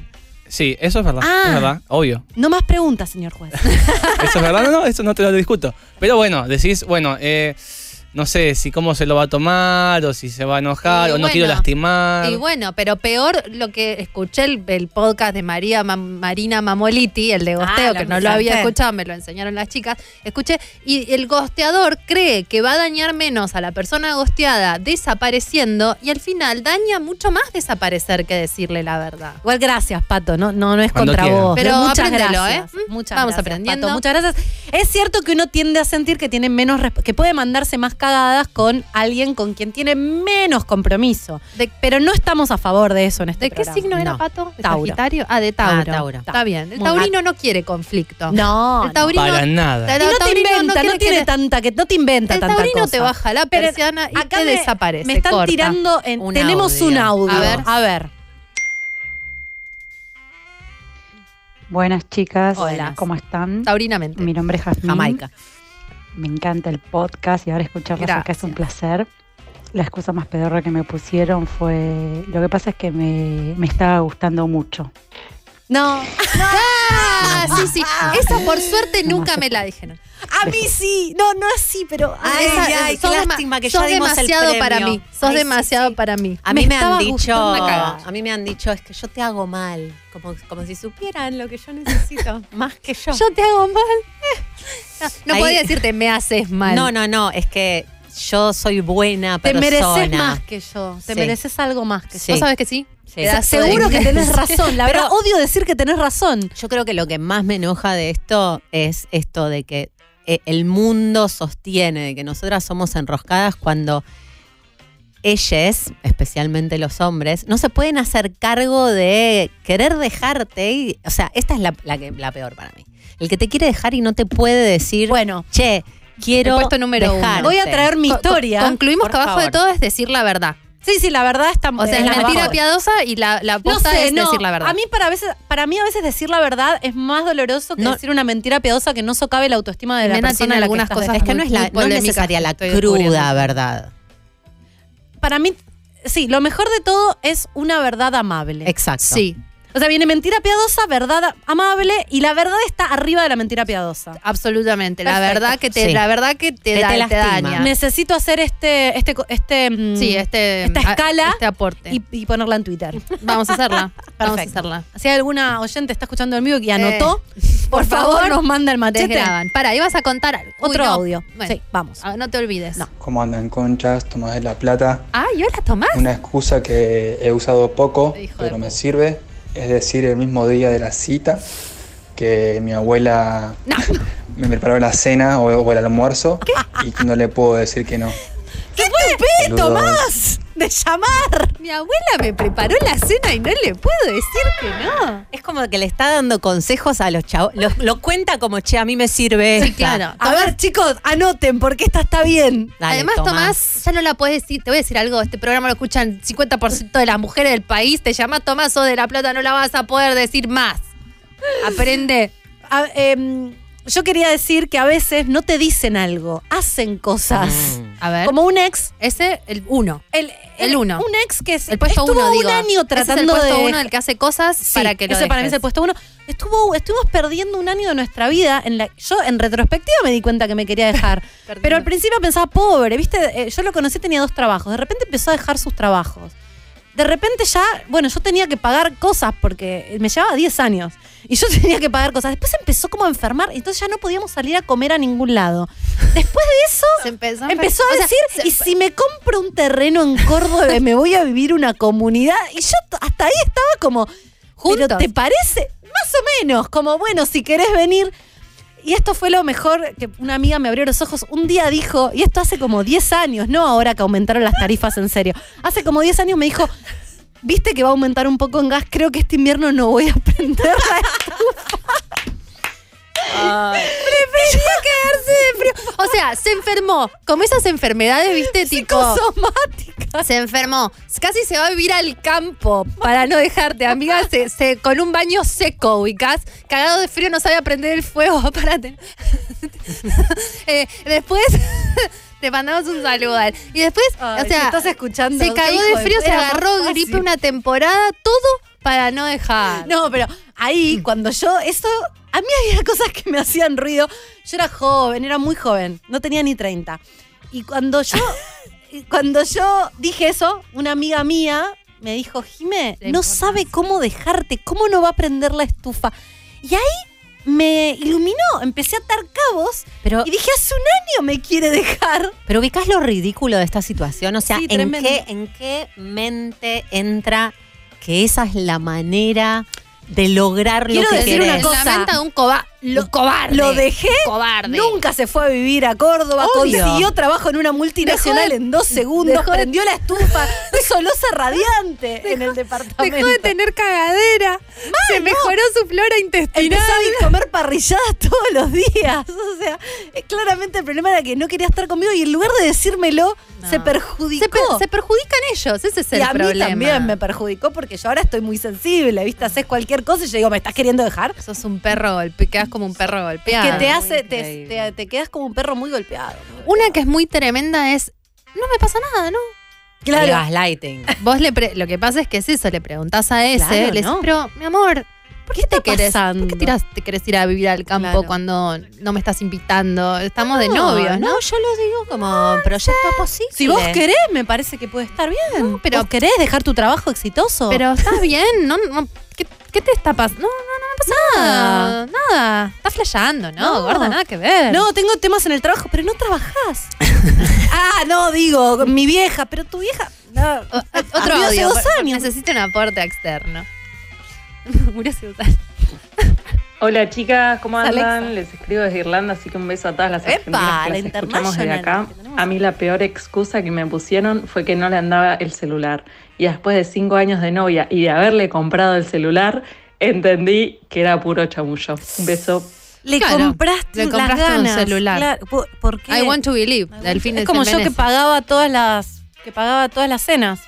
Speaker 9: Sí, eso es verdad,
Speaker 8: Ah.
Speaker 9: es verdad, obvio.
Speaker 8: No más preguntas, señor juez.
Speaker 9: Eso es verdad, no, no, eso no te lo discuto. Pero bueno, decís, bueno, eh, no sé si cómo se lo va a tomar, o si se va a
Speaker 4: Y
Speaker 9: enojar, o no quiero
Speaker 4: bueno,
Speaker 9: lastimar.
Speaker 4: Y bueno, pero peor lo que escuché el, el podcast de María Ma- Marina Mamoliti, el de gosteo,
Speaker 8: Ah,
Speaker 7: lo
Speaker 4: que no lo había
Speaker 7: presentaste.
Speaker 4: escuchado, me lo enseñaron las chicas. Escuché, y el gosteador cree que va a dañar menos a la persona gosteada desapareciendo y al final daña mucho más desaparecer que decirle la verdad.
Speaker 8: Igual gracias, Pato, no, no, no es
Speaker 9: Cuando
Speaker 8: contra
Speaker 9: quieras.
Speaker 8: vos.
Speaker 4: Pero
Speaker 8: muchas
Speaker 4: apréndelo,
Speaker 8: gracias.
Speaker 4: ¿eh? Mm,
Speaker 8: Muchas
Speaker 4: vamos
Speaker 8: gracias,
Speaker 4: aprendiendo.
Speaker 8: Pato, muchas gracias. Es cierto que uno tiende a sentir que tiene menos resp- que puede mandarse más cagadas con alguien con quien tiene menos compromiso.
Speaker 4: ¿De-
Speaker 8: Pero no estamos a favor de eso en este
Speaker 4: ¿De qué
Speaker 8: programa.
Speaker 4: signo era
Speaker 2: No.
Speaker 4: Pato? ¿De
Speaker 8: Tauro.
Speaker 4: Sagitario? Ah, de Tauro.
Speaker 2: Ah, Tauro.
Speaker 4: Está bien. El
Speaker 8: Muy
Speaker 4: taurino no quiere conflicto.
Speaker 8: No.
Speaker 4: El taurino
Speaker 9: Para
Speaker 4: el
Speaker 9: nada.
Speaker 8: Y no te
Speaker 4: taurino
Speaker 8: inventa, no,
Speaker 4: quiere que
Speaker 8: tiene
Speaker 4: le-
Speaker 8: tanta que no te inventa
Speaker 4: El
Speaker 8: tanta
Speaker 4: taurino
Speaker 8: cosa.
Speaker 4: te baja la
Speaker 8: Pero
Speaker 4: persiana y
Speaker 8: Acá
Speaker 4: te
Speaker 8: me-
Speaker 4: desaparece.
Speaker 8: Me están
Speaker 4: corta.
Speaker 8: tirando en-
Speaker 2: Un
Speaker 8: tenemos
Speaker 2: audio.
Speaker 8: un audio.
Speaker 4: A ver.
Speaker 8: A ver.
Speaker 5: Buenas chicas,
Speaker 2: Hola.
Speaker 5: ¿cómo están?
Speaker 4: Taurinamente.
Speaker 5: Mi nombre es Jasmine.
Speaker 2: Jamaica
Speaker 5: Me encanta el podcast y ahora escucharlas acá es un placer. La excusa más pedorra que me pusieron fue, lo que pasa es que me, me estaba gustando mucho.
Speaker 8: No.
Speaker 4: Ah, sí, sí. Esa por suerte nunca me la dijeron.
Speaker 8: A mí sí. No, no así, pero
Speaker 2: Ay,
Speaker 4: Esa-
Speaker 2: ay, qué
Speaker 4: sos dema-
Speaker 2: lástima que ya
Speaker 4: sos
Speaker 2: dimos el
Speaker 4: demasiado
Speaker 2: premio.
Speaker 4: para mí. Sos
Speaker 2: Ay, sí,
Speaker 4: demasiado
Speaker 2: sí.
Speaker 4: para mí.
Speaker 2: A mí me, han
Speaker 4: estaba
Speaker 2: dicho,
Speaker 4: gustando una cagada.
Speaker 2: a mí me han dicho, es que yo te hago mal, como, como si supieran lo que yo necesito, más que yo.
Speaker 4: Yo te hago mal. No, no
Speaker 2: Ahí-
Speaker 4: podía decirte me haces mal.
Speaker 2: No, no, no, es que yo soy buena
Speaker 8: Te
Speaker 2: persona.
Speaker 8: mereces más que yo. Te
Speaker 2: Sí.
Speaker 8: mereces algo más que
Speaker 2: Sí.
Speaker 4: ¿Vos sabés que sí?
Speaker 2: Sí.
Speaker 8: yo.
Speaker 4: Pedazo de
Speaker 8: Seguro que
Speaker 4: inglés.
Speaker 8: tenés razón. La
Speaker 2: Pero-
Speaker 8: verdad, odio decir que tenés razón.
Speaker 2: Yo creo que lo que más me enoja de esto es esto de que eh, el mundo sostiene de que nosotras somos enroscadas cuando ellas, especialmente los hombres, no se pueden hacer cargo de querer dejarte. y- o sea, esta es la, la que- la peor para mí. El que te quiere dejar y no te puede decir,
Speaker 8: Bueno,
Speaker 2: che, quiero
Speaker 7: El puesto número
Speaker 2: dejarte.
Speaker 7: uno.
Speaker 4: Voy a traer mi
Speaker 7: Co- co-
Speaker 4: historia.
Speaker 7: concluimos
Speaker 12: Por
Speaker 7: que abajo de
Speaker 12: favor.
Speaker 7: todo es decir la verdad.
Speaker 4: Sí, sí, la verdad está
Speaker 7: O sea, es
Speaker 4: la
Speaker 7: mentira
Speaker 4: verdad.
Speaker 7: piadosa y la, la
Speaker 4: No
Speaker 7: posta
Speaker 4: sé,
Speaker 7: es
Speaker 4: no.
Speaker 7: decir la verdad.
Speaker 4: A mí para veces, para mí a veces decir la verdad es más doloroso que
Speaker 2: No.
Speaker 4: decir una mentira piadosa que no socave la autoestima de la
Speaker 7: Jimena
Speaker 4: persona
Speaker 7: tiene
Speaker 4: a la
Speaker 7: algunas
Speaker 4: que estás
Speaker 7: cosas
Speaker 2: Es que no
Speaker 7: muy-
Speaker 2: es, la,
Speaker 7: muy
Speaker 2: no es
Speaker 7: polémicas
Speaker 2: necesaria
Speaker 7: que
Speaker 2: la
Speaker 7: estoy descubriendo.
Speaker 2: cruda verdad.
Speaker 4: Para mí, sí, lo mejor de todo es una verdad amable.
Speaker 2: Exacto.
Speaker 7: sí,
Speaker 4: o sea, viene mentira piadosa, verdad a- amable y la verdad está arriba de la mentira piadosa.
Speaker 7: absolutamente. La
Speaker 4: Perfecto.
Speaker 7: verdad que te,
Speaker 2: Sí.
Speaker 7: la verdad que te,
Speaker 2: Que
Speaker 7: da-
Speaker 2: te
Speaker 7: te
Speaker 2: lastima.
Speaker 7: daña.
Speaker 4: Necesito hacer este este co- este mm,
Speaker 7: sí, este,
Speaker 4: esta
Speaker 7: a-
Speaker 4: escala
Speaker 7: este aporte.
Speaker 4: y, y ponerla en Twitter.
Speaker 7: vamos a hacerla. vamos a
Speaker 4: Perfecto.
Speaker 7: hacerla. Eh,
Speaker 4: Si hay alguna oyente está escuchando el mío y anotó, por,
Speaker 7: por
Speaker 4: favor,
Speaker 7: favor,
Speaker 4: nos manda el machete.
Speaker 7: Desgraban. Para, ibas a contar algo. Uy,
Speaker 4: Otro
Speaker 7: no.
Speaker 4: audio.
Speaker 7: Bueno,
Speaker 4: Sí, vamos.
Speaker 7: ah, no te olvides.
Speaker 4: No.
Speaker 13: ¿Cómo andan conchas? Tomás de la Plata.
Speaker 7: Ah, ¿y ahora Tomás?
Speaker 13: Una excusa que he usado poco,
Speaker 7: Hijo de
Speaker 13: pero me sirve, es decir el mismo día de la cita que mi abuela
Speaker 7: No.
Speaker 13: me preparó la cena o, o el almuerzo y que no le puedo decir que no.
Speaker 4: ¿Qué te
Speaker 13: Saludos.
Speaker 4: Tomás? De llamar.
Speaker 7: Mi abuela me preparó la cena y no le puedo decir que no.
Speaker 2: Es como que le está dando consejos a los chavos. Lo, lo cuenta como, che, a mí me sirve.
Speaker 7: Sí,
Speaker 2: esta".
Speaker 7: claro.
Speaker 4: A ver, chicos, anoten porque esta está bien.
Speaker 2: Dale,
Speaker 7: Además, Tomás. ya no la puedes decir. Te voy a decir algo. Este programa lo escuchan 50% de las mujeres del país. Te llamas Tomás o de la Plata, no la vas a poder decir más. Aprende.
Speaker 4: A- em, yo quería decir que a veces no te dicen algo, hacen cosas.
Speaker 7: A ver.
Speaker 4: Como un ex.
Speaker 7: Ese, el uno.
Speaker 4: El,
Speaker 7: El uno.
Speaker 4: Un ex que se
Speaker 7: El puesto
Speaker 4: estuvo
Speaker 7: uno,
Speaker 4: un
Speaker 7: digo.
Speaker 4: año
Speaker 7: Ese es
Speaker 4: tratando
Speaker 7: el puesto
Speaker 4: de.
Speaker 7: uno el que hace cosas
Speaker 4: Sí,
Speaker 7: para que lo
Speaker 4: ese para mí es
Speaker 7: dejes.
Speaker 4: el puesto uno. Estuvo, estuvimos perdiendo un año de nuestra vida. En la, yo, en retrospectiva, me di cuenta que me quería dejar. pero al principio pensaba, pobre, ¿viste? Eh, yo lo conocí, tenía dos trabajos. De repente empezó a dejar sus trabajos. De repente ya, bueno, yo tenía que pagar cosas porque me llevaba 10 años y yo tenía que pagar cosas. Después empezó como a enfermar, entonces ya no podíamos salir a comer a ningún lado. Después de eso,
Speaker 7: Se empezó,
Speaker 4: Empezó a
Speaker 7: o sea,
Speaker 4: decir,
Speaker 7: se-
Speaker 4: y si me compro un terreno en Córdoba, me voy a vivir una comunidad. Y yo t- hasta ahí estaba como, ¿Pero
Speaker 7: Juntos.
Speaker 4: ¿te parece? Más o menos, como, bueno, si querés venir. Y esto fue lo mejor que una amiga me abrió los ojos. Un día dijo, y esto hace como 10 años, no ahora que aumentaron las tarifas en serio. Hace como 10 años me dijo, viste que va a aumentar un poco en gas, creo que este invierno no voy a prender la
Speaker 7: Prefería quedarse de frío. O sea, se enfermó. Como esas enfermedades, viste, tipo.
Speaker 4: psicosomática.
Speaker 7: Se enfermó. Casi se va a vivir al campo para no dejarte, amiga. Se, se- con un baño seco, ubicás. Cagado de frío, no sabe aprender el fuego. Párate. Eh, después. Te mandamos un saludo. a él. Y después,
Speaker 4: Ay,
Speaker 7: o sea,
Speaker 4: si estás escuchando,
Speaker 7: se cagó
Speaker 4: qué hijo
Speaker 7: de
Speaker 4: de
Speaker 7: frío, se
Speaker 4: perra, más
Speaker 7: agarró
Speaker 4: fácil.
Speaker 7: gripe una temporada, todo para no dejar. Mm.
Speaker 4: No, pero ahí, cuando yo, eso, a mí había cosas que me hacían ruido. Yo era joven, era muy joven, no tenía ni 30. Y cuando yo, y cuando yo dije eso, una amiga mía me dijo, Jime,
Speaker 7: La
Speaker 4: no
Speaker 7: importancia.
Speaker 4: sabe cómo dejarte, cómo no va a prender la estufa. Y ahí me iluminó, empecé a atar cabos
Speaker 2: Pero,
Speaker 4: y dije, hace un año me quiere dejar.
Speaker 2: pero ubicás lo ridículo de esta situación. O sea,
Speaker 4: Sí,
Speaker 2: ¿en,
Speaker 4: tremendo.
Speaker 2: qué, ¿en qué mente entra que esa es la manera de lograr
Speaker 4: Quiero
Speaker 2: lo que
Speaker 4: decir
Speaker 2: querés?
Speaker 4: una cosa.
Speaker 7: La venta de un, coba un cobarde.
Speaker 4: Lo dejé,
Speaker 7: Cobarde.
Speaker 4: nunca se fue a vivir a Córdoba,
Speaker 2: Obvio.
Speaker 4: consiguió trabajo en una multinacional
Speaker 7: Dejó de-
Speaker 4: en dos segundos,
Speaker 7: dejó de-
Speaker 4: prendió la estufa, hizo losa radiante en el departamento.
Speaker 7: Dejó de tener cagadera. se mejoró su flora intestinal.
Speaker 4: Empezó a ir a comer parrilladas todos los días. O sea, eh, claramente el problema era que no quería estar conmigo y en lugar de decírmelo, se perjudicó.
Speaker 7: Se, per- se perjudican ellos, ese es el
Speaker 4: y a
Speaker 7: problema.
Speaker 4: mí también me perjudicó porque yo ahora estoy muy sensible, ¿viste? Haces cualquier cosa y yo digo, ¿me estás queriendo dejar?
Speaker 7: Sos un perro golpe, quedas como un perro golpeado.
Speaker 4: que te hace, te, te, te quedas como un perro muy golpeado.
Speaker 7: Una que es muy tremenda es, no me pasa nada, ¿no?
Speaker 2: El gaslighting.
Speaker 7: Vos le pre- lo que pasa es que es eso, le preguntás a ese,
Speaker 4: Claro,
Speaker 7: le decís,
Speaker 4: no.
Speaker 7: pero mi amor, ¿por qué,
Speaker 4: está
Speaker 7: te querés?
Speaker 4: pasando?
Speaker 7: ¿Por qué tirás- te querés ir a vivir al campo
Speaker 4: Claro.
Speaker 7: cuando no me estás invitando? Estamos de novios, ¿no?
Speaker 2: yo lo digo como proyecto posible.
Speaker 4: Si vos querés, me parece que puede estar bien.
Speaker 7: pero-
Speaker 4: pero ¿Vos querés dejar tu trabajo exitoso?
Speaker 7: Pero estás bien, no, no- ¿qué, qué te está pasando? No, no, no me pasa nada. Nada. Estás flasheando, ¿no?
Speaker 4: No.
Speaker 7: Gorda, nada que ver.
Speaker 4: no, tengo temas en el trabajo, pero no trabajás. ah, no, digo, mi vieja, pero tu vieja. No.
Speaker 7: O- otro
Speaker 4: Murió hace
Speaker 7: audio.
Speaker 4: dos
Speaker 7: por- por-
Speaker 4: años.
Speaker 7: Necesito un aporte externo. Murió hace dos años.
Speaker 14: Hola chicas, ¿cómo andan?
Speaker 4: Alexa.
Speaker 14: Les escribo desde Irlanda, así que un beso a todas las
Speaker 4: Epa,
Speaker 14: argentinas
Speaker 4: la
Speaker 14: que las escuchamos desde
Speaker 4: international,
Speaker 14: acá.
Speaker 4: que tenemos.
Speaker 14: A mí la peor excusa que me pusieron fue que no le andaba el celular. Y después de cinco años de novia y de haberle comprado el celular, entendí que era puro chamullo. Un beso.
Speaker 8: Le
Speaker 4: Claro,
Speaker 8: compraste,
Speaker 4: le
Speaker 8: las
Speaker 4: compraste un
Speaker 8: ganas,
Speaker 4: celular.
Speaker 8: claro, ¿por, por qué?
Speaker 4: I want to believe.
Speaker 8: es como yo que pagaba todas las que pagaba todas las cenas.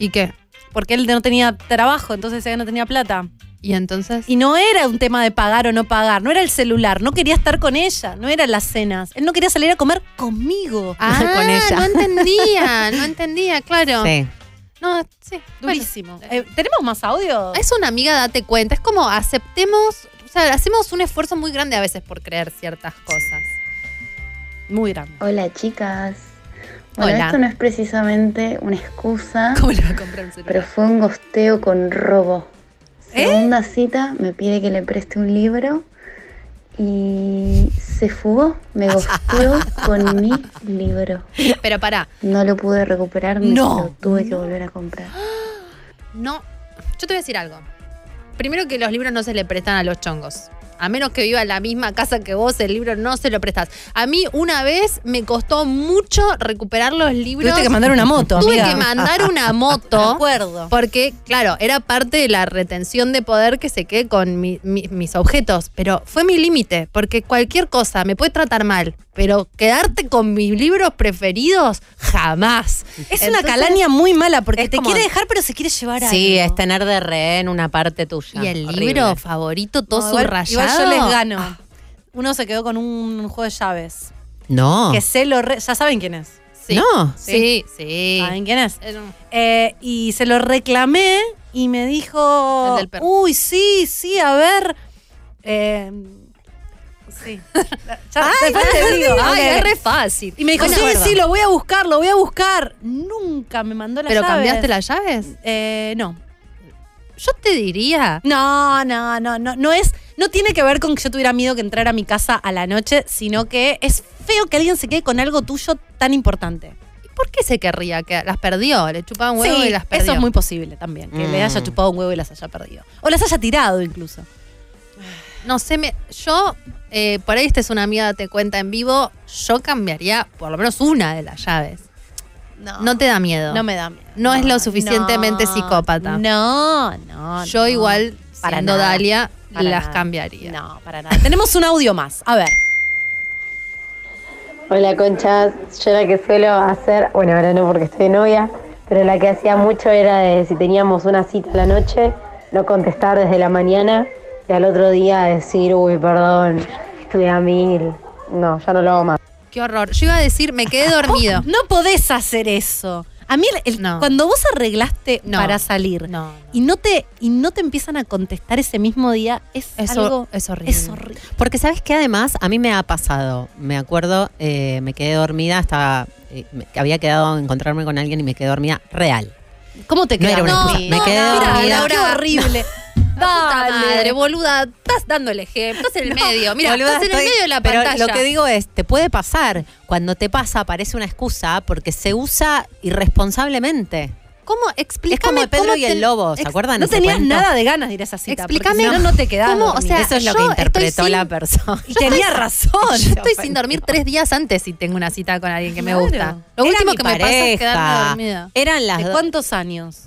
Speaker 4: ¿Y qué?
Speaker 8: Porque él no tenía trabajo, entonces él no tenía plata.
Speaker 4: ¿Y entonces?
Speaker 8: Y no era un tema de pagar o no pagar, no era el celular, no quería estar con ella, no eran las cenas. Él no quería salir a comer conmigo.
Speaker 4: Ah,
Speaker 2: Con ella.
Speaker 4: no entendía, no entendía, claro.
Speaker 2: Sí.
Speaker 4: No, sí.
Speaker 8: Durísimo. Eh, ¿Tenemos más audio?
Speaker 4: Es una amiga, date cuenta. Es como aceptemos, o sea, hacemos un esfuerzo muy grande a veces por creer ciertas cosas.
Speaker 8: Muy grande.
Speaker 15: Hola chicas. Bueno,
Speaker 4: Hola.
Speaker 15: esto no es precisamente una excusa,
Speaker 4: ¿Cómo le va a comprar un
Speaker 15: pero
Speaker 4: celular? ¿Eh?
Speaker 15: fue un gosteo con robo. Segunda cita, me pide que le preste un libro y se fugó, me gosteó con mi libro.
Speaker 4: Pero, pará,
Speaker 15: No lo pude recuperar, me
Speaker 4: No.
Speaker 15: lo tuve que volver a comprar.
Speaker 4: no. Yo te voy a decir algo. Primero que los libros no se le prestan a los chongos. A menos que viva en la misma casa que vos, el libro no se lo prestás. A mí una vez me costó mucho recuperar los libros.
Speaker 8: Tuviste que mandar una moto,
Speaker 4: Tuve
Speaker 8: amiga.
Speaker 4: que mandar una moto.
Speaker 8: De acuerdo.
Speaker 4: Porque, claro, era parte de la retención de poder que se quede con mi- mi- mis objetos. Pero fue mi límite, porque cualquier cosa me puede tratar mal, pero quedarte con mis libros preferidos, jamás.
Speaker 8: Es una calaña muy mala porque
Speaker 4: es
Speaker 8: te
Speaker 4: como-
Speaker 8: quiere dejar pero se quiere llevar a
Speaker 2: Sí, es tener de rehén una parte tuya.
Speaker 4: Y el
Speaker 2: Horrible.
Speaker 4: libro favorito, todo
Speaker 8: No, igual-
Speaker 4: subrayado. Ah.
Speaker 8: Igual yo les gano.
Speaker 2: Ah,
Speaker 8: Uno se quedó con un juego de llaves.
Speaker 2: No.
Speaker 8: Que se lo re- ya saben quién es.
Speaker 4: Sí.
Speaker 2: No.
Speaker 4: Sí, sí.
Speaker 8: ¿Saben quién es?
Speaker 4: Era un-
Speaker 8: Eh, y se lo reclamé y me dijo,
Speaker 4: El del perro.
Speaker 8: uy, sí, sí, a ver. Eh, sí. Ya, después te digo.
Speaker 4: Ay,
Speaker 8: ok.
Speaker 4: es re fácil.
Speaker 8: y me dijo,
Speaker 4: Bueno,
Speaker 8: sí,
Speaker 4: acuerdo.
Speaker 8: sí, lo voy a buscar, lo voy a buscar. Nunca me mandó la
Speaker 4: ¿Pero
Speaker 8: llave.
Speaker 4: cambiaste las llaves?
Speaker 8: Eh, no.
Speaker 4: Yo te diría.
Speaker 8: No, no, no, no, no es, no tiene que ver con que yo tuviera miedo que entrara a mi casa a la noche, sino que es feo que alguien se quede con algo tuyo tan importante.
Speaker 4: ¿Por qué se querría que las perdió? Le chupaban huevo
Speaker 8: Sí,
Speaker 4: y las perdió.
Speaker 8: eso es muy posible también, que le haya
Speaker 2: Mm.
Speaker 8: chupado un huevo y las haya perdido. O las haya tirado incluso.
Speaker 4: No sé, me, yo, eh, por ahí esta es una amiga, te cuenta en vivo, yo cambiaría por lo menos una de las llaves. No, te da miedo.
Speaker 8: No me da miedo.
Speaker 4: No es lo suficientemente
Speaker 8: no,
Speaker 4: psicópata.
Speaker 8: No, no.
Speaker 4: yo
Speaker 8: no.
Speaker 4: igual,
Speaker 8: Para
Speaker 4: siendo
Speaker 8: nada.
Speaker 4: Dalia,
Speaker 8: Para
Speaker 4: las
Speaker 8: nada.
Speaker 4: cambiaría.
Speaker 8: No, para nada. Tenemos un audio más. A ver.
Speaker 16: Hola conchas, yo la que suelo hacer, bueno ahora no porque estoy de novia, pero la que hacía mucho era de si teníamos una cita a la noche, no contestar desde la mañana y al otro día decir, uy, perdón, estuve a mil. No, ya no lo hago más.
Speaker 4: Qué horror. Yo iba a decir, me quedé dormido.
Speaker 8: Ah, oh, No podés hacer eso. A mí, el- el-
Speaker 4: No.
Speaker 8: cuando vos arreglaste
Speaker 4: No.
Speaker 8: para salir
Speaker 4: No, no.
Speaker 8: y no te y no te empiezan a contestar ese mismo día, es
Speaker 4: Eso
Speaker 8: algo
Speaker 4: es horrible.
Speaker 8: es horrible.
Speaker 2: Porque sabes que además a mí me ha pasado, me acuerdo, eh, me quedé dormida, estaba, eh, me- había quedado a encontrarme con alguien y me quedé dormida real.
Speaker 8: ¿Cómo te
Speaker 2: No era
Speaker 8: quedas?
Speaker 2: una
Speaker 8: No,
Speaker 2: excusa, me
Speaker 8: no,
Speaker 2: quedé
Speaker 8: no,
Speaker 2: dormida.
Speaker 8: Laura, qué horrible.
Speaker 4: Puta madre,
Speaker 8: Dale.
Speaker 4: boluda, estás dando el ejemplo, estás en el medio. Mira,
Speaker 2: Boluda,
Speaker 4: estás en
Speaker 2: estoy-
Speaker 4: el medio de la
Speaker 2: pero
Speaker 4: pantalla.
Speaker 2: lo que digo es, te puede pasar. Cuando te pasa parece una excusa porque se usa irresponsablemente.
Speaker 4: ¿Cómo?
Speaker 2: Es
Speaker 4: Explícame
Speaker 2: como el Pedro
Speaker 4: cómo
Speaker 2: y el
Speaker 4: te-
Speaker 2: Lobo, ¿se
Speaker 4: ex-
Speaker 2: acuerdan?
Speaker 8: No
Speaker 2: ese
Speaker 8: tenías
Speaker 2: cuento?
Speaker 8: nada de ganas de ir a esa cita. porque
Speaker 4: Explícame
Speaker 8: si no, no te quedás.
Speaker 4: cómo, o
Speaker 8: dormida.
Speaker 4: sea,
Speaker 2: Eso es lo que
Speaker 4: yo
Speaker 2: interpretó
Speaker 4: estoy
Speaker 2: la
Speaker 4: sin-
Speaker 2: persona.
Speaker 8: y tenía razón.
Speaker 4: Yo estoy sin dormir tres días antes si tengo una cita con alguien que
Speaker 8: Claro.
Speaker 4: me gusta. Lo
Speaker 2: Era
Speaker 4: último
Speaker 2: mi
Speaker 4: que me pasa es quedarme
Speaker 2: pareja.
Speaker 4: dormida.
Speaker 2: Eran las
Speaker 8: ¿De
Speaker 2: do-
Speaker 8: cuántos años?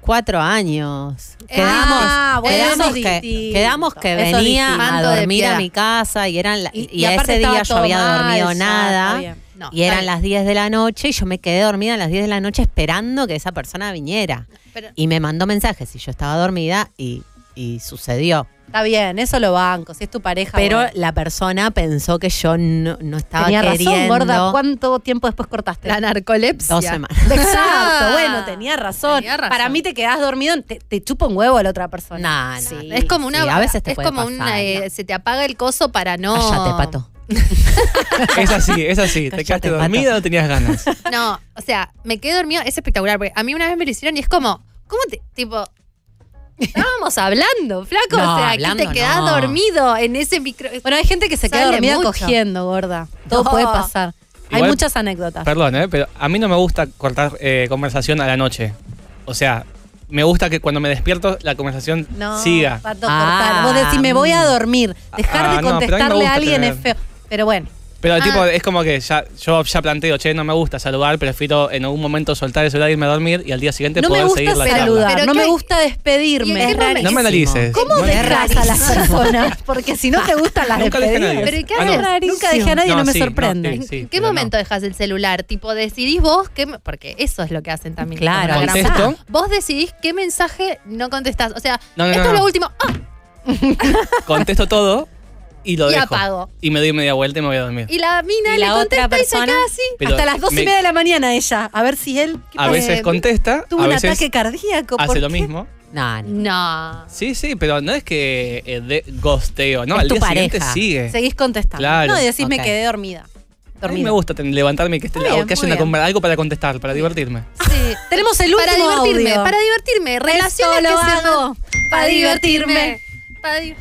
Speaker 2: cuatro años. Quedamos,
Speaker 8: Ah, bueno,
Speaker 2: quedamos,
Speaker 8: eso es
Speaker 2: que,
Speaker 8: distinto.
Speaker 2: quedamos que
Speaker 8: Eso es
Speaker 2: venía a
Speaker 4: distinto. Mando
Speaker 2: dormir
Speaker 4: de
Speaker 2: a
Speaker 4: piedad.
Speaker 2: mi casa y eran la- y, y
Speaker 8: aparte
Speaker 2: ese día
Speaker 8: estaba
Speaker 2: yo
Speaker 8: todo
Speaker 2: había
Speaker 8: mal,
Speaker 2: dormido
Speaker 8: ya, está
Speaker 2: nada.
Speaker 8: bien.
Speaker 4: No,
Speaker 2: y eran
Speaker 4: está
Speaker 2: las 10 de la noche y yo me quedé dormida a las 10 de la noche esperando que esa persona viniera.
Speaker 4: Pero-
Speaker 2: Y me mandó mensajes y yo estaba dormida y, y sucedió.
Speaker 8: Está bien, eso lo banco. Si es tu pareja.
Speaker 2: Pero
Speaker 8: bueno.
Speaker 2: la persona pensó que yo no, no estaba
Speaker 8: tenía
Speaker 2: queriendo.
Speaker 8: razón, gorda. ¿Cuánto tiempo después cortaste?
Speaker 4: La narcolepsia.
Speaker 2: Dos semanas.
Speaker 8: Exacto, bueno, tenía razón.
Speaker 4: Tenía razón.
Speaker 8: Para mí te quedás dormido, te, te chupa un huevo a la otra persona.
Speaker 2: No, no,
Speaker 8: Sí.
Speaker 4: Es como una.
Speaker 2: Sí, a veces te
Speaker 4: es
Speaker 2: puede
Speaker 4: como
Speaker 2: pasar,
Speaker 4: una. eh,
Speaker 2: no.
Speaker 4: Se te apaga el coso para no.
Speaker 2: Cállate, pato.
Speaker 9: Es así, es así.
Speaker 2: Cállate,
Speaker 9: Te quedaste
Speaker 2: pato.
Speaker 9: dormida o tenías ganas.
Speaker 4: No, o sea, me quedé dormida, es espectacular, porque a mí una vez me lo hicieron y es como, ¿cómo te, tipo, estábamos hablando, flaco,
Speaker 2: No,
Speaker 4: o sea,
Speaker 2: hablando
Speaker 4: que te quedás
Speaker 2: no.
Speaker 4: dormido en ese micro...
Speaker 8: Bueno, hay gente que se queda
Speaker 4: Sale
Speaker 8: dormida
Speaker 4: mucho.
Speaker 8: cogiendo, gorda. Todo
Speaker 4: No.
Speaker 8: puede pasar. Hay
Speaker 9: Igual-
Speaker 8: muchas anécdotas.
Speaker 9: Perdón, ¿eh? pero a mí no me gusta cortar eh, conversación a la noche. O sea, me gusta que cuando me despierto la conversación
Speaker 8: No,
Speaker 9: siga.
Speaker 8: Pato,
Speaker 2: Ah,
Speaker 8: cortar. Vos decís, me voy a dormir. Dejar
Speaker 9: Ah, no, pero a
Speaker 8: de
Speaker 9: mí me
Speaker 8: contestarle a
Speaker 9: gusta
Speaker 8: alguien
Speaker 9: tener-
Speaker 8: es feo. Pero bueno,
Speaker 9: Pero el
Speaker 4: Ah.
Speaker 9: tipo es como que ya, yo ya planteo, che, no me gusta saludar, prefiero en algún momento soltar el celular, irme a dormir y al día siguiente
Speaker 8: No me
Speaker 9: poder
Speaker 8: gusta
Speaker 9: seguir la charla.
Speaker 8: saludar, no me
Speaker 4: gusta despedirme.
Speaker 8: Es
Speaker 9: No me analices.
Speaker 8: ¿Cómo
Speaker 9: No-
Speaker 8: dejas a las
Speaker 9: rarísimo.
Speaker 8: personas? Porque si no te gustan las
Speaker 9: Nunca dejé a nadie.
Speaker 8: despedidas.
Speaker 9: Pero ¿y qué
Speaker 4: Ah, no. haces?
Speaker 8: Nunca dejé a nadie, no,
Speaker 9: No,
Speaker 8: me
Speaker 9: sí, no,
Speaker 8: sorprende.
Speaker 9: sí, sí,
Speaker 4: ¿En qué momento dejas el celular? Tipo, decidís vos qué. me- Porque eso es lo que hacen también.
Speaker 9: Claro,
Speaker 4: con la gran
Speaker 9: ¿Contesto?
Speaker 4: puta. Vos decidís qué mensaje no contestás. O sea,
Speaker 9: No, no,
Speaker 4: esto
Speaker 9: no,
Speaker 4: es
Speaker 9: no.
Speaker 4: lo último. ¡Ah!
Speaker 9: Contesto todo y lo
Speaker 4: Y
Speaker 9: dejo.
Speaker 4: apago.
Speaker 9: Y me doy media vuelta y me voy a dormir.
Speaker 4: Y la mina
Speaker 8: Y
Speaker 4: le
Speaker 8: la
Speaker 4: contesta
Speaker 8: otra
Speaker 4: y se
Speaker 8: persona.
Speaker 4: queda así.
Speaker 9: Pero
Speaker 8: Hasta las dos
Speaker 9: me-
Speaker 8: y media de la mañana ella. A ver si él.
Speaker 9: A
Speaker 8: ¿qué pasa?
Speaker 9: veces contesta,
Speaker 8: Tuvo
Speaker 9: a
Speaker 8: un
Speaker 9: veces
Speaker 8: ataque cardíaco.
Speaker 9: hace
Speaker 8: ¿por
Speaker 9: lo
Speaker 8: qué?
Speaker 9: mismo.
Speaker 2: No, no.
Speaker 4: No.
Speaker 9: Sí, sí, pero no es que eh, de- gosteo, ¿no?
Speaker 8: Es
Speaker 9: al
Speaker 8: tu
Speaker 9: día siguiente
Speaker 8: pareja.
Speaker 9: sigue.
Speaker 8: Seguís contestando.
Speaker 9: Claro.
Speaker 8: No, y decís me
Speaker 9: Ok.
Speaker 8: quedé dormida.
Speaker 9: A mí
Speaker 8: Dormida.
Speaker 9: me gusta ten- levantarme y que, esté,
Speaker 8: Muy bien,
Speaker 9: que haya
Speaker 8: muy
Speaker 9: una
Speaker 8: bien.
Speaker 9: com- algo para contestar, para divertirme.
Speaker 4: Sí.
Speaker 8: Tenemos el
Speaker 4: para
Speaker 8: último
Speaker 4: divertirme,
Speaker 8: audio.
Speaker 4: para divertirme. Relaciones
Speaker 8: lo
Speaker 4: que se
Speaker 8: hago
Speaker 4: Para
Speaker 8: para
Speaker 4: divertirme.
Speaker 8: divertirme.
Speaker 4: Para di-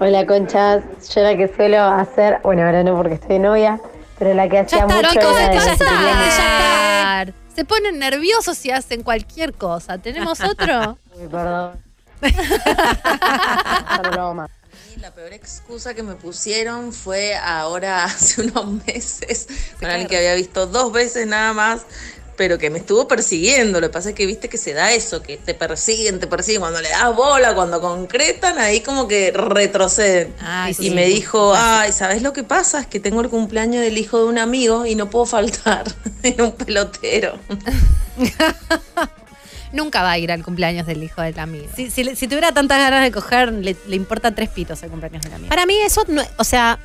Speaker 16: Hola, conchas. Yo la que suelo hacer, bueno, ahora no porque estoy de novia, pero la que hacía mucho
Speaker 4: Pero
Speaker 16: era de
Speaker 4: cosas que
Speaker 16: sentirme
Speaker 4: pasan.
Speaker 16: muy-
Speaker 4: Se ponen nerviosos si hacen cualquier cosa. ¿Tenemos otro?
Speaker 16: Uy, perdón. Broma.
Speaker 17: La peor excusa que me pusieron fue ahora hace unos meses con alguien que había visto dos veces nada más, pero que me estuvo persiguiendo. Lo que pasa es que viste que se da eso, que te persiguen, te persiguen. Cuando le das bola, cuando concretan, ahí como que retroceden. y
Speaker 18: sí, sí.
Speaker 17: me dijo, ay, ¿sabes lo que pasa? Es que tengo el cumpleaños del hijo de un amigo y no puedo faltar. Era un pelotero.
Speaker 4: Nunca va a ir al cumpleaños del hijo del amigo.
Speaker 8: Si, si le- si tuviera tantas ganas de coger, le, le importa tres pitos el cumpleaños de la mía.
Speaker 2: Para mí eso, no- o sea,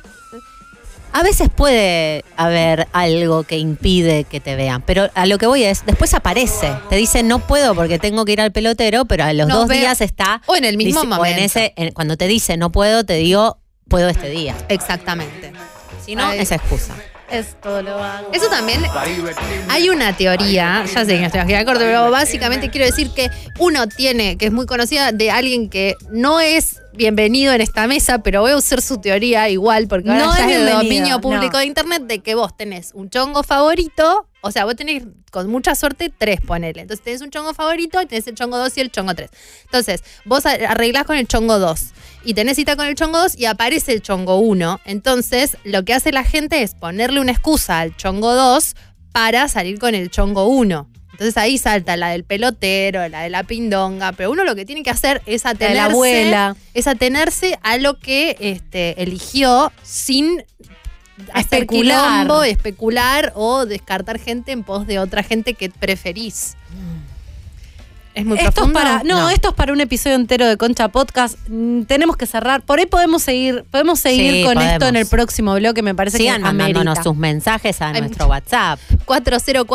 Speaker 2: a veces puede haber algo que impide que te vean, pero a lo que voy es, después aparece, te dicen no puedo porque tengo que ir al pelotero, pero a los
Speaker 4: Nos
Speaker 2: dos
Speaker 4: veo-
Speaker 2: días está...
Speaker 4: O en el mismo
Speaker 2: dice- o en
Speaker 4: momento.
Speaker 2: ese, en- cuando te dice no puedo, te digo puedo este día.
Speaker 4: Exactamente.
Speaker 2: Si no,
Speaker 4: Ay.
Speaker 2: esa excusa.
Speaker 4: Esto lo hago. Eso también. Hay una teoría, ya sé que no estoy aquí de acuerdo, pero básicamente quiero decir que uno tiene, que es muy conocida, de alguien que no es bienvenido en esta mesa, pero voy a usar su teoría igual, porque ahora
Speaker 8: No
Speaker 4: ya
Speaker 8: es
Speaker 4: es el
Speaker 8: bienvenido,
Speaker 4: dominio público
Speaker 8: no.
Speaker 4: de internet, de que vos tenés un chongo favorito, o sea, vos tenés con mucha suerte tres, ponele. Entonces tenés un chongo favorito, y tenés el chongo 2 y el chongo 3. Entonces, vos a- arreglás con el chongo 2 y tenés cita con el chongo 2 y aparece el chongo 1. Entonces, lo que hace la gente es ponerle una excusa al chongo 2 para salir con el chongo 1. Entonces ahí salta la del pelotero, la de la pindonga, pero uno lo que tiene que hacer es
Speaker 8: de
Speaker 4: atenerse,
Speaker 8: la abuela.
Speaker 4: es atenerse a lo que este, eligió sin hacer
Speaker 8: Especular.
Speaker 4: quilombo, especular o descartar gente en pos de otra gente que preferís. Es muy
Speaker 8: Mm. Esto es
Speaker 4: profundo.
Speaker 8: para, no, esto es para un episodio entero de Concha Podcast. Mm, tenemos que cerrar. Por ahí podemos seguir, podemos seguir
Speaker 2: Sí,
Speaker 8: con esto
Speaker 2: podemos.
Speaker 8: en el próximo bloque. Me parece
Speaker 2: Sigan
Speaker 8: que
Speaker 2: mandándonos
Speaker 8: amerita.
Speaker 2: sus mensajes a
Speaker 4: Ay,
Speaker 2: nuestro WhatsApp.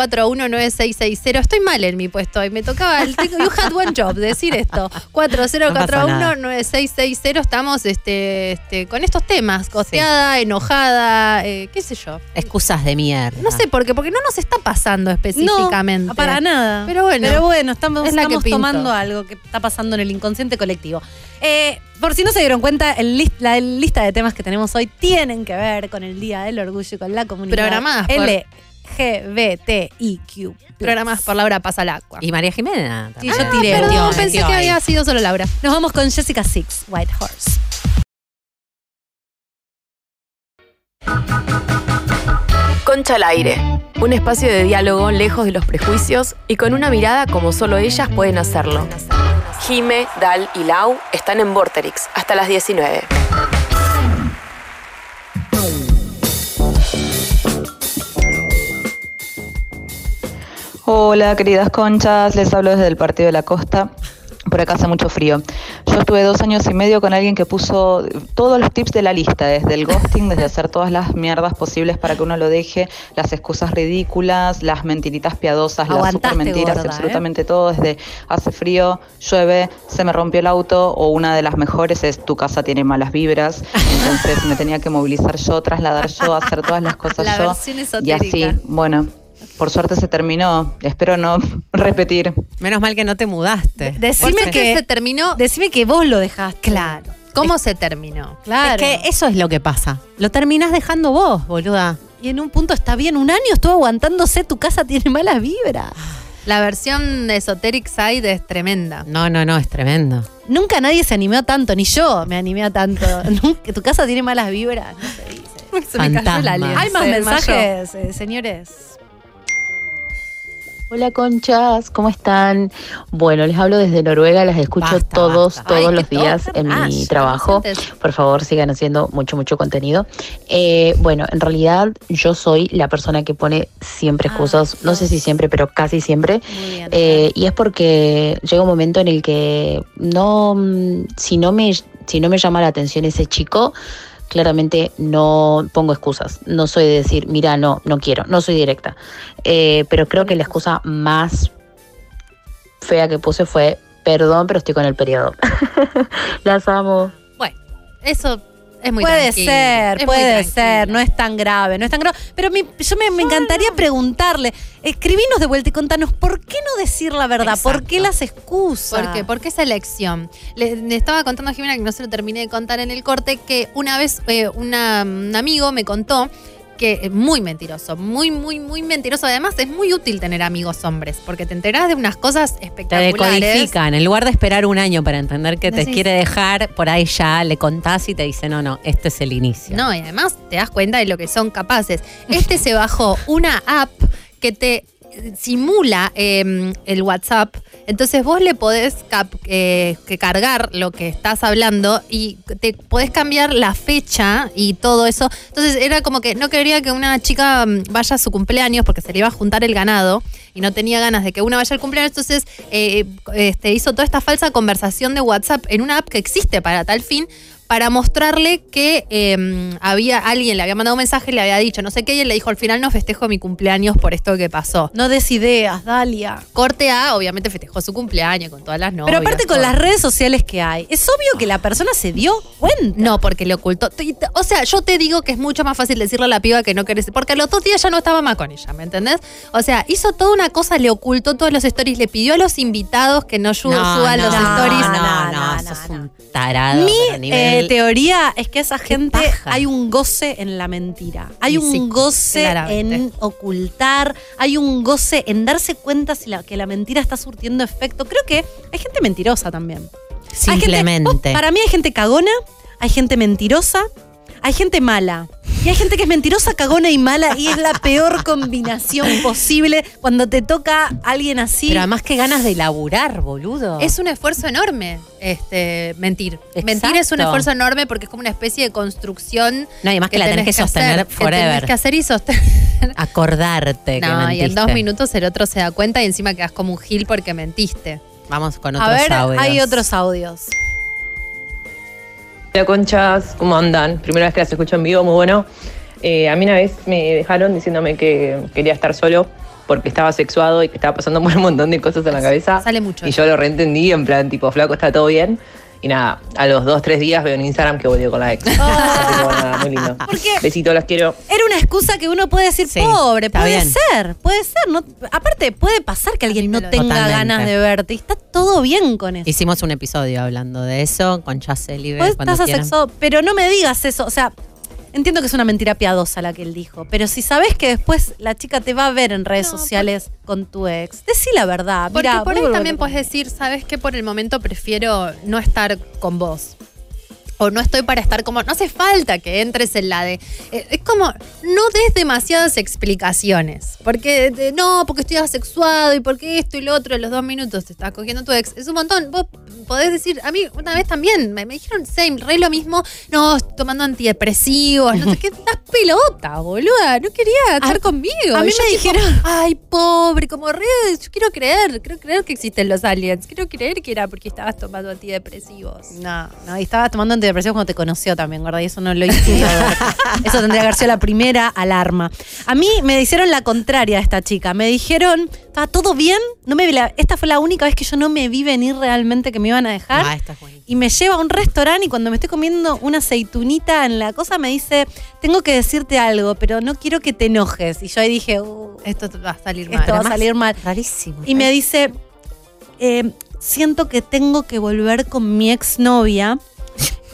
Speaker 4: 40419660. Estoy mal en mi puesto y me tocaba el You had one job decir esto.
Speaker 2: nada.
Speaker 4: 40419660. Estamos este, este, con estos temas, costeada, enojada, eh, qué sé yo.
Speaker 2: Excusas de mierda.
Speaker 4: No sé por qué, porque no nos está pasando específicamente.
Speaker 8: No, para nada.
Speaker 4: Pero bueno.
Speaker 8: Pero bueno, estamos,
Speaker 4: Es la que
Speaker 8: estamos
Speaker 4: pinto.
Speaker 8: tomando algo que está pasando en el inconsciente colectivo. Eh, por si no se dieron cuenta, el lis- la lista de temas que tenemos hoy tienen que ver con el Día del Orgullo y con la comunidad
Speaker 4: Programadas por-
Speaker 8: LGBTIQ.
Speaker 4: Programas por Laura Pasa
Speaker 2: Y María Jimena.
Speaker 8: Sí,
Speaker 2: también. Ah,
Speaker 8: yo tiré.
Speaker 4: Ah, perdón,
Speaker 8: Metió,
Speaker 4: pensé
Speaker 8: metió
Speaker 4: que
Speaker 8: ahí.
Speaker 4: había sido solo Laura.
Speaker 8: Nos vamos con Jessica Six, White Horse.
Speaker 19: Concha al aire, un espacio de diálogo lejos de los prejuicios y con una mirada como solo ellas pueden hacerlo. Jime, Dal y Lau están en Vorterix hasta las 19.
Speaker 20: Hola, queridas conchas, les hablo desde el Partido de la Costa. Por acá hace mucho frío. Yo estuve dos años y medio con alguien que puso todos los tips de la lista, desde el ghosting, desde hacer todas las mierdas posibles para que uno lo deje, las excusas ridículas, las mentiritas piadosas, las
Speaker 8: Aguantaste,
Speaker 20: super mentiras,
Speaker 8: gorda, ¿eh?
Speaker 20: absolutamente todo, desde hace frío, llueve, se me rompió el auto, o una de las mejores es tu casa tiene malas vibras. Entonces me tenía que movilizar yo, trasladar yo, hacer todas las cosas
Speaker 4: La
Speaker 20: yo.
Speaker 4: versión
Speaker 20: y así,
Speaker 4: esotérica.
Speaker 20: bueno, por suerte se terminó. Espero no repetir.
Speaker 2: Menos mal que no te mudaste.
Speaker 4: Decime que se terminó.
Speaker 8: Decime que vos lo dejaste.
Speaker 4: Claro. ¿Cómo se terminó?
Speaker 2: Claro. Es que eso es lo que pasa. Lo terminás dejando vos, boluda.
Speaker 8: Y en un punto está bien, un año estuvo aguantándose, tu casa tiene malas vibras.
Speaker 4: La versión de Esoteric Side es tremenda.
Speaker 2: No, no, no, es tremendo.
Speaker 8: Nunca nadie se animó tanto, ni yo me animé a tanto. Nunca- tu casa tiene malas vibras. No se dice.
Speaker 4: Se me cayó el alien.
Speaker 3: Hay más
Speaker 4: Se
Speaker 3: mensajes, eh, señores.
Speaker 18: Hola conchas, ¿cómo están? Bueno, les hablo desde Noruega, las escucho todos, todos los días en mi trabajo. Por favor, sigan haciendo mucho, mucho contenido. Eh, bueno, en realidad yo soy la persona que pone siempre excusas, no sé si siempre, pero casi siempre. Eh, y es porque llega un momento en el que no, mm, si no me, si no me llama la atención ese chico, claramente no pongo excusas. No soy de decir, mira, no, no quiero, no soy directa. Eh, pero creo que la excusa más fea que puse fue, perdón, pero estoy con el periodo. Las amo.
Speaker 4: Bueno, eso es muy
Speaker 3: Puede
Speaker 4: tranquilo,
Speaker 3: ser,
Speaker 4: es muy
Speaker 3: puede
Speaker 4: tranquilo.
Speaker 3: ser, no es tan grave, no es tan grave. Pero mi- yo me, me encantaría preguntarle, escribinos de vuelta y contanos, ¿por qué no decir la verdad? ¿Por qué las excusas?
Speaker 4: ¿Por qué? Porque es elección. Le, le estaba contando a Jimena, que no se lo terminé de contar en el corte, que una vez eh, una- un amigo me contó que es muy mentiroso, muy, muy, muy mentiroso. Además, es muy útil tener amigos hombres, porque te enterás de unas cosas
Speaker 2: Te
Speaker 4: espectaculares.
Speaker 2: decodifican. En lugar de esperar un año para entender que te
Speaker 4: Decís-
Speaker 2: quiere dejar, por ahí ya le contás y te dice, no, no, este es el inicio.
Speaker 4: No, y además te das cuenta de lo que son capaces. Este se bajó una app que te simula eh, el WhatsApp. Entonces vos le podés cap- eh, que cargar lo que estás hablando y te podés cambiar la fecha y todo eso. Entonces era como que no quería que una chica mm, vaya a su cumpleaños porque se le iba a juntar el ganado y no tenía ganas de que una vaya al cumpleaños. Entonces eh, este, hizo toda esta falsa conversación de WhatsApp en una app que existe para tal fin para mostrarle que eh, había alguien le había mandado un mensaje, le había dicho no sé qué, y él le dijo al final no festejo mi cumpleaños por esto que pasó.
Speaker 3: No des ideas, Dalia.
Speaker 4: Corte A, obviamente festejó su cumpleaños con todas las novias.
Speaker 3: Pero aparte con
Speaker 4: todo.
Speaker 3: las redes sociales que hay, es obvio que la persona se dio cuenta.
Speaker 4: No, porque le ocultó. T- t- O sea, yo te digo que es mucho más fácil decirle a la piba que no querés. Porque a los dos días ya no estaba más con ella, ¿me entendés? O sea, hizo toda una cosa, le ocultó todos los stories, le pidió a los invitados que no, yu- suban los stories.
Speaker 2: No, no, sos un tarado.
Speaker 3: Mi
Speaker 2: pero a nivel-
Speaker 3: eh, teoría es que a esa gente hay un goce en la mentira, hay
Speaker 2: Y
Speaker 3: un
Speaker 2: sí,
Speaker 3: goce
Speaker 2: claramente.
Speaker 3: en ocultar, hay un goce en darse cuenta si la, que la mentira está surtiendo efecto. Creo que hay gente mentirosa también. Hay gente- oh,
Speaker 2: Simplemente.
Speaker 3: para mí hay gente cagona, hay gente mentirosa, hay gente mala. Y hay gente que es mentirosa, cagona y mala y es la peor combinación posible cuando te toca alguien así.
Speaker 2: Pero además qué ganas de laburar, boludo.
Speaker 4: Es un esfuerzo enorme, este, mentir. Mentir es un
Speaker 2: Exacto.
Speaker 4: esfuerzo enorme porque es como una especie de construcción.
Speaker 2: No, y además que la tenés que sostener
Speaker 4: hacer, Que tenés
Speaker 2: forever.
Speaker 4: que hacer y sostener.
Speaker 2: Acordarte que
Speaker 4: No, y
Speaker 2: mentiste.
Speaker 4: en dos minutos el otro se da cuenta y encima quedás como un gil porque mentiste.
Speaker 2: Vamos con
Speaker 4: A
Speaker 2: otros
Speaker 4: ver,
Speaker 2: audios.
Speaker 4: hay
Speaker 3: otros audios.
Speaker 21: Hola conchas, ¿cómo andan? Primera vez que las escucho en vivo, muy bueno. Eh, a mí una vez me dejaron diciéndome que quería estar solo porque estaba sexuado y que estaba pasando por un montón de cosas en la cabeza.
Speaker 4: Sale mucho.
Speaker 21: Y yo lo reentendí en plan, tipo, flaco, está todo bien. Y nada, a los dos, tres días veo en Instagram que volvió con la ex.
Speaker 8: Ah.
Speaker 21: Así que, bueno, nada, muy lindo. Besito, los quiero.
Speaker 3: Era una excusa que uno puede decir, pobre,
Speaker 21: está
Speaker 3: puede
Speaker 21: bien.
Speaker 3: ser, puede ser. No, aparte, puede pasar que alguien no tenga
Speaker 2: Totalmente.
Speaker 3: ganas de verte. Y está todo bien con eso.
Speaker 2: Hicimos un episodio hablando de eso con Chase Libre.
Speaker 3: Vos
Speaker 2: cuando
Speaker 3: estás
Speaker 2: quieran.
Speaker 3: asexuado, pero no me digas eso. O sea, entiendo que es una mentira piadosa la que él dijo. Pero si sabes que después la chica te va a ver en redes sociales con tu ex, decí la verdad.
Speaker 4: Porque
Speaker 3: Mirá,
Speaker 4: por
Speaker 3: voy
Speaker 4: ahí
Speaker 3: a volver
Speaker 4: también
Speaker 3: con-
Speaker 4: puedes decir, ¿sabes qué? Por el momento prefiero no estar con vos. O no estoy para estar como. No hace falta que entres en la de. eh, es como, no des demasiadas explicaciones. Porque eh, no, porque estoy asexuado y porque esto y lo otro, en los dos minutos te estás cogiendo tu ex. Es un montón. Vos podés decir, a mí una vez también me, me dijeron, same, re lo mismo, no, tomando antidepresivos, no sé qué, estás pelota, boluda. No quería estar conmigo.
Speaker 3: a
Speaker 4: Y
Speaker 3: mí
Speaker 4: yo
Speaker 3: me
Speaker 4: tipo,
Speaker 3: dijeron-
Speaker 4: ay, pobre, como re, yo quiero creer, quiero creer que existen los aliens, quiero creer que era porque estabas tomando antidepresivos.
Speaker 3: No, no, y estaba tomando antidepresivos cuando te conoció también, ¿verdad? Y eso no lo hiciste. eso tendría que haber sido la primera alarma. A mí me hicieron la contraria a esta chica. Me dijeron, estaba todo bien. No me vi la- esta fue la única vez que yo no me vi venir realmente que me iban a dejar.
Speaker 4: Ah,
Speaker 3: y me lleva a un restaurante y cuando me estoy comiendo una aceitunita en la cosa me dice, tengo que decirte algo, pero no quiero que te enojes. Y yo ahí dije, "Uh,
Speaker 4: Esto te va a salir mal.
Speaker 3: esto va a
Speaker 4: Además,
Speaker 3: salir mal.
Speaker 2: Rarísimo.
Speaker 3: Y me dice, eh, siento que tengo que volver con mi exnovia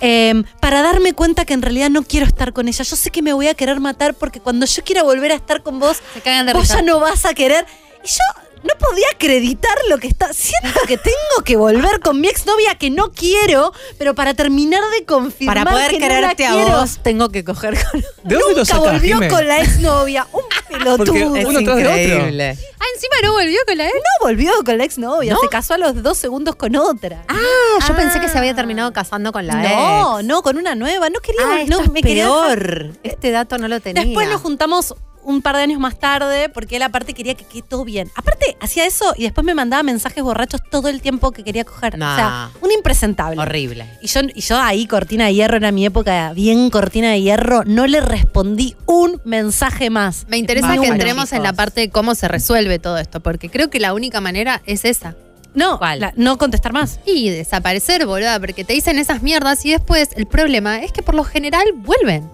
Speaker 3: eh, para darme cuenta que en realidad no quiero estar con ella. Yo sé que me voy a querer matar porque cuando yo quiera volver a estar con vos,
Speaker 4: cagan de
Speaker 3: vos
Speaker 4: risa.
Speaker 3: ya no vas a querer. Y yo
Speaker 4: No podía acreditar lo que está. Siento que tengo que volver con mi exnovia que no quiero, pero para terminar de confirmar.
Speaker 2: Para poder
Speaker 4: que no la
Speaker 2: quererte a
Speaker 4: quiero.
Speaker 2: vos, tengo que coger con.
Speaker 7: ¿De dónde lo
Speaker 4: Nunca
Speaker 7: sacás,
Speaker 4: volvió
Speaker 7: Jime?
Speaker 4: con la exnovia. Un pelotudo.
Speaker 7: Porque uno tras de otro. Increíble.
Speaker 4: Ah, encima no volvió con la ex. No volvió con la exnovia. Se casó a los dos segundos con otra. Ah,
Speaker 8: yo pensé que se había terminado casando con la
Speaker 4: No,
Speaker 8: ex.
Speaker 4: no, con una nueva. No quería.
Speaker 8: Ah, esto
Speaker 4: no,
Speaker 8: es
Speaker 4: quería dejar-
Speaker 8: peor. Este dato no lo tenía.
Speaker 4: Después nos juntamos un par de años más tarde porque él aparte quería que quede todo bien. Aparte hacía eso y después me mandaba mensajes borrachos todo el tiempo que quería coger. O sea, un impresentable.
Speaker 2: Horrible.
Speaker 4: Y yo, y yo ahí, cortina de hierro, era mi época bien cortina de hierro, no le respondí un mensaje más.
Speaker 8: Me interesa que entremos en la parte de cómo se resuelve todo esto, porque creo que la única manera es esa.
Speaker 4: No, la- no contestar más.
Speaker 8: Y desaparecer, boluda, porque te dicen esas mierdas y después el problema es que por lo general vuelven.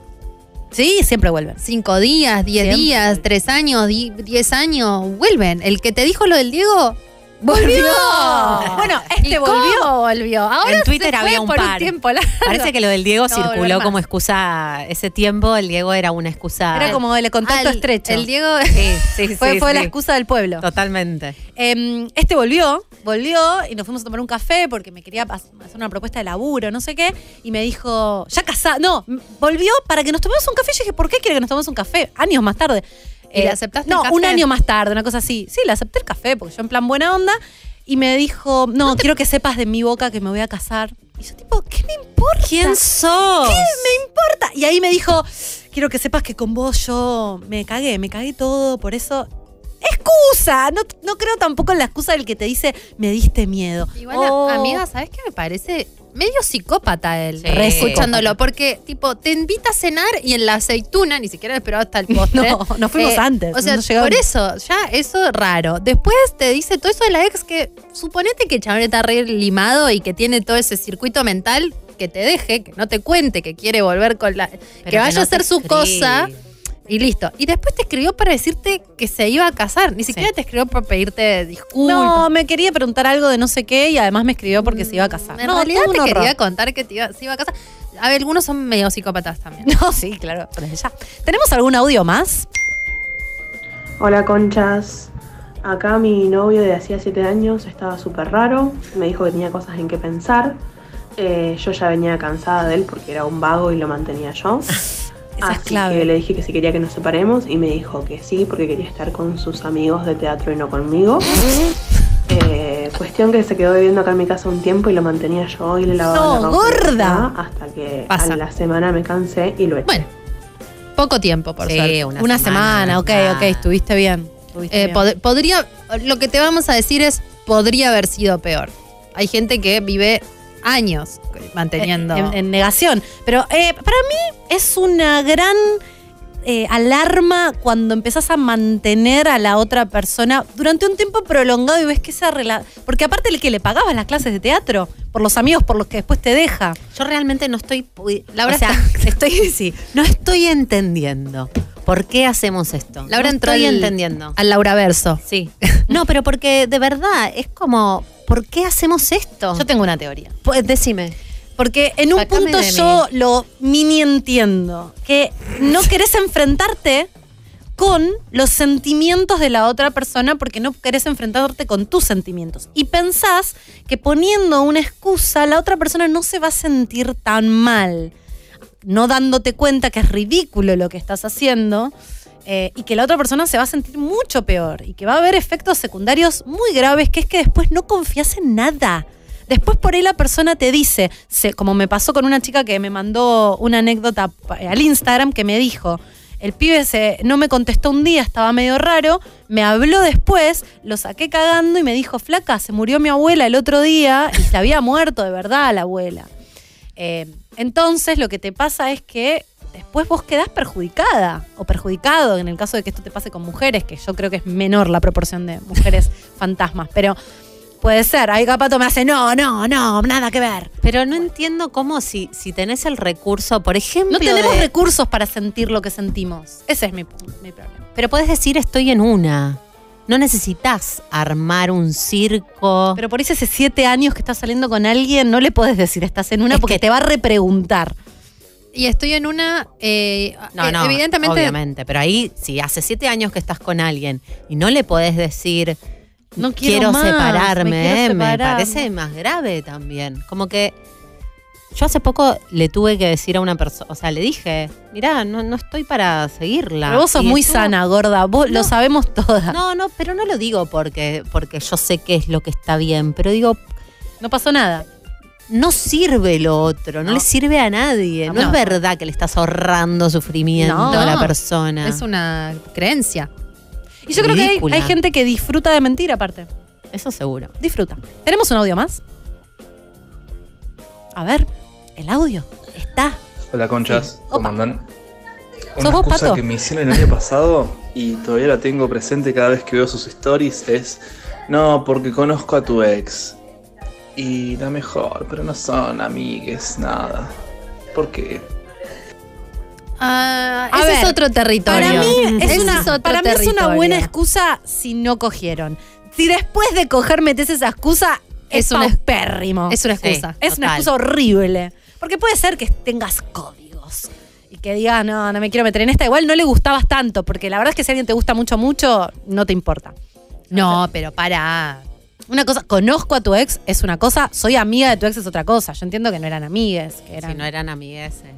Speaker 4: Sí, siempre vuelven.
Speaker 8: Cinco días, diez
Speaker 4: Siempre
Speaker 8: días, tres años, di- diez años, vuelven. El que te dijo lo del Diego, volvió.
Speaker 4: Bueno, este
Speaker 8: ¿Y cómo
Speaker 4: volvió.
Speaker 8: volvió. Ahora
Speaker 2: en Twitter
Speaker 8: se fue
Speaker 2: había un
Speaker 8: por
Speaker 2: par.
Speaker 8: un tiempo largo.
Speaker 2: Parece que lo del Diego
Speaker 8: No, volver
Speaker 2: circuló
Speaker 8: más.
Speaker 2: como excusa. Ese tiempo el Diego era una excusa.
Speaker 4: Era como el contacto
Speaker 8: Al-
Speaker 4: estrecho.
Speaker 8: el Diego-
Speaker 2: Sí, sí,
Speaker 4: fue
Speaker 2: sí,
Speaker 4: fue la
Speaker 2: sí.
Speaker 4: excusa del pueblo.
Speaker 2: Totalmente.
Speaker 4: Em, este volvió, volvió y nos fuimos a tomar un café porque me quería pas- hacer una propuesta de laburo, no sé qué. Y me dijo, ya casado. No, m- volvió para que nos tomemos un café. Yo dije, ¿por qué quiere que nos tomemos un café? Años más tarde. Eh,
Speaker 8: ¿Y le aceptaste el
Speaker 4: No,
Speaker 8: café?
Speaker 4: un año más tarde, una cosa así. Sí, le acepté el café porque yo en plan buena onda. Y me dijo, no, quiero que sepas de mi boca que me voy a casar. Y yo tipo, ¿qué me importa?
Speaker 2: ¿Quién sos?
Speaker 4: ¿Qué me importa? Y ahí me dijo, quiero que sepas que con vos yo me cagué, me cagué todo, por eso... ¡Excusa! No, no creo tampoco en la excusa del que te dice, me diste miedo.
Speaker 8: Igual,
Speaker 4: Oh.
Speaker 8: amiga, ¿sabes qué me parece? Medio psicópata él,
Speaker 4: Sí. Re
Speaker 8: escuchándolo,
Speaker 4: psicópata.
Speaker 8: porque tipo, te invita a cenar y en la aceituna, ni siquiera esperaba hasta el postre. eh,
Speaker 4: No, nos fuimos antes,
Speaker 8: O sea,
Speaker 4: no llegamos.
Speaker 8: por eso, ya eso raro. Después te dice todo eso de la ex que suponete que el chabón está re limado y que tiene todo ese circuito mental que te deje, que no te cuente, que quiere volver con la. que
Speaker 2: que
Speaker 8: vaya
Speaker 2: no
Speaker 8: a hacer
Speaker 2: te
Speaker 8: su
Speaker 2: escriba.
Speaker 8: cosa. Y listo. Y después te escribió para decirte que se iba a casar. Ni siquiera te escribió para pedirte disculpas.
Speaker 4: No, me quería preguntar algo de no sé qué y además me escribió porque se iba a casar.
Speaker 8: En
Speaker 4: no,
Speaker 8: realidad
Speaker 4: todo un
Speaker 8: te
Speaker 4: horror.
Speaker 8: quería contar que te iba- se iba a casa. A ver, algunos son medio psicópatas también.
Speaker 4: No, sí, claro, desde ya. ¿Tenemos algún audio más?
Speaker 5: Hola conchas, acá mi novio de hacía 7 años estaba súper raro, me dijo que tenía cosas en que pensar, Eh, yo ya venía cansada de él porque era un vago y lo mantenía yo, así
Speaker 4: clave.
Speaker 5: que le dije que si quería que nos separemos y me dijo que sí porque quería estar con sus amigos de teatro y no conmigo. Eh, cuestión que se quedó viviendo acá en mi casa un tiempo y lo mantenía yo y le lavaba
Speaker 8: No,
Speaker 5: la ropa y la
Speaker 8: gorda.
Speaker 5: cama, hasta que
Speaker 8: Pasa.
Speaker 5: a la semana me cansé y lo eché.
Speaker 8: Poco tiempo, por
Speaker 5: Sí,
Speaker 8: suerte.
Speaker 5: una
Speaker 4: Una semana, ok, ok, estuviste bien. estuviste
Speaker 8: Eh,
Speaker 4: bien.
Speaker 8: pod- podría, lo que te vamos a decir es, podría haber sido peor. Hay gente que vive años manteniendo.
Speaker 4: en, en negación. Pero eh, para mí es una gran eh, alarma cuando empezás a mantener a la otra persona durante un tiempo prolongado y ves que esa relación. Porque aparte el que le pagabas las clases de teatro, por los amigos por los que después te deja.
Speaker 2: Yo realmente no estoy. pudi- Laura
Speaker 4: O sea,
Speaker 2: está- estoy. Sí, no estoy entendiendo. ¿Por qué hacemos esto?
Speaker 8: Laura
Speaker 2: no
Speaker 8: entró
Speaker 2: estoy
Speaker 8: al-
Speaker 2: entendiendo.
Speaker 8: al Laura Verso.
Speaker 2: Sí. No, pero porque de verdad es como. ¿Por qué hacemos esto?
Speaker 22: Yo tengo una teoría.
Speaker 2: Pues decime.
Speaker 4: Porque en un
Speaker 2: Sácame
Speaker 4: punto
Speaker 2: de mí.
Speaker 4: yo lo mini entiendo. Que no querés enfrentarte con los sentimientos de la otra persona porque no querés enfrentarte con tus sentimientos. Y pensás que poniendo una excusa, la otra persona no se va a sentir tan mal. No dándote cuenta que es ridículo lo que estás haciendo. eh, y que la otra persona se va a sentir mucho peor y que va a haber efectos secundarios muy graves, que es que después no confías en nada. Después por ahí la persona te dice, se- como me pasó con una chica que me mandó una anécdota pa- al Instagram que me dijo, el pibe se, no me contestó un día, estaba medio raro, me habló después, lo saqué cagando y me dijo, flaca, se murió mi abuela el otro día y se había muerto de verdad la abuela. Eh, entonces lo que te pasa es que después vos quedás perjudicada o perjudicado en el caso de que esto te pase con mujeres, que yo creo que es menor la proporción de mujeres fantasmas, pero puede ser. Ahí Capato me hace, no, no, no, nada que ver.
Speaker 2: Pero no entiendo cómo si, si tenés el recurso, por
Speaker 4: No
Speaker 2: ejemplo.
Speaker 4: tenemos
Speaker 2: de-
Speaker 4: recursos para sentir lo que sentimos. Ese es mi, mi problema.
Speaker 2: Pero podés decir estoy en una. No necesitas armar un circo.
Speaker 4: Pero por eso hace siete años que estás saliendo con alguien, no le puedes decir estás en una porque te va a repreguntar.
Speaker 8: Y estoy en una. eh,
Speaker 2: No,
Speaker 8: eh,
Speaker 2: no,
Speaker 8: evidentemente.
Speaker 2: obviamente. Pero ahí, si hace siete años que estás con alguien y no le podés decir, no quiero,
Speaker 8: más, me
Speaker 2: separarme,
Speaker 8: quiero
Speaker 2: eh, me
Speaker 8: separar.
Speaker 2: parece más grave también. Como que yo hace poco le tuve que decir a una persona, o sea, le dije, mirá, no, no estoy para seguirla.
Speaker 8: Pero vos sos
Speaker 2: Y
Speaker 8: muy
Speaker 2: estuvo-
Speaker 8: sana, gorda. Vos lo sabemos todas.
Speaker 2: No, no, pero no lo digo porque, porque yo sé qué es lo que está bien, pero digo,
Speaker 8: No pasó nada.
Speaker 2: no sirve lo otro, no, le sirve a nadie. No,
Speaker 8: No.
Speaker 2: es verdad que le estás ahorrando sufrimiento
Speaker 8: No.
Speaker 2: a la persona.
Speaker 4: Es una creencia.
Speaker 8: Y yo creo que hay,
Speaker 2: Ridícula.
Speaker 8: hay gente que disfruta de mentir aparte.
Speaker 2: Eso seguro.
Speaker 8: Disfruta. ¿Tenemos un audio más? A ver, el audio está.
Speaker 1: Hola conchas, ¿cómo andan? Una
Speaker 8: ¿Sos vos,
Speaker 1: excusa
Speaker 8: Pato?
Speaker 1: que me hicieron el año pasado y todavía la tengo presente cada vez que veo sus stories es no, porque conozco a tu ex y la mejor, pero no son amigues, nada. ¿Por qué?
Speaker 4: Ah,
Speaker 8: A
Speaker 4: ese
Speaker 8: ver,
Speaker 4: es otro territorio.
Speaker 8: Para mí es
Speaker 4: Ese
Speaker 8: una,
Speaker 4: otro
Speaker 8: para mí es una
Speaker 4: territorio.
Speaker 8: buena excusa si no cogieron. Si después de coger metes esa excusa, es,
Speaker 4: Es una-
Speaker 8: paupérrimo.
Speaker 4: es una excusa,
Speaker 8: es una
Speaker 4: total.
Speaker 8: excusa horrible. Porque puede ser que tengas códigos y que digas, no, no me quiero meter en esta. Igual no le gustabas tanto, porque la verdad es que si alguien te gusta mucho, mucho, no te importa.
Speaker 4: No, pero para.
Speaker 8: Una cosa, conozco a tu ex es una cosa, soy amiga de tu ex es otra cosa. Yo entiendo que no eran amigues, que eran.
Speaker 2: Si no eran amigueses.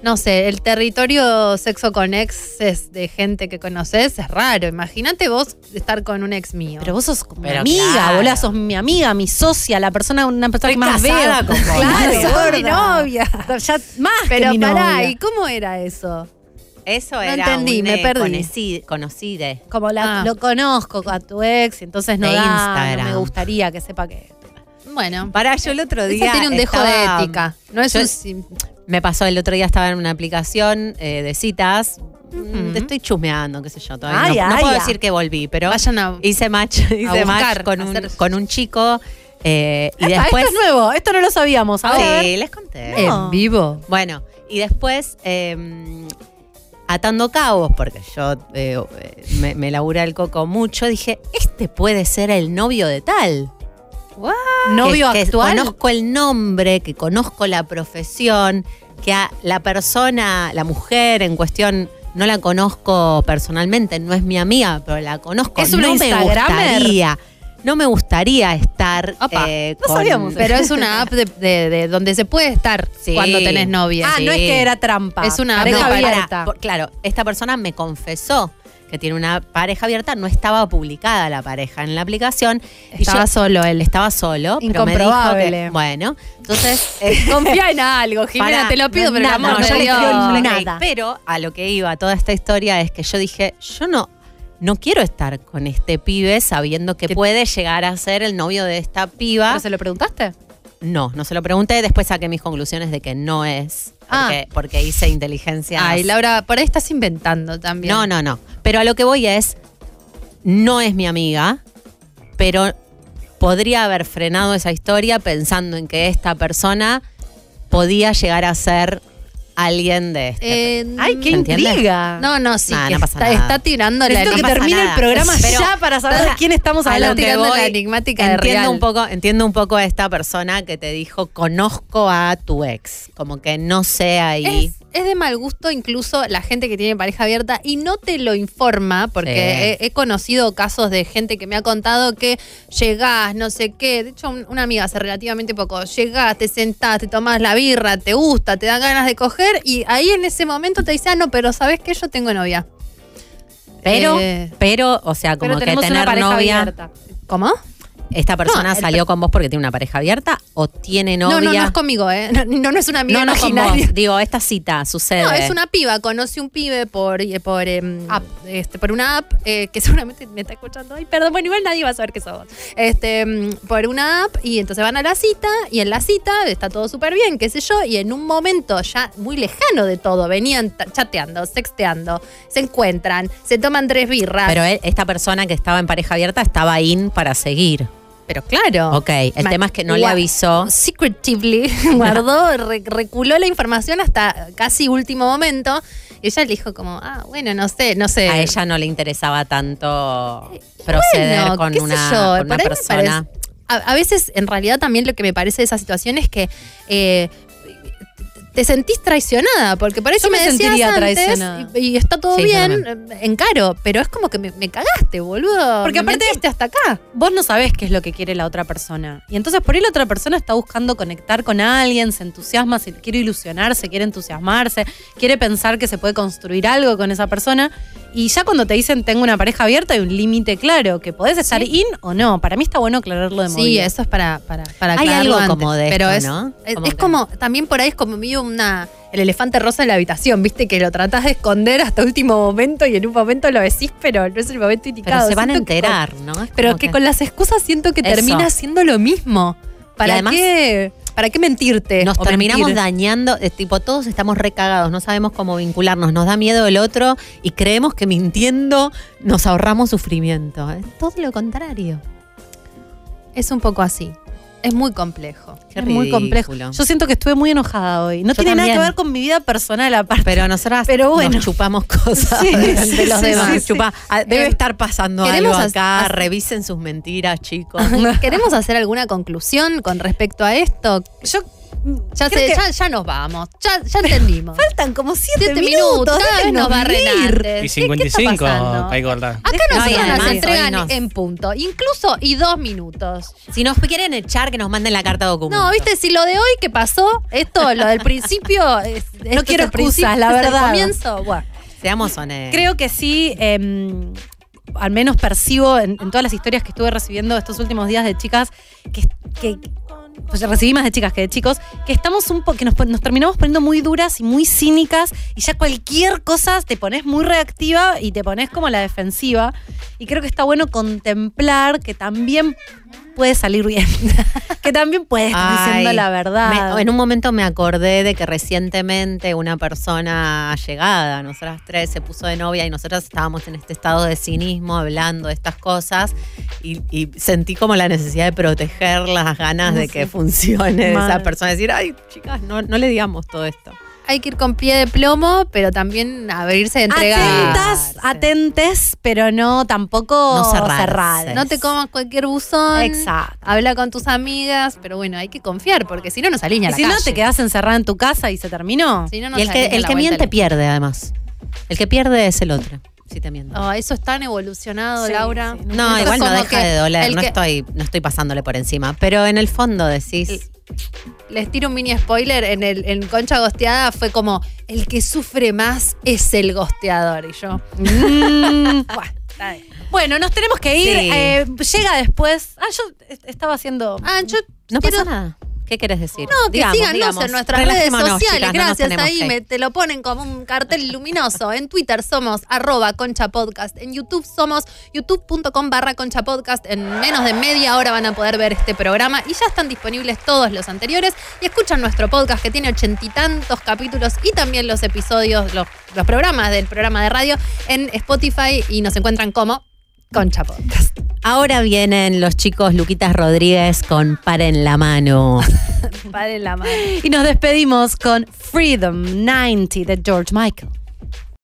Speaker 4: No sé, el territorio sexo con exes de gente que conoces es raro. Imagínate vos estar con un ex mío.
Speaker 8: Pero vos sos como mi
Speaker 4: Pero
Speaker 8: amiga,
Speaker 4: claro.
Speaker 8: boluda, sos mi amiga, mi socia, la persona, una persona que más
Speaker 4: casada
Speaker 8: veo.
Speaker 4: con vos.
Speaker 8: claro,
Speaker 4: Gorda.
Speaker 8: sos mi novia. Ya más
Speaker 4: Pero
Speaker 8: que mi
Speaker 4: pará,
Speaker 8: novia.
Speaker 4: ¿y cómo era eso?
Speaker 2: Eso
Speaker 4: No
Speaker 2: era
Speaker 4: entendí,
Speaker 2: un,
Speaker 4: me
Speaker 2: eh,
Speaker 4: perdí.
Speaker 2: coneci- conocide.
Speaker 8: Como la,
Speaker 4: Ah.
Speaker 8: lo conozco a tu ex, entonces no,
Speaker 2: De
Speaker 8: da, no
Speaker 2: Instagram.
Speaker 8: me gustaría que sepa que.
Speaker 4: Bueno,
Speaker 2: Para yo el otro
Speaker 4: Esa
Speaker 2: día.
Speaker 4: tiene un dejo
Speaker 2: estaba-
Speaker 4: de ética. No es
Speaker 2: yo-
Speaker 4: un sim-
Speaker 2: Me pasó el otro día, estaba en una aplicación eh, de citas. Mm, Te estoy chusmeando, qué sé yo. Todavía
Speaker 4: Ay,
Speaker 2: no, no
Speaker 4: ay,
Speaker 2: puedo
Speaker 4: ay.
Speaker 2: decir que volví, pero
Speaker 4: Vayan a-
Speaker 2: hice match, hice match
Speaker 4: buscar,
Speaker 2: con,
Speaker 4: a
Speaker 2: un,
Speaker 4: hacer-
Speaker 2: con un chico. eh,
Speaker 4: Ah,
Speaker 2: y
Speaker 8: Epa,
Speaker 2: después.
Speaker 8: Ah, esto es nuevo, esto no lo sabíamos. A ver.
Speaker 2: Sí, les conté.
Speaker 8: No. En
Speaker 4: vivo.
Speaker 2: Bueno, y después eh, atando cabos, porque yo eh, me, me labura el coco mucho, dije, este puede ser el novio de tal.
Speaker 8: Novio
Speaker 2: que,
Speaker 8: actual.
Speaker 2: Que conozco el nombre, que conozco la profesión, que a la persona, la mujer en cuestión, no la conozco personalmente, no es mi amiga, pero la conozco.
Speaker 8: ¿Es una
Speaker 2: no me
Speaker 8: Instagramer?
Speaker 2: gustaría. No me gustaría estar eh,
Speaker 8: no
Speaker 2: con-
Speaker 8: sabíamos.
Speaker 4: Pero es una app de, de- de donde se puede estar
Speaker 2: Sí.
Speaker 4: cuando tenés novia.
Speaker 8: Ah, no es
Speaker 2: Sí.
Speaker 8: que era trampa.
Speaker 4: Es una
Speaker 8: pareja
Speaker 2: No, pará,
Speaker 8: abierta.
Speaker 2: por- claro, esta persona me confesó que tiene una pareja abierta, no estaba publicada la pareja en la aplicación. y
Speaker 4: Estaba
Speaker 2: yo-
Speaker 4: solo él.
Speaker 2: Estaba solo, pero me dijo
Speaker 8: Incomprobable.
Speaker 2: que, bueno, entonces... eh,
Speaker 8: Confía en algo, Jimena,
Speaker 2: Pará,
Speaker 8: te lo pido,
Speaker 2: no,
Speaker 8: pero el
Speaker 2: nada,
Speaker 8: amor
Speaker 2: no,
Speaker 8: de
Speaker 2: yo le
Speaker 8: Dios.
Speaker 2: creo en
Speaker 8: Nada.
Speaker 2: nada. Pero a lo que iba toda esta historia es que yo dije, yo no, no quiero estar con este pibe sabiendo que puede llegar a ser el novio de esta piba.
Speaker 4: ¿Pero se lo preguntaste?
Speaker 2: No, no se lo pregunté, después saqué mis conclusiones de que no es.
Speaker 4: Ah.
Speaker 2: Porque, porque hice inteligencia.
Speaker 4: Ay, Laura, por ahí estás inventando también.
Speaker 2: No, no, no. Pero a lo que voy es, no es mi amiga, pero podría haber frenado esa historia pensando en que esta persona podía llegar a ser alguien de este.
Speaker 4: Eh,
Speaker 8: Ay, qué
Speaker 2: ¿Se entiende?
Speaker 8: intriga.
Speaker 4: No, no, sí.
Speaker 2: Nah,
Speaker 4: que
Speaker 2: no pasa
Speaker 4: está,
Speaker 2: nada.
Speaker 4: está tirando la
Speaker 8: Necesito que
Speaker 4: enigma-
Speaker 8: termine el programa
Speaker 2: Pero-
Speaker 8: ya para saber de quién estamos
Speaker 2: A lo
Speaker 8: hablando.
Speaker 2: que
Speaker 4: tirando
Speaker 2: voy,
Speaker 4: la enigmática de
Speaker 2: entiendo
Speaker 4: real.
Speaker 2: un poco Entiendo un poco a esta persona que te dijo, conozco a tu ex. Como que no sé ahí.
Speaker 4: Es, es de mal gusto incluso la gente que tiene pareja abierta y no te lo informa, porque he, he conocido casos de gente que me ha contado que llegás, no sé qué, de hecho un- una amiga hace relativamente poco, llegás, te sentás, te tomás la birra, te gusta, te dan ganas de coger y ahí en ese momento te dice, ah, no, pero sabes que yo tengo novia.
Speaker 2: pero,
Speaker 4: Eh,
Speaker 2: pero, o sea,
Speaker 4: pero
Speaker 2: como que
Speaker 4: tenemos una
Speaker 2: tener
Speaker 4: pareja
Speaker 2: novia.
Speaker 4: abierta. ¿Cómo?
Speaker 2: ¿Esta persona
Speaker 4: No, el
Speaker 2: salió con vos porque tiene una pareja abierta o tiene novia?
Speaker 4: No, no, no es conmigo, ¿eh? No, no, no es una amiga
Speaker 2: No, no con vos.
Speaker 4: imaginaria.
Speaker 2: Digo, esta cita sucede.
Speaker 4: No, es una piba, conoce un pibe por, eh, por, em, este, por una app eh, que seguramente me está escuchando. Ay, perdón, bueno, igual nadie va a saber que sos vos. Este, em, por una app y entonces van a la cita y en la cita está todo súper bien, qué sé yo, y en un momento ya muy lejano de todo, venían ta- chateando, sexteando, se encuentran, se toman tres birras.
Speaker 2: Pero él- esta persona que estaba en pareja abierta estaba in para seguir.
Speaker 4: Pero claro.
Speaker 2: Ok, el
Speaker 4: Ma-
Speaker 2: tema es que no le
Speaker 4: Gua-
Speaker 2: avisó.
Speaker 4: Secretively guardó, re- reculó la información hasta casi último momento. Y ella le dijo como, ah, bueno, no sé, no sé. Eh,
Speaker 2: A ella no le interesaba tanto proceder
Speaker 4: Bueno,
Speaker 2: con
Speaker 4: qué sé
Speaker 2: una,
Speaker 4: yo, por
Speaker 2: con una
Speaker 4: ahí me
Speaker 2: persona.
Speaker 4: parece- a, a veces, en realidad, también lo que me parece de esa situación es que eh, te sentís traicionada, porque por eso
Speaker 3: Yo me
Speaker 4: decías
Speaker 3: sentiría
Speaker 4: antes,
Speaker 3: traicionada.
Speaker 4: Y, y está todo
Speaker 3: Sí, yo
Speaker 4: bien, eh, encaro, pero es como que me, me cagaste, boludo.
Speaker 3: Porque
Speaker 4: me
Speaker 3: aparte-
Speaker 4: metiste hasta acá.
Speaker 3: Vos no sabés qué es lo que quiere la otra persona. Y entonces por ahí la otra persona está buscando conectar con alguien, se entusiasma, se quiere ilusionarse, quiere entusiasmarse, quiere pensar que se puede construir algo con esa persona. Y ya cuando te dicen tengo una pareja abierta hay un límite claro, que podés estar in o no. Para mí está bueno aclararlo de
Speaker 4: Sí,
Speaker 3: movida.
Speaker 4: eso es para, para, para
Speaker 3: Hay
Speaker 4: aclararlo
Speaker 3: algo
Speaker 4: antes,
Speaker 3: como de
Speaker 4: pero
Speaker 3: esto,
Speaker 4: es,
Speaker 3: ¿no?
Speaker 4: Es,
Speaker 3: Como
Speaker 4: es
Speaker 3: que-
Speaker 4: como, también por ahí es como medio una, el elefante rosa en la habitación, viste, que lo tratás de esconder hasta último momento y en un momento lo decís, pero no es el momento indicado.
Speaker 2: Pero se van a
Speaker 4: Siento que con-
Speaker 2: enterar, ¿no? Es
Speaker 4: pero
Speaker 2: como
Speaker 4: que, con las excusas siento que
Speaker 2: Eso.
Speaker 4: termina siendo lo mismo. ¿Para
Speaker 2: además-
Speaker 4: qué? ¿Para qué mentirte?
Speaker 2: Nos
Speaker 4: o
Speaker 2: terminamos
Speaker 4: mentir?
Speaker 2: dañando, eh, tipo, todos estamos recagados, no sabemos cómo vincularnos, nos da miedo el otro y creemos que mintiendo nos ahorramos sufrimiento. ¿eh? Es todo lo contrario.
Speaker 4: Es un poco así. Es muy complejo.
Speaker 2: Qué
Speaker 3: Es muy complejo.
Speaker 2: ridículo.
Speaker 3: Yo siento que estuve muy enojada hoy. No
Speaker 2: Yo
Speaker 3: tiene nada que
Speaker 2: también.
Speaker 3: ver con mi vida personal aparte.
Speaker 2: Pero nosotras
Speaker 3: Pero bueno.
Speaker 2: nos chupamos cosas
Speaker 3: Sí,
Speaker 2: de
Speaker 3: sí,
Speaker 2: los
Speaker 3: sí,
Speaker 2: demás.
Speaker 3: sí, sí.
Speaker 2: Chupa- ah, Debe
Speaker 4: Eh,
Speaker 2: estar pasando algo
Speaker 4: queremos
Speaker 2: acá.
Speaker 4: hac- hac-
Speaker 2: Revisen sus mentiras, chicos.
Speaker 4: ¿Queremos hacer alguna conclusión con respecto a esto? Yo ya,
Speaker 3: creo
Speaker 4: sé,
Speaker 3: que-
Speaker 4: ya, ya nos vamos, ya, ya entendimos.
Speaker 3: Faltan como siete,
Speaker 4: Siete
Speaker 3: minutos.
Speaker 4: minutos, cada vez
Speaker 3: déjenos
Speaker 4: nos barren
Speaker 3: vivir.
Speaker 4: antes.
Speaker 9: Y
Speaker 4: ¿Qué- qué está
Speaker 9: 55,
Speaker 4: pasando?
Speaker 9: hay gorda.
Speaker 8: Ah,
Speaker 4: Acá
Speaker 2: No, y
Speaker 4: nosotros nos
Speaker 2: además,
Speaker 4: entregan
Speaker 2: hoy nos-
Speaker 4: en punto, incluso y dos minutos.
Speaker 2: Si nos quieren echar, que nos manden la carta de documento.
Speaker 4: No, viste, si lo de hoy que pasó, esto, lo del principio, es- esto
Speaker 3: quiero
Speaker 4: es el principio,
Speaker 3: excusas, la
Speaker 4: es el
Speaker 3: verdad.
Speaker 4: comienzo, buah.
Speaker 2: Seamos honestos.
Speaker 3: Creo que sí, em, al menos percibo en, en todas las historias que estuve recibiendo estos últimos días de chicas, que, que- pues recibí más de chicas que de chicos, que estamos un po- que nos, pon- nos terminamos poniendo muy duras y muy cínicas y ya cualquier cosa te pones muy reactiva y te pones como la defensiva. Y creo que está bueno contemplar que también puede salir bien, que también puede estar diciendo
Speaker 2: Ay,
Speaker 3: la verdad.
Speaker 2: me- en un momento me acordé de que recientemente una persona llegada, nosotras tres, se puso de novia y nosotras estábamos en este estado de cinismo hablando de estas cosas y, y sentí como la necesidad de proteger las ganas de que funcione
Speaker 4: Mal.
Speaker 2: esa persona. Decir, ay, chicas, no, no le digamos todo esto.
Speaker 4: Hay que ir con pie de plomo, pero también abrirse y entregar.
Speaker 3: Atentas, atentes, pero no tampoco
Speaker 2: No cerrarse.
Speaker 3: cerradas.
Speaker 4: No te comas cualquier buzón.
Speaker 3: Exacto.
Speaker 4: Habla con tus amigas, pero bueno, hay que confiar, porque si no, nos
Speaker 3: Y
Speaker 4: alinea la
Speaker 3: si no,
Speaker 4: calle.
Speaker 3: te quedas encerrada en tu casa y se terminó.
Speaker 4: Si no, nos
Speaker 2: Y el que,
Speaker 4: alinea
Speaker 2: el
Speaker 4: la
Speaker 2: que
Speaker 4: vuelta
Speaker 2: miente
Speaker 4: al-
Speaker 2: pierde, además. El que pierde es el otro, si te miente.
Speaker 4: Ah, eso es tan evolucionado,
Speaker 3: Sí,
Speaker 4: Laura.
Speaker 3: sí,
Speaker 2: No,
Speaker 4: Entonces,
Speaker 2: igual no
Speaker 4: como
Speaker 2: deja
Speaker 4: que
Speaker 2: de doler,
Speaker 4: el
Speaker 2: no
Speaker 4: que-
Speaker 2: estoy, no estoy pasándole por encima. Pero en el fondo decís,
Speaker 4: Les tiro un mini spoiler. En, el, en Concha Gosteada fue como: el que sufre más es el gosteador. Y yo.
Speaker 3: Mm.
Speaker 4: "Buah, está bien".
Speaker 3: bueno, nos tenemos que ir.
Speaker 2: Sí.
Speaker 3: Eh, llega después. Ah, yo est- estaba haciendo.
Speaker 4: Ah, yo
Speaker 2: no
Speaker 4: quiero-
Speaker 2: pasa nada. ¿Qué querés decir?
Speaker 4: No, que
Speaker 2: Digamos,
Speaker 4: síganos
Speaker 2: digamos.
Speaker 4: en nuestras redes
Speaker 2: Relajémonos,
Speaker 4: sociales.
Speaker 2: chicas, no nos
Speaker 4: Gracias,
Speaker 2: tenemos
Speaker 4: ahí
Speaker 2: que ir.
Speaker 4: me- te lo ponen como un cartel luminoso. En Twitter somos arroba concha podcast. En YouTube somos youtube.com barra concha podcast. En menos de media hora van a poder ver este programa y ya están disponibles todos los anteriores. Y escuchan nuestro podcast que tiene ochenta y tantos capítulos y también los episodios, los, los programas del programa de radio en Spotify y nos encuentran como concha podcast.
Speaker 2: Ahora vienen los chicos Luquitas Rodríguez con Par en la mano.
Speaker 4: Paren la mano.
Speaker 3: Y nos despedimos con Freedom 90 de George Michael.